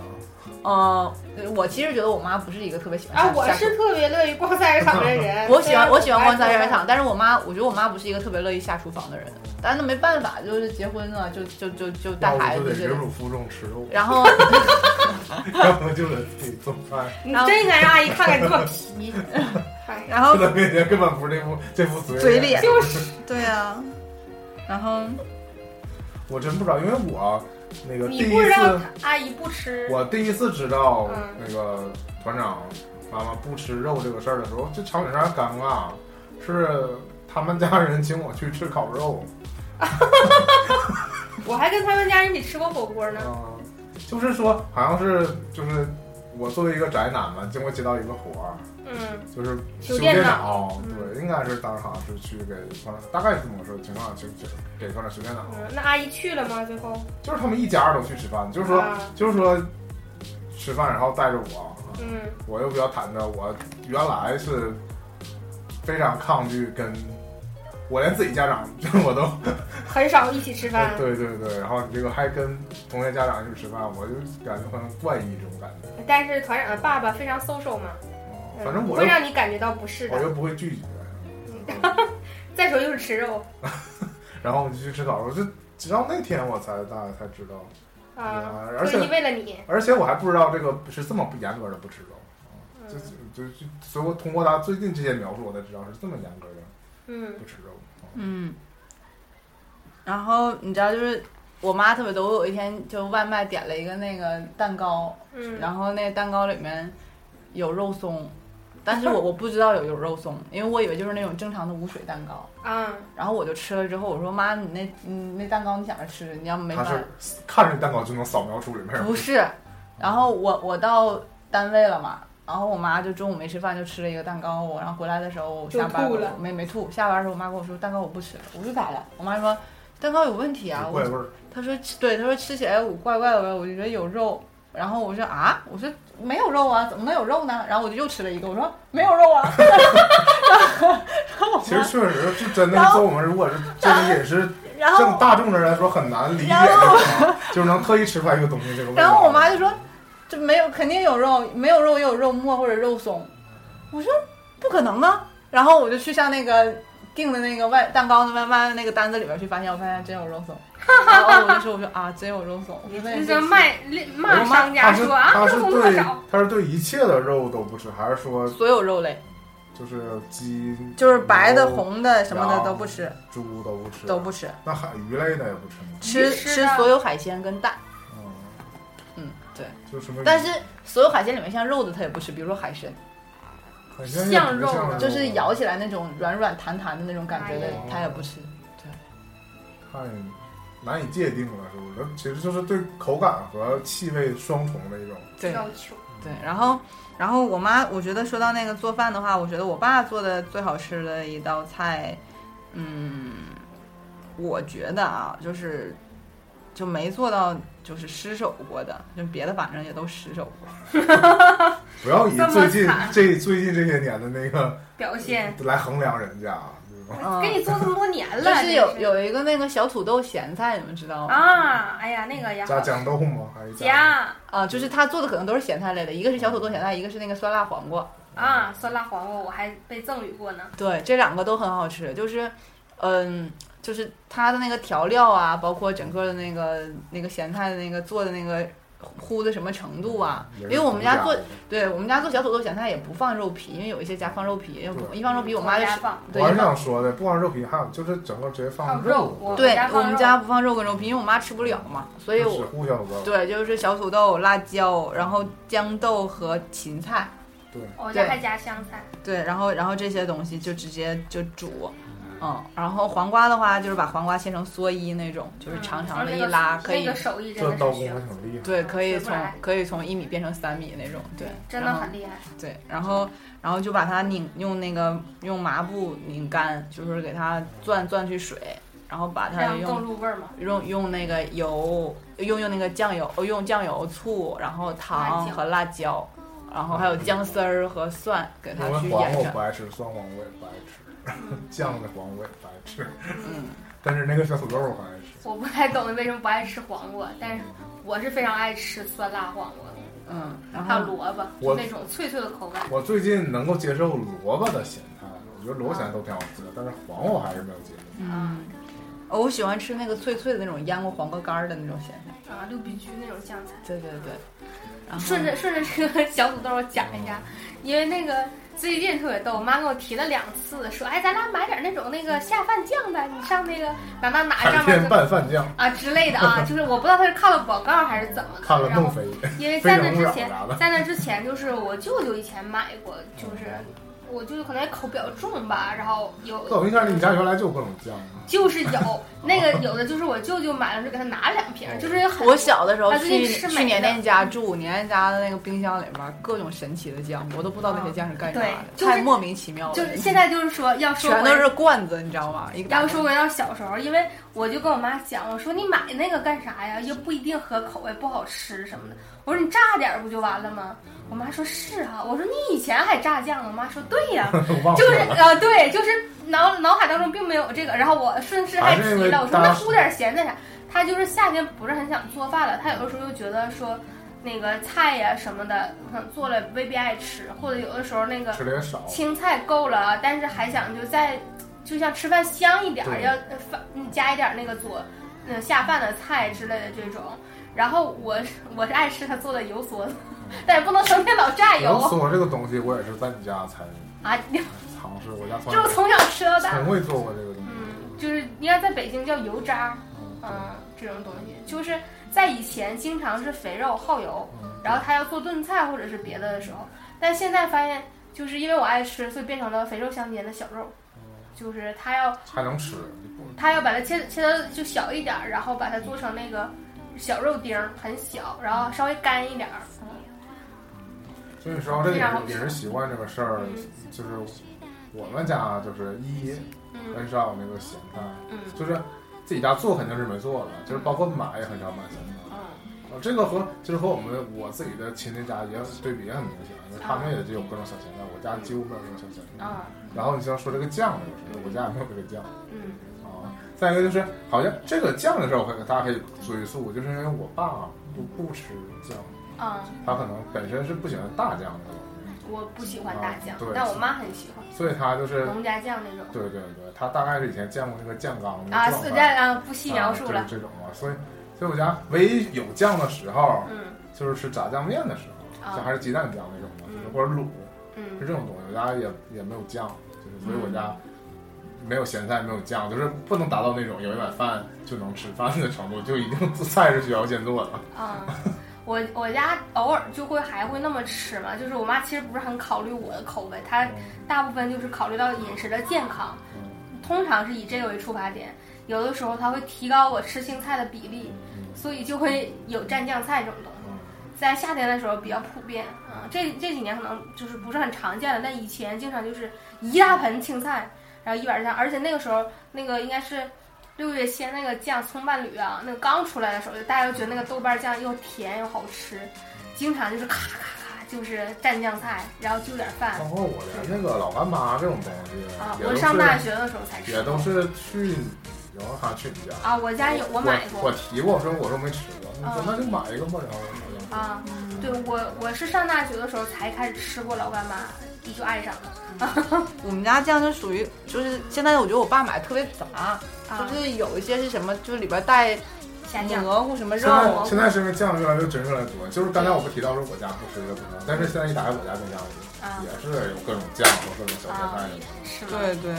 [SPEAKER 3] 呃，我其实觉得我妈不是一个特别喜欢
[SPEAKER 4] 啊，
[SPEAKER 3] 下
[SPEAKER 4] 我
[SPEAKER 3] 下厨
[SPEAKER 4] 是特别乐于逛菜市场
[SPEAKER 1] [LAUGHS]
[SPEAKER 4] 的人。
[SPEAKER 3] 我喜欢
[SPEAKER 4] 虽然
[SPEAKER 3] 我喜欢
[SPEAKER 4] 不爱
[SPEAKER 3] 逛菜市
[SPEAKER 4] 做饭
[SPEAKER 3] 场，，但是我妈，我觉得我妈不是一个特别乐意下厨房的人，但是没办法，就是结婚了，就就就就带
[SPEAKER 1] 要不
[SPEAKER 3] 孩
[SPEAKER 1] 就
[SPEAKER 3] 子
[SPEAKER 1] 得
[SPEAKER 3] 这
[SPEAKER 1] 忍
[SPEAKER 3] 种，
[SPEAKER 1] 辱负重吃
[SPEAKER 3] [LAUGHS]
[SPEAKER 1] 肉，[LAUGHS]
[SPEAKER 3] 然后
[SPEAKER 1] 要不就得自己做饭。
[SPEAKER 4] 你
[SPEAKER 3] 然后
[SPEAKER 4] 真应该让阿姨看看你这么皮。哎，
[SPEAKER 3] 然后
[SPEAKER 1] 吃的面前根本不是这副这副嘴
[SPEAKER 3] 嘴脸
[SPEAKER 4] 就是
[SPEAKER 3] 对啊，然后
[SPEAKER 1] 我真不知道，因为我那个第
[SPEAKER 4] 你
[SPEAKER 1] 一
[SPEAKER 4] 不知道
[SPEAKER 1] 次，
[SPEAKER 4] 阿姨不吃，
[SPEAKER 1] 我第一次知道
[SPEAKER 4] 嗯
[SPEAKER 1] 那个团长妈妈不吃肉这个事儿的时候，这场面上尴尬，啊是他们家人请我去吃烤肉，
[SPEAKER 4] 我还跟他们家人一起吃过火锅呢。
[SPEAKER 1] 嗯，就是说好像是就是我作为一个宅男嘛，经过接到一个活儿，
[SPEAKER 4] 嗯，
[SPEAKER 1] 就是
[SPEAKER 4] 修
[SPEAKER 1] 电
[SPEAKER 4] 电
[SPEAKER 1] 脑，
[SPEAKER 4] 嗯
[SPEAKER 1] 对，应该是当时好像是去给团长，大概是这么个情况，就就给团长修电脑。
[SPEAKER 4] 嗯，那阿姨去了吗？最后
[SPEAKER 1] 就是他们一家人都去吃饭，就是说、
[SPEAKER 4] 啊
[SPEAKER 1] 就是说吃饭，然后带着我，啊
[SPEAKER 4] 嗯，
[SPEAKER 1] 我又比较忐忑，我原来是非常抗拒跟。我连自己家长， [LAUGHS] 就是我都。
[SPEAKER 4] 很少一起吃饭
[SPEAKER 1] 对对对，然后你这个还跟同学家长一起吃饭，我就感觉好像怪异这种感觉。
[SPEAKER 4] 但是团长的爸爸非常 social 嘛，嗯
[SPEAKER 1] 反正我
[SPEAKER 4] 会
[SPEAKER 1] 又
[SPEAKER 4] 让你感觉到不适
[SPEAKER 1] 我
[SPEAKER 4] 的。
[SPEAKER 1] 又不会拒绝，
[SPEAKER 4] 嗯
[SPEAKER 1] [LAUGHS]
[SPEAKER 4] 再说又是吃肉
[SPEAKER 1] 然后我就去吃烤肉，就直到那天我才大概才知道，嗯
[SPEAKER 4] 啊，
[SPEAKER 1] 而
[SPEAKER 4] 就
[SPEAKER 1] 且
[SPEAKER 4] 是为了你，
[SPEAKER 1] 而且我还不知道这个是这么严格的不吃肉，就
[SPEAKER 4] 嗯
[SPEAKER 1] 就就所以我通过他最近这些描述，我才知道是这么严格的
[SPEAKER 4] 嗯
[SPEAKER 1] 不吃肉。
[SPEAKER 3] 嗯，然后你知道就是。我妈特别逗，我有一天就外卖点了一个那个蛋糕，
[SPEAKER 4] 嗯，
[SPEAKER 3] 然后那个蛋糕里面有肉松，但是我我不知道有有肉松，因为我以为就是那种正常的无水蛋糕。
[SPEAKER 4] 啊，
[SPEAKER 3] 然后我就吃了之后，我说妈，你那嗯那蛋糕你想着吃，你要没
[SPEAKER 1] 他
[SPEAKER 3] 法
[SPEAKER 1] 是看着蛋糕就能扫描出里面有
[SPEAKER 3] 不是。然后我我到单位了嘛，然后我妈就中午没吃饭就吃了一个蛋糕，我然后回来的时候我
[SPEAKER 4] 就
[SPEAKER 3] 下班
[SPEAKER 4] 吐
[SPEAKER 3] 我
[SPEAKER 4] 了
[SPEAKER 3] 没没吐，下班的时候我妈跟我说蛋糕我不吃了，我说咋了？我妈说蛋糕有问题啊，
[SPEAKER 1] 有
[SPEAKER 3] 我
[SPEAKER 1] 怪味儿，
[SPEAKER 3] 他说吃对，他说吃起来我怪怪的，我就觉得有肉。然后我说啊，我说没有肉啊，怎么能有肉呢？然后我就又吃了一个，我说没有肉啊。 [LAUGHS] 然后
[SPEAKER 1] 其实确实是真的
[SPEAKER 3] 啊然。后
[SPEAKER 1] 做我们如果是这个饮食
[SPEAKER 3] 然
[SPEAKER 1] 正
[SPEAKER 3] 后
[SPEAKER 1] 大众的人来说很难理解
[SPEAKER 3] 然
[SPEAKER 1] 这个情况，就是能特意吃出来一个东西这个味道。
[SPEAKER 3] 然后我妈就说这没有肯定有肉，没有肉也有肉末或者肉松。我说不可能啊。然后我就去向那个订的那个外蛋糕的外卖那个单子里边去，发现我发现真有
[SPEAKER 4] [LAUGHS]
[SPEAKER 3] 肉松。然后我就说我说啊，真有肉松。我说那也
[SPEAKER 4] 你
[SPEAKER 3] 是
[SPEAKER 4] 就卖骂
[SPEAKER 1] 我妈
[SPEAKER 4] 商家
[SPEAKER 1] 她是
[SPEAKER 4] 说啊，
[SPEAKER 1] 她
[SPEAKER 4] 这
[SPEAKER 1] 是
[SPEAKER 4] 工作
[SPEAKER 1] 对
[SPEAKER 4] 少，
[SPEAKER 1] 她是对一切的肉都不吃，还是说
[SPEAKER 3] 所有肉类，
[SPEAKER 1] 就是鸡
[SPEAKER 3] 就是白的、
[SPEAKER 4] 哦
[SPEAKER 1] 牛
[SPEAKER 3] 红的什么的
[SPEAKER 1] 羊
[SPEAKER 3] 都不吃，
[SPEAKER 1] 猪都不吃？
[SPEAKER 3] 都不吃。
[SPEAKER 1] 那海鱼类的也不吃吗？
[SPEAKER 3] 吃
[SPEAKER 4] 鱼吃
[SPEAKER 3] 吃
[SPEAKER 4] 啊
[SPEAKER 3] 所有海鲜跟蛋，
[SPEAKER 1] 嗯，
[SPEAKER 3] 嗯，对。
[SPEAKER 1] 就什么鱼？
[SPEAKER 3] 但是所有海鲜里面像肉的它也不吃，比如说海参，
[SPEAKER 1] 海鲜也
[SPEAKER 4] 像
[SPEAKER 1] 不
[SPEAKER 4] 肉
[SPEAKER 1] 像
[SPEAKER 4] 的
[SPEAKER 3] 就是咬起来那种软软弹弹的那种感觉的
[SPEAKER 4] 哦哎
[SPEAKER 1] 呀，
[SPEAKER 3] 它也不吃。
[SPEAKER 1] 太难以界定了，是不是？其实就是对口感和气味双重的一种。
[SPEAKER 3] 对
[SPEAKER 4] 要求
[SPEAKER 3] 对，然后然后我妈，我觉得说到那个做饭的话，我觉得我爸做的最好吃的一道菜，嗯，我觉得啊，就是就没做到就是失手过的，就别的反正也都失手过。
[SPEAKER 1] 不要以
[SPEAKER 4] 这么
[SPEAKER 1] 最近
[SPEAKER 4] 惨
[SPEAKER 1] 这最近这些年的那个
[SPEAKER 4] 表现。
[SPEAKER 1] 来衡量人家，啊对吧
[SPEAKER 3] 嗯
[SPEAKER 4] 给你做这么多年
[SPEAKER 3] 就
[SPEAKER 4] 了，真
[SPEAKER 3] 是有有一个那个小土豆咸菜，你们知道吗？
[SPEAKER 4] 啊，哎呀，那个也
[SPEAKER 1] 加
[SPEAKER 4] 好
[SPEAKER 1] 酱豆吗？还是加
[SPEAKER 4] 加
[SPEAKER 3] 啊，就是他做的可能都是咸菜类的，一个是小土豆咸菜，一个是那个酸辣黄瓜。
[SPEAKER 4] 啊，酸辣黄瓜我还被赠予过呢。
[SPEAKER 3] 对，这两个都很好吃，就是，嗯，就是它的那个调料啊，包括整个的那个那个咸菜的那个做的那个糊的什么程度啊？
[SPEAKER 1] 嗯也
[SPEAKER 3] 因
[SPEAKER 1] 是
[SPEAKER 3] 为我们家做
[SPEAKER 1] 同
[SPEAKER 3] 对我们家做小土豆咸菜也不放肉皮，因为有一些家放肉皮，要不
[SPEAKER 1] 对
[SPEAKER 3] 一放肉皮，我妈就
[SPEAKER 4] 家
[SPEAKER 3] 是
[SPEAKER 4] 放
[SPEAKER 3] 对
[SPEAKER 1] 我还是想说的，不光是肉皮，还有就是整个直接放
[SPEAKER 4] 放肉我
[SPEAKER 3] 对
[SPEAKER 4] 家，放
[SPEAKER 3] 我们
[SPEAKER 4] 肉
[SPEAKER 3] 家不放肉跟肉皮，因为我妈吃不了嘛，所以
[SPEAKER 1] 就
[SPEAKER 3] 我
[SPEAKER 1] 是互相的，
[SPEAKER 3] 对就是小土豆、辣椒，然后豇豆和芹菜，
[SPEAKER 4] 我家
[SPEAKER 3] 对
[SPEAKER 4] 还加香菜，
[SPEAKER 3] 对，然后然后这些东西就直接就煮，嗯，然后黄瓜的话就是把黄瓜切成蓑衣那种，就是
[SPEAKER 4] 嗯
[SPEAKER 3] 长
[SPEAKER 4] 然
[SPEAKER 3] 长
[SPEAKER 4] 后
[SPEAKER 3] 的
[SPEAKER 4] 那
[SPEAKER 3] 一
[SPEAKER 4] 个
[SPEAKER 3] 拉，
[SPEAKER 4] 手
[SPEAKER 3] 可以
[SPEAKER 4] 那个手艺真
[SPEAKER 1] 这
[SPEAKER 4] 的
[SPEAKER 1] 刀
[SPEAKER 4] 是
[SPEAKER 1] 工
[SPEAKER 4] 学
[SPEAKER 1] 还
[SPEAKER 4] 不
[SPEAKER 1] 挺厉害。
[SPEAKER 3] 对，可以
[SPEAKER 4] 学不
[SPEAKER 3] 从
[SPEAKER 4] 来嗯
[SPEAKER 3] 可以从一米变成三米那种，对，
[SPEAKER 4] 真的
[SPEAKER 3] 然后
[SPEAKER 4] 很厉害。
[SPEAKER 3] 对，然后然后就把它拧用那个用麻布拧干，就是给它攥攥去水，然后把它
[SPEAKER 4] 让更
[SPEAKER 3] 用。
[SPEAKER 4] 入味儿嘛，
[SPEAKER 3] 用用那个油，用用那个酱油，用酱油、醋，然后糖
[SPEAKER 4] 椒
[SPEAKER 3] 和辣椒，然后还有姜丝儿和蒜，给它
[SPEAKER 1] 因为
[SPEAKER 3] 去
[SPEAKER 1] 黄
[SPEAKER 3] 腌
[SPEAKER 1] 瓜我
[SPEAKER 3] 上
[SPEAKER 1] 不。爱吃，酸黄瓜也不爱吃，
[SPEAKER 3] [LAUGHS]
[SPEAKER 1] 酱的黄瓜也不爱吃，
[SPEAKER 3] 嗯，
[SPEAKER 1] 但是那个小土豆我很爱吃。
[SPEAKER 4] 我不太懂为什么不爱吃黄瓜， [LAUGHS] 但是我是非常爱吃酸辣黄瓜，
[SPEAKER 3] 嗯，然
[SPEAKER 4] 还有
[SPEAKER 3] 后
[SPEAKER 4] 萝卜，就
[SPEAKER 1] 我
[SPEAKER 4] 那种脆脆的口感。
[SPEAKER 1] 我最近能够接受萝卜的咸菜，我觉得萝卜咸菜都挺好吃的，但是黄瓜我还是没有接受。
[SPEAKER 3] 嗯，哦我喜欢吃那个脆脆的那种腌过黄瓜干儿的那种咸菜。
[SPEAKER 4] 啊，六必居那种酱菜。
[SPEAKER 3] 对对对，然后
[SPEAKER 1] 嗯
[SPEAKER 4] 顺着顺着这个小土豆我讲一
[SPEAKER 1] 哦
[SPEAKER 4] 下，因为那个最近特别逗，我妈给我提了两次，说哎，咱俩买点那种那个下饭酱呗，你上那个哪哪哪
[SPEAKER 1] 嗯海
[SPEAKER 4] 上面
[SPEAKER 1] 天
[SPEAKER 4] 就
[SPEAKER 1] 拌饭酱，
[SPEAKER 4] 啊之类的
[SPEAKER 1] [LAUGHS]
[SPEAKER 4] 啊，就是我不知道她是看了广告还是怎么的，
[SPEAKER 1] 看了
[SPEAKER 4] 然
[SPEAKER 1] 孟
[SPEAKER 4] 后
[SPEAKER 1] 非，
[SPEAKER 4] 因
[SPEAKER 1] [LAUGHS]
[SPEAKER 4] 为
[SPEAKER 1] 非
[SPEAKER 4] 在
[SPEAKER 1] 诚
[SPEAKER 4] 那
[SPEAKER 1] 勿
[SPEAKER 4] 之
[SPEAKER 1] 扰
[SPEAKER 4] 前，
[SPEAKER 1] 啥的。嗯
[SPEAKER 4] 在那之前就是我舅舅以前买过，就是我舅舅可能也口比较重吧，然后有
[SPEAKER 1] 在我印象里，你家原来就有各种酱 [LAUGHS] 啊。
[SPEAKER 4] 就是有那个有的就是我舅舅买了就给他拿两
[SPEAKER 1] 哦
[SPEAKER 4] 瓶，就是很
[SPEAKER 3] 我小的时候
[SPEAKER 4] 他最
[SPEAKER 3] 去
[SPEAKER 4] 近吃
[SPEAKER 3] 去
[SPEAKER 4] 没
[SPEAKER 3] 年
[SPEAKER 4] 的
[SPEAKER 3] 年家住，年年家的那个冰箱里边各种神奇的酱，我都不知道那些酱是干啥的，
[SPEAKER 4] 嗯对就是
[SPEAKER 3] 太莫名其妙了。
[SPEAKER 4] 就是现在就是说要说
[SPEAKER 3] 全
[SPEAKER 4] 回
[SPEAKER 3] 都是罐子，你知道吗？一个
[SPEAKER 4] 要说回到小时候，因为我就跟我妈讲，我说你买那个干啥呀？又不一定合口味，不好吃什么的。我说你炸点儿不就完了吗？我妈说是哈、我说你以前还炸酱？我妈说对
[SPEAKER 1] [LAUGHS]
[SPEAKER 4] 呀、
[SPEAKER 1] 我忘
[SPEAKER 4] 就是
[SPEAKER 1] 了，
[SPEAKER 4] 啊，对，就是脑脑海当中并没有这个。然后我顺势还
[SPEAKER 1] 还是因
[SPEAKER 4] 提
[SPEAKER 1] 为
[SPEAKER 4] 了，我说
[SPEAKER 1] 当
[SPEAKER 4] 那
[SPEAKER 1] 时
[SPEAKER 4] 铺点咸菜啥。他就是夏天不是很想做饭了，他有的时候又觉得说那个菜呀、什么的，可能做了未必爱吃，或者有的时候那个
[SPEAKER 1] 吃的也少。
[SPEAKER 4] 青菜够了，但是还想就再就像吃饭香一点儿，
[SPEAKER 1] 对
[SPEAKER 4] 要呃饭嗯加一点儿那个佐嗯下饭的菜之类的这种。然后我是我是爱吃他做的油梭子，但是不能成天老榨
[SPEAKER 1] 然后
[SPEAKER 4] 油
[SPEAKER 1] 做这个东西，我也是在你家才
[SPEAKER 4] 啊！
[SPEAKER 1] 尝试，我家从
[SPEAKER 4] 这我
[SPEAKER 1] 来
[SPEAKER 4] 从小吃到大
[SPEAKER 1] 从，未做过这个东西。
[SPEAKER 4] 嗯，就是应该在北京叫油渣，嗯，这种东西就是在以前经常是肥肉耗油，
[SPEAKER 1] 嗯
[SPEAKER 4] 然后他要做炖菜或者是别的的时候，但现在发现就是因为我爱吃，所以变成了肥肉相间的小肉，就是他要
[SPEAKER 1] 嗯还能吃，
[SPEAKER 4] 他要把它切切的就小一点儿，然后把它做成那个小肉丁儿，很小，然后稍微干一点儿。
[SPEAKER 1] 所以说这个也是也是习惯这个事儿，就是我们家就是一
[SPEAKER 4] 嗯
[SPEAKER 1] 很少那个咸菜，
[SPEAKER 4] 嗯
[SPEAKER 1] 就是自己家做肯定是没做了，就是包括买也很少买咸菜。
[SPEAKER 4] 嗯
[SPEAKER 1] 呃，这个和就是和我们我自己的亲戚家也对比也很明显，因为他们也就有各种小咸菜，我家几乎没有这种小咸菜。
[SPEAKER 4] 啊
[SPEAKER 1] 然后你像说这个酱这个事儿，我家也没有这个酱
[SPEAKER 4] 嗯
[SPEAKER 1] 啊。再一个就是，好像这个酱的事儿，我可以大家可以追溯，就是因为我爸不不吃酱，
[SPEAKER 4] 啊，
[SPEAKER 1] 他可能本身是不喜欢大酱的，
[SPEAKER 4] 我不喜欢大酱
[SPEAKER 1] 啊对，
[SPEAKER 4] 但我妈很喜欢
[SPEAKER 1] 所以他就是
[SPEAKER 4] 农家酱那种。
[SPEAKER 1] 对对对，他大概是以前见过那个酱缸那
[SPEAKER 4] 啊，
[SPEAKER 1] 个状
[SPEAKER 4] 是这
[SPEAKER 1] 态
[SPEAKER 4] 样，啊不细描述
[SPEAKER 1] 啊
[SPEAKER 4] 了。
[SPEAKER 1] 就是这种嘛，所以所以我家唯一有酱的时候，
[SPEAKER 4] 嗯
[SPEAKER 1] 就是吃炸酱面的时候，
[SPEAKER 4] 啊
[SPEAKER 1] 就还是鸡蛋酱那种的，
[SPEAKER 4] 嗯
[SPEAKER 1] 或者卤，是
[SPEAKER 4] 嗯
[SPEAKER 1] 这种东西。我家也也没有酱，就是所以我家没有咸菜，没有酱，就是不能达到那种有一碗饭就能吃饭的程度，就一定菜是需要先做的。
[SPEAKER 4] 啊，我我家偶尔就会还会那么吃嘛，就是我妈其实不是很考虑我的口味，她大部分就是考虑到饮食的健康，
[SPEAKER 1] 嗯
[SPEAKER 4] 通常是以这个为出发点。有的时候她会提高我吃青菜的比例，
[SPEAKER 1] 嗯
[SPEAKER 4] 所以就会有蘸酱菜这种东西，在夏天的时候比较普遍啊。这这几年可能就是不是很常见了，但以前经常就是一大盆青菜，然后一碗酱，而且那个时候那个应该是六月鲜那个酱葱伴侣啊，那个刚出来的时候，大家都觉得那个豆瓣酱又甜又好吃，经常就是咔咔咔就是蘸酱菜，然后就点饭
[SPEAKER 1] 包括我连那个老干妈这种东西，
[SPEAKER 4] 啊。
[SPEAKER 1] 也
[SPEAKER 4] 我
[SPEAKER 1] 都
[SPEAKER 4] 上大
[SPEAKER 1] 是
[SPEAKER 4] 学的时候才吃
[SPEAKER 1] 也都是去，然后他去你家。
[SPEAKER 4] 啊，我家有我买过
[SPEAKER 1] 我提过，我说我说没吃过，你说
[SPEAKER 4] 啊
[SPEAKER 1] 那就买一个吧，然后我就
[SPEAKER 4] 啊，对我我是上大学的时候才开始吃过老干妈，就爱上了
[SPEAKER 3] 我们家酱就属于就是现在我觉得我爸买得特别杂，
[SPEAKER 4] 啊
[SPEAKER 3] 就是有一些是什么，就是里边带
[SPEAKER 4] 下降。
[SPEAKER 3] 蘑菇什么
[SPEAKER 1] 现
[SPEAKER 3] 肉，
[SPEAKER 1] 在现在是因为酱越来越真越来越多，就是刚才我不提到说我家不吃这东西，但是现在一打开我家冰箱
[SPEAKER 4] 啊，
[SPEAKER 1] 也是有各种酱和各种小菜菜什么的。
[SPEAKER 4] 是吗？
[SPEAKER 3] 对对，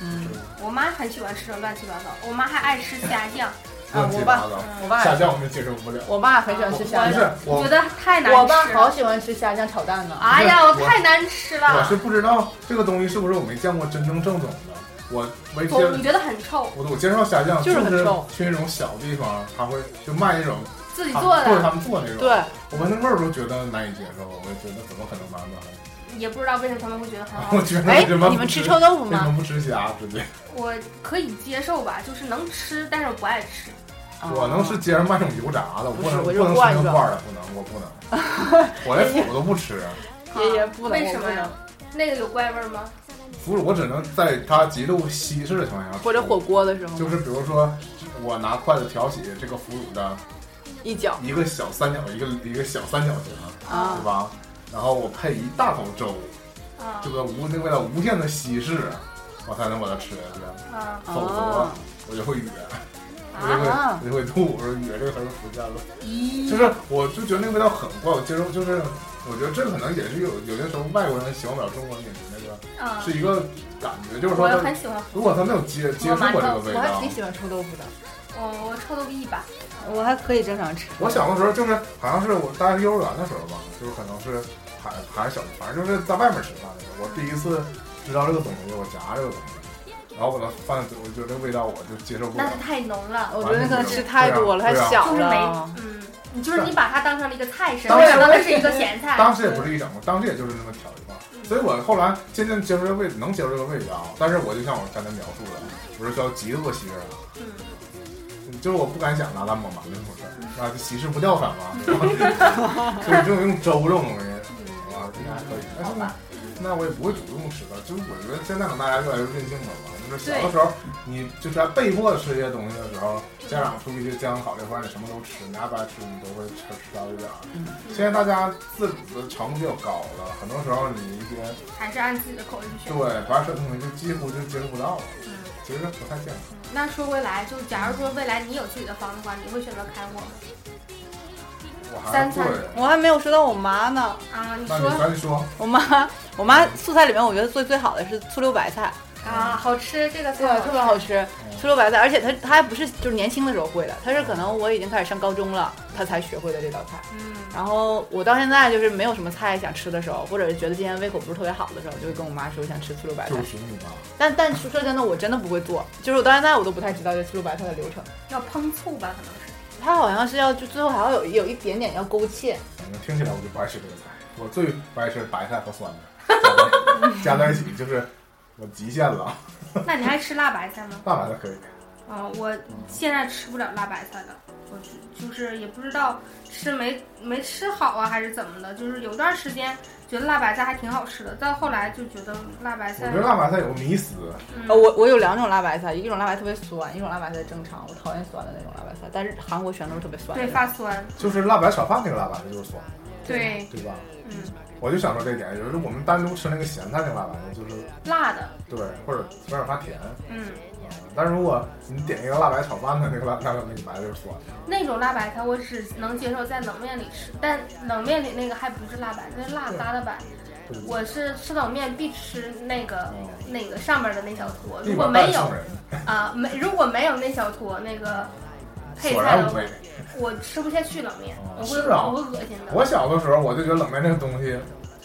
[SPEAKER 3] 嗯，
[SPEAKER 4] 我妈很喜欢吃乱七八糟，我妈还爱吃虾酱，
[SPEAKER 1] 乱七八糟，
[SPEAKER 3] 啊嗯我爸
[SPEAKER 1] 下酱我们接受不了。
[SPEAKER 3] 我爸很喜欢吃虾
[SPEAKER 1] 不
[SPEAKER 3] 酱，
[SPEAKER 1] 是我
[SPEAKER 4] 觉，得太难吃了。
[SPEAKER 3] 我爸好喜欢吃啊虾酱炒蛋呢。
[SPEAKER 4] 哎呀，我
[SPEAKER 1] 不是我
[SPEAKER 4] 太难吃
[SPEAKER 1] 我
[SPEAKER 3] 啊
[SPEAKER 4] 了。
[SPEAKER 1] 是不知道这个东西是不是我没见过真正正宗的。我没接，
[SPEAKER 4] 总你觉得很臭，
[SPEAKER 1] 我我介绍虾酱
[SPEAKER 3] 就是
[SPEAKER 1] 是
[SPEAKER 3] 很臭
[SPEAKER 1] 去那种小地方，他会就卖那种
[SPEAKER 4] 自己
[SPEAKER 1] 他
[SPEAKER 4] 做
[SPEAKER 1] 或者
[SPEAKER 4] 的
[SPEAKER 1] 他们做那种。
[SPEAKER 3] 对，
[SPEAKER 1] 我闻那味儿都觉得难以接受，我觉得怎么可能难呢？
[SPEAKER 4] 也不知道为什么他们会觉得很好
[SPEAKER 1] [LAUGHS] 我
[SPEAKER 4] 吃。
[SPEAKER 1] 觉得
[SPEAKER 3] 啊哎
[SPEAKER 1] 为什，么
[SPEAKER 3] 你
[SPEAKER 1] 不
[SPEAKER 3] 们吃
[SPEAKER 1] 吃
[SPEAKER 3] 臭豆腐
[SPEAKER 1] 为
[SPEAKER 3] 吗
[SPEAKER 1] 什？么不吃虾直接？
[SPEAKER 4] 我可以接受吧，就是能吃，但是我不爱吃。
[SPEAKER 3] 哦
[SPEAKER 1] 我能吃街上卖那种油炸的，我
[SPEAKER 3] 不是
[SPEAKER 1] 能
[SPEAKER 3] 我
[SPEAKER 1] 不
[SPEAKER 3] 就是
[SPEAKER 1] 能吃
[SPEAKER 3] 惯
[SPEAKER 1] 那
[SPEAKER 3] 着
[SPEAKER 1] 罐儿的，不能，我不能，
[SPEAKER 3] [LAUGHS]
[SPEAKER 1] 我连腐乳都不吃，
[SPEAKER 3] 爷爷不能，
[SPEAKER 4] 为什么呀
[SPEAKER 3] 我不能？
[SPEAKER 4] 那个有怪味儿吗？
[SPEAKER 1] 腐乳我只能在它极度稀释的情况下，
[SPEAKER 3] 或者火，锅的时候，
[SPEAKER 1] 就是比如说我拿筷子挑起这个腐乳的
[SPEAKER 3] 一搅
[SPEAKER 1] 一个小三角，一个一个小三角形，
[SPEAKER 3] 啊
[SPEAKER 1] 对，吧？然后我配一大口粥，
[SPEAKER 4] 啊
[SPEAKER 1] 这个无那为了无限的稀释，我才能把它吃下去，
[SPEAKER 4] 啊
[SPEAKER 1] 嗯否则
[SPEAKER 3] 啊
[SPEAKER 1] 我就会哕，我就会
[SPEAKER 3] 啊
[SPEAKER 1] 我就会吐，我说哕这个词儿不见了。 [LAUGHS] 就
[SPEAKER 4] 咦，
[SPEAKER 1] 是我就觉得那个味道很怪，我接受就是，我觉得这可能也是有有些时候外国人喜欢不了中国饮食那个
[SPEAKER 4] 啊，
[SPEAKER 1] 是一个感觉，就是
[SPEAKER 4] 我
[SPEAKER 1] 说
[SPEAKER 4] 也
[SPEAKER 1] 他
[SPEAKER 4] 很喜欢。
[SPEAKER 1] 如果他没有接接触过这个味
[SPEAKER 3] 我还
[SPEAKER 1] 道
[SPEAKER 3] 挺，喜欢臭豆腐的，
[SPEAKER 4] 我我臭豆腐一把，
[SPEAKER 3] 我还可以正常吃。
[SPEAKER 1] 我小的时候就是好像是我大学幼儿园的时候吧，就是可能是还还是小，反正就是在外面吃饭的时候，我第一次知道这个东西，我夹这个东西，然后我把它放进嘴，我觉得这个味道我就接受不
[SPEAKER 4] 那
[SPEAKER 1] 了
[SPEAKER 4] 是。太浓了，
[SPEAKER 3] 我觉得可能吃太多了，太
[SPEAKER 1] 对啊
[SPEAKER 3] 小
[SPEAKER 4] 就是没
[SPEAKER 3] 了，，
[SPEAKER 4] 嗯，你就是你把它当成了一个菜吃，
[SPEAKER 1] 当
[SPEAKER 4] 没
[SPEAKER 1] 时
[SPEAKER 4] 想到这是一个咸菜。
[SPEAKER 1] 当时也不是一整，当时也就是那么调一块儿，所以我后来渐渐接受这个味，能接受这个味道，但是我就像我刚才描述的，我是需要极度的稀释的。
[SPEAKER 4] 嗯，
[SPEAKER 1] 啊就是我不敢想拿它抹馒头那回事儿，啊，就稀释不掉反嘛，对吧所以这种用粥这种东西，
[SPEAKER 4] 嗯
[SPEAKER 1] 啊，应该可以。但是呢，哎那我也不会主动吃了，就是我觉得现在可能大家越来越任性了吧，就是小的时候你就是在被迫吃这些东西的时候，家长出于一些健康考虑，或者你什么都吃，你爱不爱吃你都会吃吃到一点儿。
[SPEAKER 4] 嗯
[SPEAKER 1] 现在大家自主的程度比较高了，很多时候你一些
[SPEAKER 4] 还是按自己的口味去选。
[SPEAKER 1] 对不爱吃的东西就几乎就接触不到了，
[SPEAKER 4] 嗯，
[SPEAKER 1] 其实不太健康。
[SPEAKER 4] 那说回来，就假如说未来你有自己的房的话，你会选择开火吗？
[SPEAKER 1] 我还
[SPEAKER 4] 三
[SPEAKER 1] 是
[SPEAKER 4] 餐
[SPEAKER 1] 会。
[SPEAKER 3] 我还没有说到我妈呢。
[SPEAKER 4] 啊，你
[SPEAKER 1] 那你
[SPEAKER 4] 说
[SPEAKER 1] 赶紧说，
[SPEAKER 3] 我妈，我妈素菜里面，我觉得做最好的是醋溜白菜，
[SPEAKER 4] 啊，好吃这个
[SPEAKER 3] 对
[SPEAKER 4] 菜，，
[SPEAKER 3] 特别好吃。醋溜白菜，而且她她还不是就是年轻的时候会的，她是可能我已经开始上高中了，她才学会的这道菜。
[SPEAKER 4] 嗯，
[SPEAKER 3] 然后我到现在就是没有什么菜想吃的时候，或者是觉得今天胃口不是特别好的时候，就会跟我妈说我想吃醋溜白菜
[SPEAKER 1] 就。是你吧。
[SPEAKER 3] 但但说真的，我真的不会做，就是我到现在我都不太知道这醋溜白菜的流程。
[SPEAKER 4] 要烹醋吧，可能是。
[SPEAKER 3] 它好像是要就最后还要有有一点点要勾芡，
[SPEAKER 1] 反正听起来我就不爱吃这个菜，我最不爱吃白菜和酸的， [LAUGHS] 加在一起就是我极限了。
[SPEAKER 4] [LAUGHS] 那你还吃辣白菜吗？
[SPEAKER 1] 大白菜可以，
[SPEAKER 4] 啊，我现在吃不了辣白菜了，我就就是也不知道是没没吃好啊，还是怎么的，就是有段时间觉得辣白菜还挺好吃的，再后来就觉得辣白
[SPEAKER 1] 我
[SPEAKER 4] 菜
[SPEAKER 1] 觉得，辣白菜有个迷思，
[SPEAKER 4] 嗯
[SPEAKER 3] 呃，我我有两种辣白菜，一种辣白菜特别酸，一种辣白菜正常。我讨厌酸的那种辣白菜，但是韩国全都是特别酸的。
[SPEAKER 4] 对发酸，
[SPEAKER 1] 就是辣白炒饭那个辣白菜就是酸，
[SPEAKER 4] 对，
[SPEAKER 1] 对吧？
[SPEAKER 4] 嗯，
[SPEAKER 1] 我就想说这一点，就是我们单独吃那个咸菜那个辣白菜，就是
[SPEAKER 4] 辣的，
[SPEAKER 1] 对，或者有点发甜。
[SPEAKER 4] 嗯，
[SPEAKER 1] 嗯但如果你点一个辣白炒饭的那个辣那个那个白菜就是酸，
[SPEAKER 4] 那种辣白菜我只能接受在冷面里吃，但冷面里那个还不是辣白菜，是辣
[SPEAKER 1] 对
[SPEAKER 4] 疙瘩白。
[SPEAKER 1] 对不对
[SPEAKER 4] 我是吃冷面必吃那个
[SPEAKER 1] 嗯
[SPEAKER 4] 那个上面的那小坨，如
[SPEAKER 1] 立
[SPEAKER 4] 果
[SPEAKER 1] 马
[SPEAKER 4] 没
[SPEAKER 1] 带
[SPEAKER 4] 有
[SPEAKER 1] 送人，
[SPEAKER 4] 啊，没如果没有那小坨那个配
[SPEAKER 1] 索
[SPEAKER 4] 菜
[SPEAKER 1] 然
[SPEAKER 4] 的
[SPEAKER 1] 无
[SPEAKER 4] 话，
[SPEAKER 1] 味。
[SPEAKER 4] 我吃不下去冷面，
[SPEAKER 1] 哦
[SPEAKER 4] 我会、
[SPEAKER 1] 是啊
[SPEAKER 4] 我会恶心的，
[SPEAKER 1] 我小的时候我就觉得冷面这个东西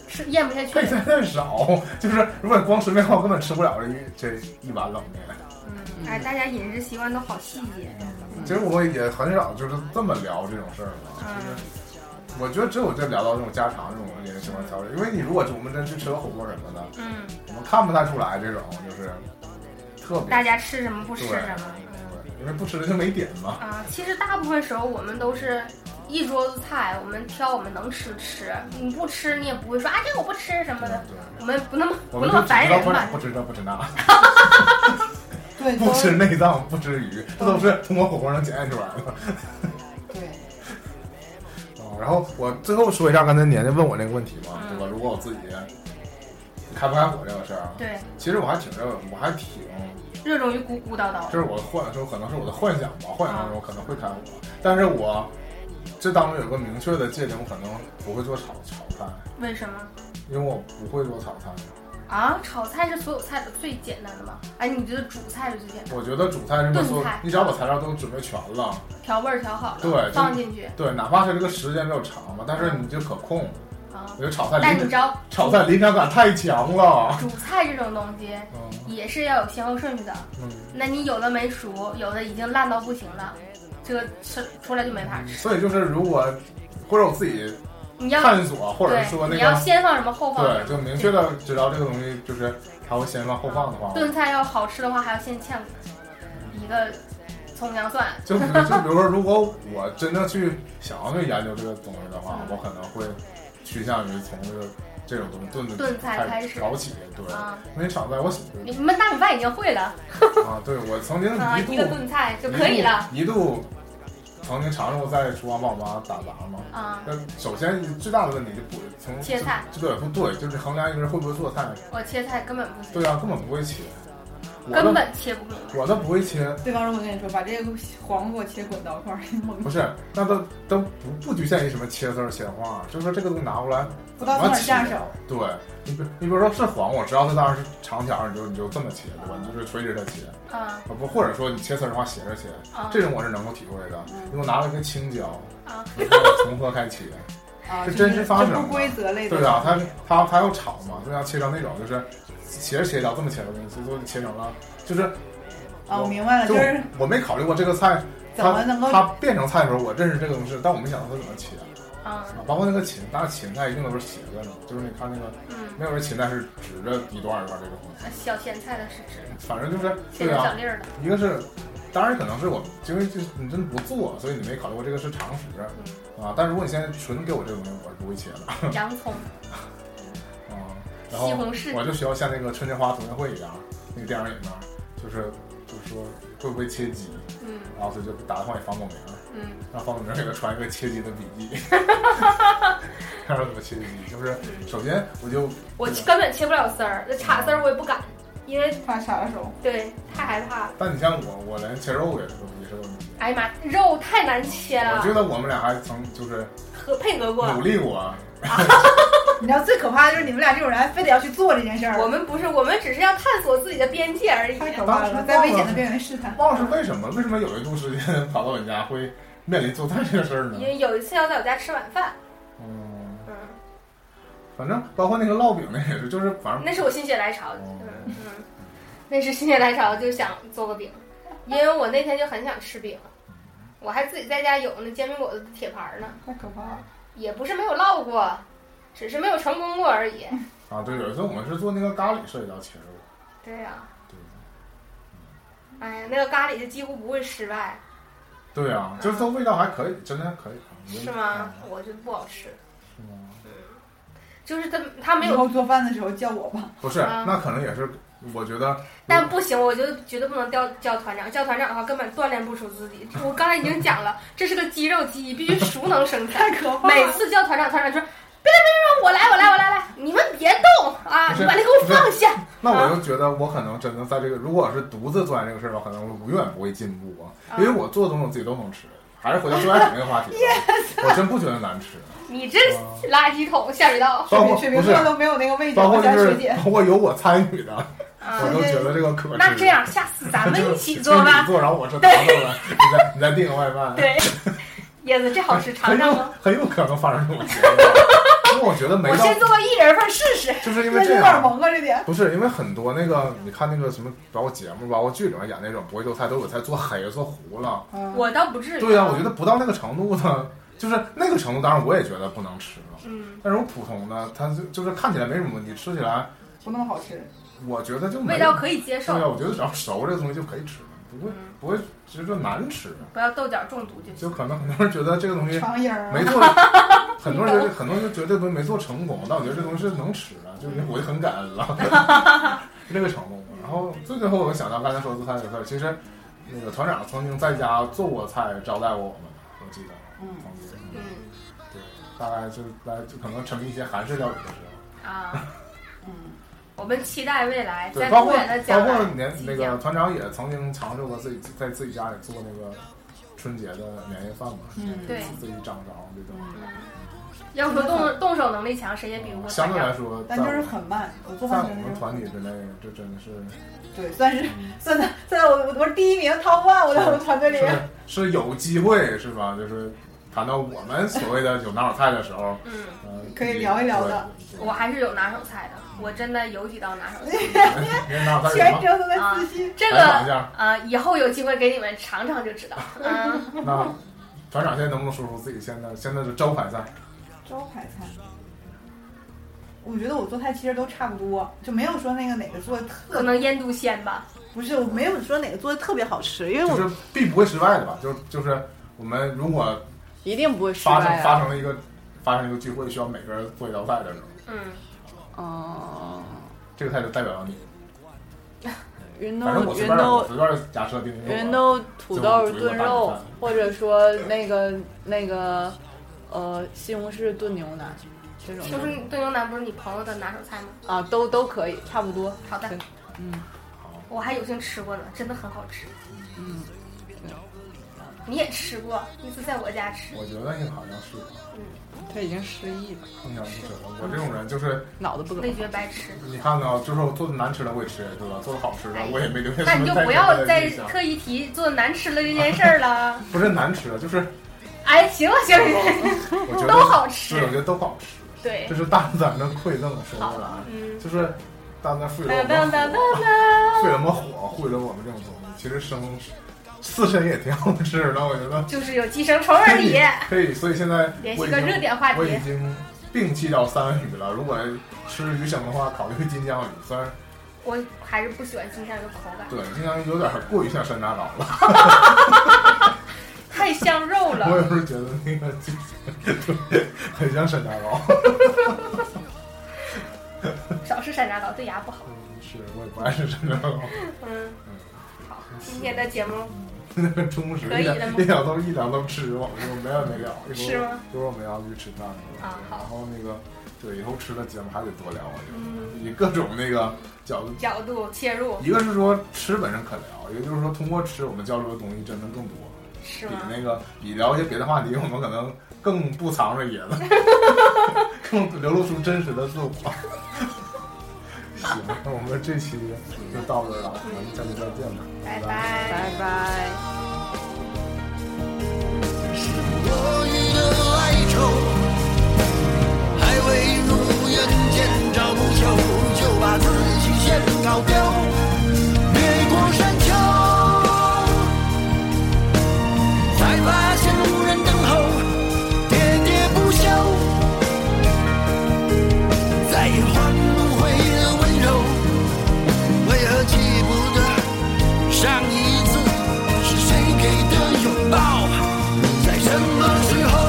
[SPEAKER 4] 吃咽不下去
[SPEAKER 1] 配。菜太少，就是如果你光吃面的话，根本吃不了这一这一碗冷面。
[SPEAKER 4] 嗯，哎，大家饮食习惯都好细节。
[SPEAKER 1] 其实我也很少就是这么聊这种事儿嘛，
[SPEAKER 4] 嗯
[SPEAKER 1] 就是我觉得只有这聊到这种家常这种饮食习惯调整，因为你如果我们真去吃个火锅什么的，
[SPEAKER 4] 嗯，
[SPEAKER 1] 我们看不太出来这种就是特别
[SPEAKER 4] 大家吃什么不吃什么。嗯
[SPEAKER 1] 对，因为不吃的就没点嘛。
[SPEAKER 4] 啊，其实大部分时候我们都是一桌子菜，我们挑我们能吃吃，你不吃你也不会说啊这个我不吃什么
[SPEAKER 1] 对
[SPEAKER 4] 的，，
[SPEAKER 1] 对
[SPEAKER 4] 我们不那么
[SPEAKER 1] 我
[SPEAKER 4] 不
[SPEAKER 1] 们
[SPEAKER 4] 那
[SPEAKER 1] 就
[SPEAKER 4] 么
[SPEAKER 1] 只
[SPEAKER 4] 烦
[SPEAKER 1] 知道
[SPEAKER 4] 人
[SPEAKER 1] 不
[SPEAKER 4] 吧？
[SPEAKER 1] 不吃这不吃那，
[SPEAKER 5] 对，
[SPEAKER 1] 不
[SPEAKER 5] 都
[SPEAKER 1] 吃内脏不吃鱼，这都是通过火锅能检验出来的。
[SPEAKER 5] 对，
[SPEAKER 1] 哦，然后我最后说一下刚才年年问我那个问题嘛，
[SPEAKER 4] 嗯
[SPEAKER 1] 对吧？如果我自己开不开火这个事儿，
[SPEAKER 4] 对，
[SPEAKER 1] 其实我还挺认为，我还挺
[SPEAKER 4] 热衷于咕咕叨叨。
[SPEAKER 1] 这是我幻，就可能是我的幻想吧，幻想
[SPEAKER 4] 嗯
[SPEAKER 1] 当中可能会看我，但是我这当中有个明确的界定，我可能不会做炒炒菜，
[SPEAKER 4] 为什么？
[SPEAKER 1] 因为我不会做炒菜。
[SPEAKER 4] 啊，炒菜是所有菜的最简单的吗？哎，你觉得煮菜是最简单的？
[SPEAKER 1] 我觉得煮菜这么
[SPEAKER 4] 炖
[SPEAKER 1] 做
[SPEAKER 4] 菜，
[SPEAKER 1] 你只要把材料都准备全了，
[SPEAKER 4] 调味儿调好了，
[SPEAKER 1] 对就是
[SPEAKER 4] 放进去
[SPEAKER 1] 对，哪怕是这个时间比较长吧，但是你就可控。
[SPEAKER 4] 啊
[SPEAKER 1] 我。觉得炒菜
[SPEAKER 4] 但你
[SPEAKER 1] 临
[SPEAKER 4] 知道
[SPEAKER 1] 炒菜临场感太强了。
[SPEAKER 4] 煮菜这种东西
[SPEAKER 1] 嗯
[SPEAKER 4] 也是要有先后顺序的，
[SPEAKER 1] 嗯，
[SPEAKER 4] 那你有的没熟，有的已经烂到不行了，这个吃出来就没法吃。
[SPEAKER 1] 嗯所以就是如果或者我自己
[SPEAKER 4] 你要
[SPEAKER 1] 探索，或者
[SPEAKER 4] 对
[SPEAKER 1] 是说，那
[SPEAKER 4] 你要
[SPEAKER 1] 个
[SPEAKER 4] 先放什么后放什
[SPEAKER 1] 对，
[SPEAKER 4] 么，
[SPEAKER 1] 就明确的知道这个东西就是它会先放后放的话，
[SPEAKER 4] 炖菜要好吃的话，还要先炝一个葱姜蒜，
[SPEAKER 1] 就比如就比如说，如果我真正去想要去研究这个东西的话，
[SPEAKER 4] 嗯
[SPEAKER 1] 我可能会趋向于从这个这种东西炖的
[SPEAKER 4] 炖菜开始
[SPEAKER 1] 炒起，对。
[SPEAKER 4] 啊，
[SPEAKER 1] 因为炒菜我喜
[SPEAKER 4] 你你们大米饭已经会了
[SPEAKER 1] 啊，对我曾经
[SPEAKER 4] 啊，
[SPEAKER 1] 一
[SPEAKER 4] 一个
[SPEAKER 1] 度
[SPEAKER 4] 炖菜就可以了
[SPEAKER 1] 一度，一度曾经尝试过在厨房帮我妈打杂嘛。
[SPEAKER 4] 啊。
[SPEAKER 1] 那首先最大的问题就不从
[SPEAKER 4] 切菜，
[SPEAKER 1] 对不对？就是衡量一个人会不会做菜。
[SPEAKER 4] 我切菜根本不行，
[SPEAKER 1] 对啊，根本不会切，我
[SPEAKER 4] 根
[SPEAKER 1] 的
[SPEAKER 4] 本切不明白。
[SPEAKER 1] 我的不会切，
[SPEAKER 5] 对方如果跟你说把这个黄瓜切滚刀块儿，蒙
[SPEAKER 1] 不是，那都都不不局限于什么切字儿切画儿，就是说这个东西拿过来
[SPEAKER 5] 不到
[SPEAKER 1] 怎
[SPEAKER 5] 那
[SPEAKER 1] 么
[SPEAKER 5] 儿
[SPEAKER 1] 切
[SPEAKER 5] 下手，
[SPEAKER 1] 对你比你比如说是黄瓜，我知道它当然是长条儿，你就你就这么切，对吧？你就是垂直的切，
[SPEAKER 4] 啊
[SPEAKER 1] 啊不或者说你切丝儿的话斜着切，
[SPEAKER 4] 啊
[SPEAKER 1] 这种我是能够体会的。因为我拿了一个青椒，
[SPEAKER 4] 啊！
[SPEAKER 1] 然后从何开切？
[SPEAKER 5] 啊，
[SPEAKER 1] 这
[SPEAKER 5] 就
[SPEAKER 1] 真
[SPEAKER 5] 是
[SPEAKER 1] 实发生
[SPEAKER 5] 这
[SPEAKER 1] 的
[SPEAKER 5] 不规则类的。
[SPEAKER 1] 对啊，它它它要炒嘛，就要切成那种就是斜着切椒这么切的东西，所以说就切成了就是
[SPEAKER 5] 啊，
[SPEAKER 1] 我
[SPEAKER 5] 我明白了，
[SPEAKER 1] 就
[SPEAKER 5] 就是
[SPEAKER 1] 我没考虑过这个菜
[SPEAKER 5] 怎么能够
[SPEAKER 1] 它变成菜的时候，我认识这个东西，但我没想到它怎么切
[SPEAKER 4] 啊，
[SPEAKER 1] 啊。包括那个芹，当然芹菜一定都是斜着的，就是你看那个
[SPEAKER 4] 嗯，
[SPEAKER 1] 没有人芹菜是直着一段儿一段儿这种东西，
[SPEAKER 4] 小咸菜的是指
[SPEAKER 1] 反正就是
[SPEAKER 4] 切
[SPEAKER 1] 对
[SPEAKER 4] 成小
[SPEAKER 1] 啊，
[SPEAKER 4] 粒儿的，
[SPEAKER 1] 一个是。当然，可能是我因为就是你真的不做，所以你没考虑过这个是常识啊。但如果你现在纯给我这个东西，我是不会切的 [LAUGHS]
[SPEAKER 4] 嗯，洋葱、
[SPEAKER 1] 啊。然
[SPEAKER 4] 西
[SPEAKER 1] 后
[SPEAKER 4] 红柿
[SPEAKER 1] 我就需要像那个春节花同学会一样，那个电影里面就是就是说会不会切鸡，
[SPEAKER 4] 嗯
[SPEAKER 1] 然后他就打电话给房某明，
[SPEAKER 4] 嗯，
[SPEAKER 1] 让方总明给他传一个切鸡的笔
[SPEAKER 4] [LAUGHS]
[SPEAKER 1] 记，看他怎么切鸡。就是首先我就
[SPEAKER 4] 嗯我根本切不了丝儿，那插丝儿我也不敢，因为
[SPEAKER 5] 怕插着手，
[SPEAKER 4] 对太害怕了。
[SPEAKER 1] 但你像我，我连切肉也是也是问题。
[SPEAKER 4] 哎呀妈，肉太难切
[SPEAKER 1] 我
[SPEAKER 4] 了
[SPEAKER 1] 觉，得我们俩还曾就是
[SPEAKER 4] 和配合过。
[SPEAKER 1] 努力过，啊
[SPEAKER 5] 你知道最可怕的就是你们俩这种人还非得要去做这件事
[SPEAKER 3] 嗯
[SPEAKER 5] 儿，
[SPEAKER 4] 我们不是，我们只是要探索自己的边界而已。
[SPEAKER 5] 太可怕了，在危险的边缘试探。
[SPEAKER 1] 忘了是为什么？为什么有一段时间 [LAUGHS] 跑到我家会面临做菜这个事儿呢
[SPEAKER 4] 因？为有一次要在我家吃晚饭，
[SPEAKER 1] 嗯，
[SPEAKER 4] 嗯，
[SPEAKER 1] 反正包括那个烙饼那也是，就是反正
[SPEAKER 4] 那是我心血来潮，嗯嗯，那是心血来潮就想做个饼，因为我那天就很想吃饼，我还自己在家有那煎饼果子的铁盘呢，
[SPEAKER 5] 太可怕了！
[SPEAKER 4] 也不是没有烙过，只是没有成功过而已。
[SPEAKER 1] 啊，对，有一次我们是做那个咖喱涉及到切肉，
[SPEAKER 4] 对啊呀、
[SPEAKER 1] 对。
[SPEAKER 4] [LAUGHS] 哎呀，那个咖喱就几乎不会失败，
[SPEAKER 1] 对啊，就是它味道还可以，真的还可以，啊嗯
[SPEAKER 4] 嗯是吗？？我觉得不好吃，
[SPEAKER 1] 是吗？
[SPEAKER 4] 就是它它没
[SPEAKER 5] 以
[SPEAKER 1] 嗯
[SPEAKER 4] 有，
[SPEAKER 5] 后做饭的时候叫我吧。
[SPEAKER 1] 不是，
[SPEAKER 4] 啊
[SPEAKER 1] 那可能也是，我觉得
[SPEAKER 4] 但不行，我觉得绝对不能叫叫团长，叫团长的话根本锻炼不出自己。我刚才已经讲了，这是个肌肉记忆，必须熟能
[SPEAKER 1] [LAUGHS]
[SPEAKER 4] 生
[SPEAKER 5] 太
[SPEAKER 4] 财。
[SPEAKER 5] 可怕
[SPEAKER 4] 每
[SPEAKER 5] 了！
[SPEAKER 4] 次叫团长，团长就说：“别别别别，我来我来我来来，你们别动啊，
[SPEAKER 1] 不是
[SPEAKER 4] 你把那给我放下。
[SPEAKER 1] 那
[SPEAKER 4] 啊
[SPEAKER 1] 我就觉得我可能真的在这个，如果是独自钻研这个事儿的话，可能我永远不会进步啊，
[SPEAKER 4] 啊
[SPEAKER 1] 因为我做的东西我自己都能吃。还是回到最开始那个话题
[SPEAKER 4] [LAUGHS]
[SPEAKER 1] 吧，我真不觉得难吃，”
[SPEAKER 4] 你这
[SPEAKER 1] 啊
[SPEAKER 4] 垃圾桶下水道
[SPEAKER 5] [LAUGHS]
[SPEAKER 1] 包括
[SPEAKER 5] 水
[SPEAKER 1] 不
[SPEAKER 5] 瓶
[SPEAKER 1] 是，
[SPEAKER 5] 座都没有那个味觉，
[SPEAKER 1] 包括
[SPEAKER 5] 我
[SPEAKER 1] 就
[SPEAKER 5] 家
[SPEAKER 1] 是
[SPEAKER 5] 学姐。
[SPEAKER 1] 包括有我参与的，
[SPEAKER 4] 啊
[SPEAKER 1] 我！都觉得这个可吃。
[SPEAKER 4] 那这样，下次咱们一起
[SPEAKER 1] [LAUGHS] 就是
[SPEAKER 4] 做
[SPEAKER 1] 你
[SPEAKER 4] 吧。
[SPEAKER 1] 做，然后我是尝尝了，你再你再订个外卖，
[SPEAKER 4] 对，
[SPEAKER 1] [LAUGHS]
[SPEAKER 4] 椰子这好吃，尝
[SPEAKER 1] 很
[SPEAKER 4] 尝
[SPEAKER 1] 有
[SPEAKER 4] 吗？
[SPEAKER 1] 很有可能发生这种情况，因为我觉得没
[SPEAKER 4] 我
[SPEAKER 1] 到，
[SPEAKER 4] 先做个一人份试试。
[SPEAKER 1] 就是因
[SPEAKER 5] 那
[SPEAKER 1] 为
[SPEAKER 5] 有
[SPEAKER 1] 这
[SPEAKER 5] 点
[SPEAKER 1] 样，
[SPEAKER 5] 萌啊，这点。
[SPEAKER 1] 不是因为很多那个，你看那个什么，包括节目，包括剧里面演那种不会做菜，都有菜做黑了、做糊了。
[SPEAKER 4] 我倒不至于。
[SPEAKER 1] 嗯对啊呀、我觉得不到那个程度呢，就是那个程度，当然我也觉得不能吃了。
[SPEAKER 4] 嗯，
[SPEAKER 1] 但是我普通的，它就就是看起来没什么问题，吃起来
[SPEAKER 5] 不那么好吃，
[SPEAKER 1] 我觉得就没
[SPEAKER 4] 味道可以接
[SPEAKER 1] 对呀、啊
[SPEAKER 4] 受，
[SPEAKER 1] 我觉得只要熟这个东西就可以吃了，不会
[SPEAKER 4] 嗯
[SPEAKER 1] 不会觉得难吃。
[SPEAKER 4] 不要豆角中毒就
[SPEAKER 1] 就
[SPEAKER 4] 行。
[SPEAKER 1] 可能很多人觉得这个东西
[SPEAKER 5] 苍蝇儿
[SPEAKER 1] 没
[SPEAKER 5] 啊。
[SPEAKER 1] 做， [LAUGHS] 很多人觉得很多人就觉得这东西没做成功，但我觉得这东西是能吃的，就是
[SPEAKER 4] 嗯
[SPEAKER 1] 我就很感恩
[SPEAKER 4] [LAUGHS]
[SPEAKER 1] 了，就这个成功。然后最最后我想到刚才说做菜这个事儿，其实那个团长曾经在家做过菜招待过我们，我记得，
[SPEAKER 5] 嗯
[SPEAKER 1] 曾经，
[SPEAKER 4] 嗯
[SPEAKER 1] 大概就是在就可能沉迷一些韩式料理的时候，
[SPEAKER 4] 啊，
[SPEAKER 5] 嗯，
[SPEAKER 4] 我们期待未来，
[SPEAKER 1] 对，
[SPEAKER 4] 在
[SPEAKER 1] 包
[SPEAKER 4] 不
[SPEAKER 1] 括
[SPEAKER 4] 远的
[SPEAKER 1] 包
[SPEAKER 4] 将
[SPEAKER 1] 括
[SPEAKER 4] 来，
[SPEAKER 1] 年
[SPEAKER 4] 即
[SPEAKER 1] 那个
[SPEAKER 4] 将
[SPEAKER 1] 团长也曾经尝试过自己在自己家里做那个春节的年夜饭嘛，
[SPEAKER 5] 嗯
[SPEAKER 4] 对
[SPEAKER 1] 自己掌勺这种。
[SPEAKER 4] 嗯，要说
[SPEAKER 1] 嗯
[SPEAKER 4] 动动手能力强，谁也比不过
[SPEAKER 1] 相
[SPEAKER 4] 团
[SPEAKER 1] 对来
[SPEAKER 4] 长。
[SPEAKER 1] 说，在
[SPEAKER 5] 但就是
[SPEAKER 1] 我
[SPEAKER 5] 很慢，我做
[SPEAKER 1] 在
[SPEAKER 5] 饭
[SPEAKER 1] 我
[SPEAKER 5] 真的
[SPEAKER 1] 们
[SPEAKER 5] 是很
[SPEAKER 1] 团体
[SPEAKER 5] 慢
[SPEAKER 1] 之内，这真的是
[SPEAKER 5] 对，算是算在算在我我我是第一名 top one，我在我们团队里。
[SPEAKER 1] 是是有机会是吧？就是谈到我们所谓的有拿手菜的时候，
[SPEAKER 4] 嗯，
[SPEAKER 1] 呃，
[SPEAKER 5] 可以聊一聊的
[SPEAKER 1] 对。
[SPEAKER 4] 我还是有拿手菜的，我真的有几道拿手菜。啊
[SPEAKER 1] 你拿手菜是什
[SPEAKER 5] 全
[SPEAKER 1] 么？
[SPEAKER 5] 程都在自信。
[SPEAKER 4] 这
[SPEAKER 1] 来讲一
[SPEAKER 4] 个
[SPEAKER 1] 下。
[SPEAKER 4] 呃，以后有机会给你们尝尝就
[SPEAKER 5] [LAUGHS]
[SPEAKER 4] 知道。嗯，
[SPEAKER 1] 那团长现在能不能说出自己现在现在的招牌菜？
[SPEAKER 5] 招牌菜，我觉得我做菜其实都差不多，就没有说那个哪个做的
[SPEAKER 4] 可
[SPEAKER 5] 特
[SPEAKER 4] 能腌笃鲜吧。
[SPEAKER 5] 不是，我没有说哪个做的特别好吃，因为
[SPEAKER 1] 就
[SPEAKER 5] 我
[SPEAKER 1] 是必不会失败的吧？就是就是我们如果
[SPEAKER 3] 一定不会失
[SPEAKER 1] 发
[SPEAKER 3] 败
[SPEAKER 1] 生发
[SPEAKER 3] 啊。
[SPEAKER 1] 生了一个发生一个聚会，需要每个人做一道菜的时候，
[SPEAKER 4] 嗯，
[SPEAKER 3] 嗯，
[SPEAKER 1] 这个菜就代表了你。
[SPEAKER 3] 芸
[SPEAKER 1] 反正我
[SPEAKER 3] 豆
[SPEAKER 1] 随
[SPEAKER 3] 芸
[SPEAKER 1] 便
[SPEAKER 3] 豆
[SPEAKER 1] 我随便假设定义，
[SPEAKER 3] 芸豆土豆炖肉，或者说那个那个呃西红柿炖牛腩这种
[SPEAKER 4] 就是你炖牛腩不是你朋友的拿手菜吗？
[SPEAKER 3] 啊，都都可以，差不多。
[SPEAKER 4] 好的
[SPEAKER 3] 行，嗯
[SPEAKER 1] 好
[SPEAKER 4] 我还有幸吃过呢，真的很好吃。
[SPEAKER 3] 嗯，
[SPEAKER 4] 你也吃过一次在我家吃，
[SPEAKER 1] 我觉得你好像是
[SPEAKER 3] 他已经失忆了，
[SPEAKER 1] 碰巧不吃了。我这种人就是，
[SPEAKER 3] 脑子不怎
[SPEAKER 4] 味
[SPEAKER 3] 么。
[SPEAKER 4] 觉白吃。
[SPEAKER 1] 你看到，就是我做的难吃的我也吃，对吧？做的好吃的我也没留下
[SPEAKER 4] 哎那
[SPEAKER 1] 什么
[SPEAKER 4] 你就
[SPEAKER 1] 太
[SPEAKER 4] 不要
[SPEAKER 1] 深刻的
[SPEAKER 4] 再
[SPEAKER 1] 印象。
[SPEAKER 4] 特意提做难吃了这件事儿了。
[SPEAKER 1] 不是难吃，
[SPEAKER 4] [LAUGHS]
[SPEAKER 1] 就是
[SPEAKER 4] 哎，行了行了，
[SPEAKER 1] [LAUGHS] 我觉得
[SPEAKER 4] 都好
[SPEAKER 1] 是我
[SPEAKER 4] 吃。
[SPEAKER 1] 觉得都好吃。
[SPEAKER 4] 对
[SPEAKER 1] 这，是大自然的馈赠，说不来。
[SPEAKER 4] 嗯，
[SPEAKER 1] 就是大家赋予了
[SPEAKER 4] 当
[SPEAKER 1] 我
[SPEAKER 4] 当
[SPEAKER 1] 们
[SPEAKER 4] 当
[SPEAKER 1] 火，
[SPEAKER 4] 当
[SPEAKER 1] 赋
[SPEAKER 4] 当，
[SPEAKER 1] 予了我们火，赋予了我们这种东西。其实生刺身也挺好吃的，我觉得。
[SPEAKER 4] 就是有寄生虫而
[SPEAKER 1] 可以
[SPEAKER 4] 已。
[SPEAKER 1] 可以，所以现在
[SPEAKER 4] 联
[SPEAKER 1] 我
[SPEAKER 4] 系
[SPEAKER 1] 已
[SPEAKER 4] 个热
[SPEAKER 1] 经
[SPEAKER 4] 点话
[SPEAKER 1] 我已
[SPEAKER 4] 题，
[SPEAKER 1] 经摒弃掉三文鱼了。如果吃鱼生的话，考虑金枪鱼，虽然
[SPEAKER 4] 我还是不喜欢金香的口感，
[SPEAKER 1] 对金枪鱼有点过于像山楂糕了。
[SPEAKER 4] 太像肉
[SPEAKER 1] 我有
[SPEAKER 4] 了。
[SPEAKER 1] 时候觉得那个 [LAUGHS] 金对很像山楂糕。
[SPEAKER 4] 少吃山楂糕对牙不好。
[SPEAKER 1] 嗯是，我也不爱吃山楂糕。
[SPEAKER 4] 嗯，好，今天的节目
[SPEAKER 1] 那个充实
[SPEAKER 4] 可
[SPEAKER 1] 一
[SPEAKER 4] 以的
[SPEAKER 1] 点
[SPEAKER 4] 吗，
[SPEAKER 1] 一点都一点都不吃，我们就没完没了。一会
[SPEAKER 4] 是
[SPEAKER 1] 儿
[SPEAKER 4] 吗？
[SPEAKER 1] 一会儿我们要去吃饭去了
[SPEAKER 4] 啊好
[SPEAKER 1] 然后那个，对，以后吃的节目还得多聊，我觉
[SPEAKER 4] 嗯，
[SPEAKER 1] 得以各种那个角度，
[SPEAKER 4] 角度切入
[SPEAKER 1] 一个是说吃本身可聊，一个就是说通过吃我们交流的东西真的更多，
[SPEAKER 4] 是
[SPEAKER 1] 比
[SPEAKER 4] 吗？
[SPEAKER 1] 那个比聊一些别的话题，我们可能更不藏着掖
[SPEAKER 4] [LAUGHS]
[SPEAKER 1] 着，更流露出真实的自我。 [LAUGHS] 行，那我们这期就到这儿了，咱们下期再见吧，
[SPEAKER 4] 拜
[SPEAKER 1] 拜
[SPEAKER 4] 拜。
[SPEAKER 3] 拜拜。
[SPEAKER 7] 我一个哀愁，还未入人间，朝不休，就把自己先搞丢。越过山丘，才发现无人等候，喋喋不休。再也换不回的温柔，为何记不得上一次是谁给的拥抱？在什么时候？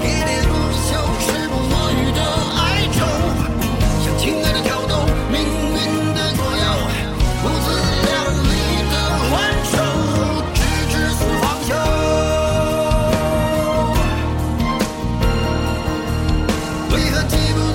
[SPEAKER 7] 喋喋不休、时不我予的哀愁，像情爱的跳动，命运的左右，不自量力的还手，直至死方休。为何记不得